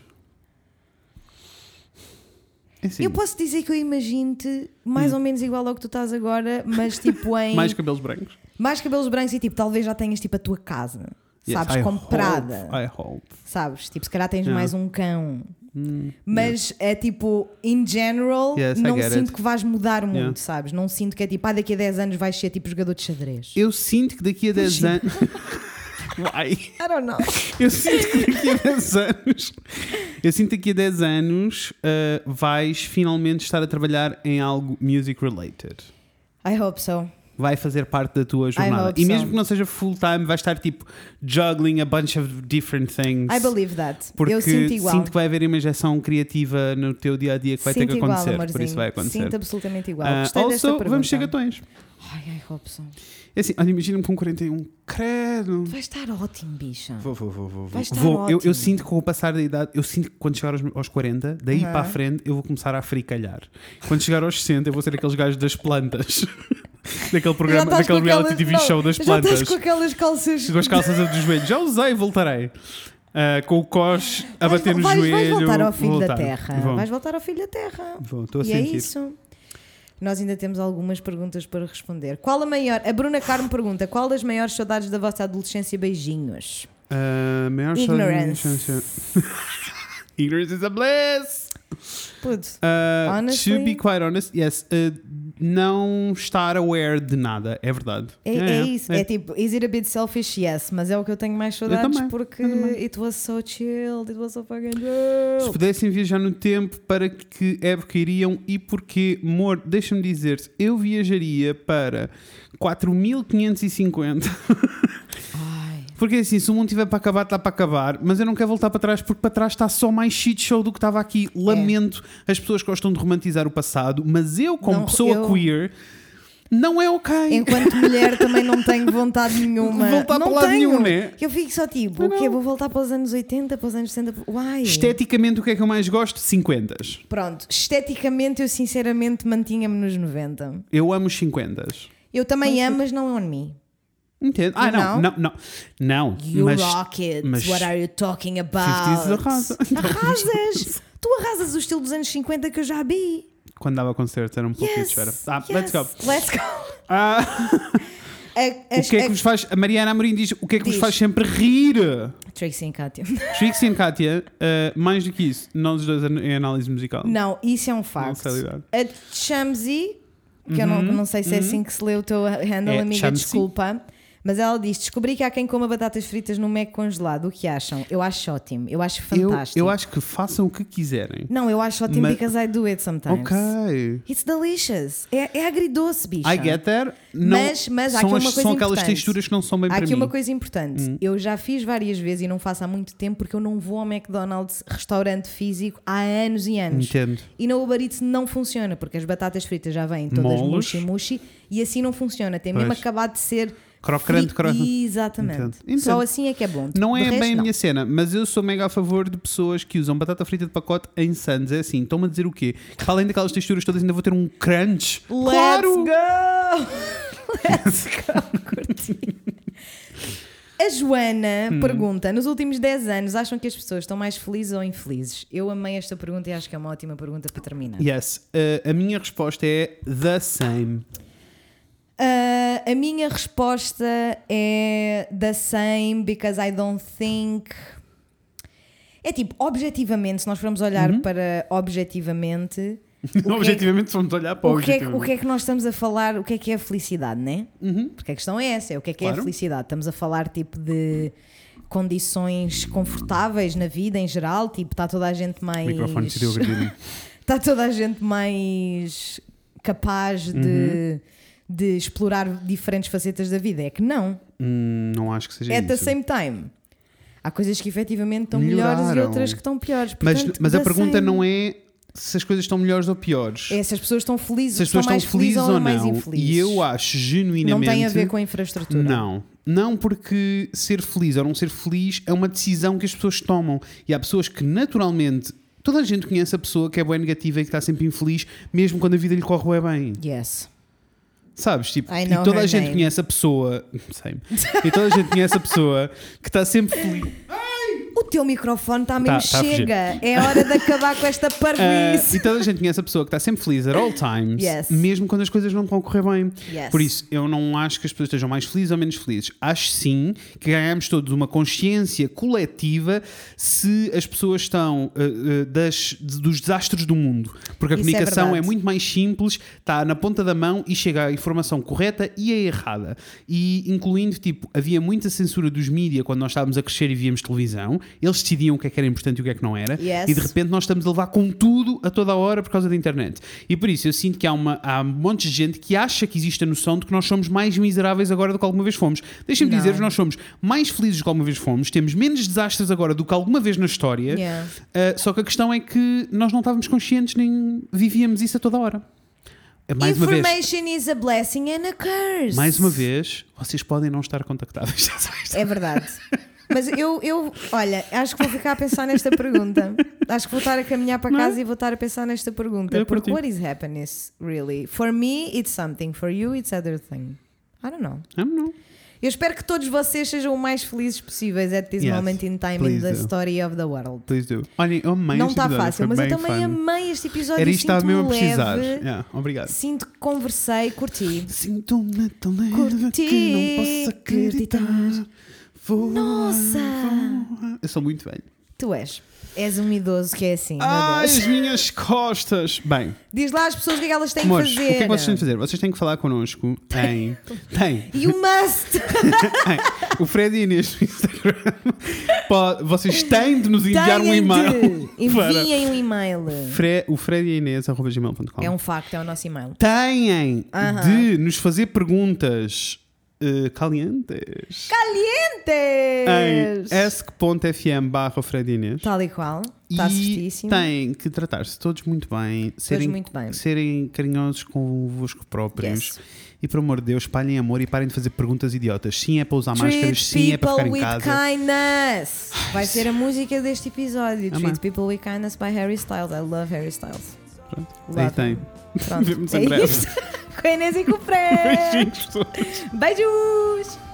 Speaker 1: É assim,
Speaker 2: Eu posso dizer que eu imagino-te mais ou menos igual ao que tu estás agora, mas tipo em
Speaker 1: Hum. mais cabelos brancos.
Speaker 2: mais cabelos brancos e tipo, talvez já tenhas tipo a tua casa,
Speaker 1: Yes,
Speaker 2: sabes,
Speaker 1: I
Speaker 2: comprada,
Speaker 1: hope, I hope.
Speaker 2: sabes, tipo, se calhar tens
Speaker 1: Yeah.
Speaker 2: mais um cão. Mas é tipo, in general,
Speaker 1: Yes, I
Speaker 2: não
Speaker 1: get
Speaker 2: sinto
Speaker 1: it.
Speaker 2: que vais mudar muito,
Speaker 1: Yeah.
Speaker 2: sabes? Não sinto que é tipo, ah, daqui a 10 anos vais ser tipo jogador de xadrez.
Speaker 1: Eu sinto que daqui a 10 anos. Vai.
Speaker 2: I don't know.
Speaker 1: Eu sinto que daqui a 10 anos. Eu sinto que daqui a 10 anos ah, vais finalmente estar a trabalhar em algo music related.
Speaker 2: I hope so.
Speaker 1: vai fazer parte da
Speaker 2: é
Speaker 1: tua jornada.
Speaker 2: hope
Speaker 1: E
Speaker 2: so.
Speaker 1: mesmo que não seja full time, vai estar tipo juggling a bunch of different things.
Speaker 2: I believe that.
Speaker 1: Porque
Speaker 2: eu sinto igual.
Speaker 1: que vai haver uma injeção criativa no teu dia a dia que vai ter
Speaker 2: Sinto
Speaker 1: que
Speaker 2: igual,
Speaker 1: acontecer. por
Speaker 2: amorzinho.
Speaker 1: isso vai acontecer.
Speaker 2: Sinto absolutamente igual.
Speaker 1: Ah,
Speaker 2: Gostei
Speaker 1: also,
Speaker 2: desta pergunta.
Speaker 1: vamos chegar a tons.
Speaker 2: Ai, ai, Robson.
Speaker 1: É assim, olha, imagina-me com 41. Credo.
Speaker 2: Vai estar ótimo, bicha.
Speaker 1: Vou, vou, vou, vou.
Speaker 2: Vai
Speaker 1: vou.
Speaker 2: estar
Speaker 1: Vou. Eu, eu
Speaker 2: ótimo.
Speaker 1: sinto que com o passar da idade, eu sinto que quando chegar aos, aos 40, daí para a frente, eu vou começar a fricalhar. Quando chegar aos 60, eu vou ser aqueles gajos das plantas. daquele
Speaker 2: Já
Speaker 1: programa,
Speaker 2: estás
Speaker 1: daquele
Speaker 2: com
Speaker 1: reality
Speaker 2: aquelas-
Speaker 1: TV
Speaker 2: não,
Speaker 1: show das
Speaker 2: já
Speaker 1: plantas.
Speaker 2: estás com aquelas calças.
Speaker 1: Com as calças a dos joelhos. Já usei e voltarei. Ah, com o cos a bater no
Speaker 2: vais,
Speaker 1: joelho.
Speaker 2: Vais voltar ao
Speaker 1: vou
Speaker 2: filho da
Speaker 1: voltar.
Speaker 2: terra.
Speaker 1: Vou.
Speaker 2: Vais voltar ao filho da terra.
Speaker 1: Vou, estou a
Speaker 2: e
Speaker 1: sentir.
Speaker 2: é isso. Nós ainda temos algumas perguntas para responder. Qual a maior? A Bruna Carmo pergunta: qual das maiores saudades da vossa adolescência? Beijinhos.
Speaker 1: Ah, maior saudade da minha
Speaker 2: Ignorance.
Speaker 1: infância. Ignorance is a bliss.
Speaker 2: Tudo.
Speaker 1: Uh,
Speaker 2: Honestly?
Speaker 1: To be quite honest, yes. uh, não estar aware de nada, é verdade.
Speaker 2: É, é isso. É. tipo, is it a bit selfish? Yes, mas é o que eu tenho mais
Speaker 1: Eu
Speaker 2: saudades
Speaker 1: também,
Speaker 2: porque
Speaker 1: eu também.
Speaker 2: it was so chilled, it was so fucking
Speaker 1: Se
Speaker 2: chill.
Speaker 1: pudessem viajar no tempo, para que época iriam e porquê? Mor, deixa-me dizer-te, eu viajaria para 4550.
Speaker 2: Ai,
Speaker 1: Porque assim, se o mundo estiver para acabar, está para acabar, mas eu não quero voltar para trás porque para trás está só mais shit show do que estava aqui.
Speaker 2: É.
Speaker 1: Lamento, as pessoas gostam de romantizar o passado, mas eu, como
Speaker 2: Não,
Speaker 1: pessoa
Speaker 2: eu-
Speaker 1: queer, não é ok.
Speaker 2: Enquanto mulher também não tenho vontade nenhuma.
Speaker 1: Voltar
Speaker 2: não
Speaker 1: para lado
Speaker 2: tenho.
Speaker 1: nenhum, né?
Speaker 2: Eu fico só tipo, o quê? Vou voltar para os anos 80, para os anos 60. Uai!
Speaker 1: Esteticamente, o que é que eu mais gosto? 50.
Speaker 2: Pronto, esteticamente eu sinceramente mantinha-me nos 90.
Speaker 1: Eu amo os 50.
Speaker 2: Eu também amo, mas não é on me.
Speaker 1: Entendo? Ah, não, não,
Speaker 2: Não?
Speaker 1: não. Não,
Speaker 2: You
Speaker 1: mas.
Speaker 2: rock it.
Speaker 1: mas
Speaker 2: What are you talking about?
Speaker 1: 50s arrasa.
Speaker 2: Arrasas! tu arrasas o estilo dos anos 50 que eu já vi.
Speaker 1: Quando dava concertos era um pouco
Speaker 2: Yes,
Speaker 1: diferente. Ah,
Speaker 2: yes.
Speaker 1: let's go.
Speaker 2: Let's go.
Speaker 1: Ah,
Speaker 2: A-
Speaker 1: o
Speaker 2: as-
Speaker 1: que é que
Speaker 2: a-
Speaker 1: vos faz. A Mariana Amorim diz: o que é que vos
Speaker 2: Diz.
Speaker 1: faz sempre rir?
Speaker 2: Trixie e Kátia.
Speaker 1: Trixie e Kátia, ah, mais do que isso, nós os dois an- em análise musical.
Speaker 2: Não, isso é um facto.
Speaker 1: realidade.
Speaker 2: A Chamsi, que eu não, não sei se é assim que se lê o teu handle,
Speaker 1: Uhum, É,
Speaker 2: amiga,
Speaker 1: Chamsi.
Speaker 2: desculpa. Mas ela diz: descobri que há quem coma batatas fritas no Mac congelado. O que acham? Eu acho ótimo. Eu acho
Speaker 1: Eu,
Speaker 2: fantástico.
Speaker 1: eu acho que façam o que quiserem.
Speaker 2: Não, eu acho ótimo
Speaker 1: Mas-
Speaker 2: because I do it sometimes.
Speaker 1: Ok.
Speaker 2: It's delicious. É, é agridoce, bicho.
Speaker 1: I get that. Não,
Speaker 2: Mas- mas há
Speaker 1: são,
Speaker 2: aqui uma
Speaker 1: as-
Speaker 2: coisa
Speaker 1: são aquelas
Speaker 2: importante.
Speaker 1: texturas que não são bem
Speaker 2: Há
Speaker 1: para
Speaker 2: aqui
Speaker 1: mim. Hum.
Speaker 2: uma coisa importante. Eu já fiz várias vezes e não faço há muito tempo porque eu não vou ao McDonald's restaurante físico há anos e anos.
Speaker 1: Entendo.
Speaker 2: E na Uber Eats não funciona porque as batatas fritas já vêm todas
Speaker 1: Moles.
Speaker 2: mushi mushi e assim não funciona. Tem mesmo
Speaker 1: Pois.
Speaker 2: acabado de ser
Speaker 1: Crocante,
Speaker 2: fri-
Speaker 1: crocante.
Speaker 2: Exatamente.
Speaker 1: Entendo. Entendo.
Speaker 2: Só assim é que é bom.
Speaker 1: Não
Speaker 2: Do
Speaker 1: é
Speaker 2: resto,
Speaker 1: bem
Speaker 2: não.
Speaker 1: a minha cena, mas eu sou mega a favor de pessoas que usam batata frita de pacote em sandes. É assim, estão-me a dizer o quê? Que para além daquelas texturas todas ainda vou ter um crunch.
Speaker 2: Let's
Speaker 1: claro!
Speaker 2: go! Let's go, curti. A Joana pergunta: Nos últimos 10 anos, acham que as pessoas estão mais felizes ou infelizes? Eu amei esta pergunta e acho que é uma ótima pergunta para terminar.
Speaker 1: Yes, uh, a minha resposta é the same.
Speaker 2: Ah, a minha resposta é the same because I don't think. É tipo, objetivamente, se nós formos olhar para objetivamente. o que é-
Speaker 1: Objetivamente, se formos olhar para o
Speaker 2: o que, é que,
Speaker 1: objetivo.
Speaker 2: o que é que nós estamos a falar? O que é que é a felicidade, né? Porque a questão é essa: é o que é que é
Speaker 1: Uhum. Claro.
Speaker 2: a felicidade? Estamos a falar tipo de condições confortáveis na vida em geral, tipo, está toda a gente mais.
Speaker 1: O microfone decidiu agredir-me.
Speaker 2: Está toda a gente mais capaz
Speaker 1: Uhum.
Speaker 2: de, de explorar diferentes facetas da vida. É que não.
Speaker 1: Hum, não acho que seja
Speaker 2: É
Speaker 1: isso.
Speaker 2: the same time. Há coisas que efetivamente estão melhores e
Speaker 1: Melhoraram.
Speaker 2: outras que estão piores.
Speaker 1: Mas,
Speaker 2: Portanto,
Speaker 1: mas a
Speaker 2: the
Speaker 1: pergunta
Speaker 2: same.
Speaker 1: não é se as coisas estão melhores ou piores.
Speaker 2: É se as pessoas estão felizes,
Speaker 1: se as pessoas
Speaker 2: estão
Speaker 1: estão
Speaker 2: mais felizes
Speaker 1: felizes ou
Speaker 2: mais
Speaker 1: não.
Speaker 2: infelizes.
Speaker 1: E eu acho
Speaker 2: Não
Speaker 1: genuinamente.
Speaker 2: tem a ver com a infraestrutura.
Speaker 1: Não. Não porque ser feliz ou não ser feliz é uma decisão que as pessoas tomam. E há pessoas que naturalmente. Toda a gente conhece a pessoa que é boa negativa e que está sempre infeliz, mesmo quando a vida lhe corre bué bem.
Speaker 2: Yes.
Speaker 1: Sabes? Tipo,
Speaker 2: I
Speaker 1: e
Speaker 2: know
Speaker 1: toda
Speaker 2: her
Speaker 1: a gente
Speaker 2: name.
Speaker 1: conhece a pessoa. Same. E toda a gente conhece a pessoa que está sempre feliz.
Speaker 2: O teu microfone está
Speaker 1: Tá-
Speaker 2: mesmo
Speaker 1: tá a fugir.
Speaker 2: chega. é hora de acabar com esta
Speaker 1: Ah,
Speaker 2: parvoíce.
Speaker 1: e toda a gente conhece a pessoa que está sempre feliz at all times,
Speaker 2: Yes.
Speaker 1: mesmo quando as coisas não estão a correr bem.
Speaker 2: Yes.
Speaker 1: Por isso, eu não acho que as pessoas estejam mais felizes ou menos felizes. Acho sim que ganhamos todos uma consciência coletiva se as pessoas estão ah, ah, das, de- dos desastres do mundo. Porque a
Speaker 2: Isso é
Speaker 1: comunicação é,
Speaker 2: verdade.
Speaker 1: muito mais simples, está na ponta da mão e chega a informação correta e é a errada. E incluindo, tipo, havia muita censura dos mídia quando nós estávamos a crescer e víamos televisão, eles decidiam o que é que era importante e o que é que não era.
Speaker 2: Yes.
Speaker 1: E de repente nós estamos a levar com tudo a toda a hora por causa da internet. E por isso eu sinto que há, uma, há um monte de gente que acha que existe a noção de que nós somos mais miseráveis agora do que alguma vez fomos. Deixem-me
Speaker 2: Não.
Speaker 1: dizer-vos, nós somos mais felizes do que alguma vez fomos, temos menos desastres agora do que alguma vez na história.
Speaker 2: Yeah.
Speaker 1: Uh, só que a questão é que nós não estávamos conscientes nem vivíamos isso a toda hora. Uh, Mais uma vez,
Speaker 2: Information is a blessing and a curse.
Speaker 1: mais uma vez, vocês podem não estar contactáveis. Já sabes.
Speaker 2: É verdade. Mas eu, eu, olha, acho que vou ficar a pensar nesta pergunta. Acho que vou estar a caminhar para
Speaker 1: Não é?
Speaker 2: casa e vou estar a pensar nesta pergunta.
Speaker 1: Eu curti.
Speaker 2: Porque what is happiness, really? For me, it's something. For you, it's other thing. I don't know.
Speaker 1: Ah, não.
Speaker 2: Eu espero que todos vocês sejam o mais felizes possíveis at this
Speaker 1: Yes,
Speaker 2: moment in time in
Speaker 1: please
Speaker 2: the
Speaker 1: do.
Speaker 2: story of the world.
Speaker 1: Please do. Olhem, eu amei
Speaker 2: não
Speaker 1: este
Speaker 2: está
Speaker 1: episódio,
Speaker 2: fácil,
Speaker 1: foi
Speaker 2: mas eu
Speaker 1: bem
Speaker 2: também
Speaker 1: fun.
Speaker 2: amei este episódio.
Speaker 1: Era isto que estava
Speaker 2: Sinto-me
Speaker 1: mesmo a precisar.
Speaker 2: leve.
Speaker 1: Yeah, obrigado.
Speaker 2: Sinto que conversei, curti.
Speaker 1: Sinto-me tão leve
Speaker 2: Curti,
Speaker 1: que não posso acreditar.
Speaker 2: acreditar.
Speaker 1: Voar,
Speaker 2: Nossa!
Speaker 1: voar. Eu sou muito velho.
Speaker 2: Tu és. És um idoso que é assim, meu
Speaker 1: Ai,
Speaker 2: Deus.
Speaker 1: as minhas costas! Bem,
Speaker 2: Diz lá às pessoas o que é que elas têm
Speaker 1: Amores,
Speaker 2: que
Speaker 1: o
Speaker 2: fazer.
Speaker 1: que é que vocês têm de fazer? Vocês têm que falar connosco em. Tem.
Speaker 2: You must!
Speaker 1: O Fred e a Inês no Instagram. Po- Vocês têm de nos enviar um
Speaker 2: Têm de-
Speaker 1: e-mail. para
Speaker 2: Enviem um e-mail.
Speaker 1: Fre, o Fred e a Inês, arroba gmail.com.
Speaker 2: É um facto, é o nosso e-mail.
Speaker 1: Têm
Speaker 2: Aham.
Speaker 1: de nos fazer perguntas eh, calientes em
Speaker 2: Calientes!
Speaker 1: ask.fm barra Fred e Inês.
Speaker 2: Tal e qual. Está
Speaker 1: E
Speaker 2: Tá, certíssimo.
Speaker 1: têm que tratar-se todos muito bem, serem,
Speaker 2: muito bem.
Speaker 1: serem carinhosos convosco próprios.
Speaker 2: Yes.
Speaker 1: E por amor de Deus, espalhem amor e parem de fazer perguntas idiotas. Sim, é para usar
Speaker 2: Treat
Speaker 1: máscaras, sim, é para ficar
Speaker 2: people
Speaker 1: em
Speaker 2: with
Speaker 1: casa.
Speaker 2: kindness. Vai ser a música deste episódio.
Speaker 1: Amém.
Speaker 2: Treat people with kindness by Harry Styles. I love Harry Styles.
Speaker 1: Pronto,
Speaker 2: Love
Speaker 1: aí
Speaker 2: him.
Speaker 1: tem.
Speaker 2: Pronto.
Speaker 1: Vemos
Speaker 2: é
Speaker 1: em breve.
Speaker 2: isto. Com a Inês e com o Fred.
Speaker 1: Beijinhos, pessoal.
Speaker 2: Beijos!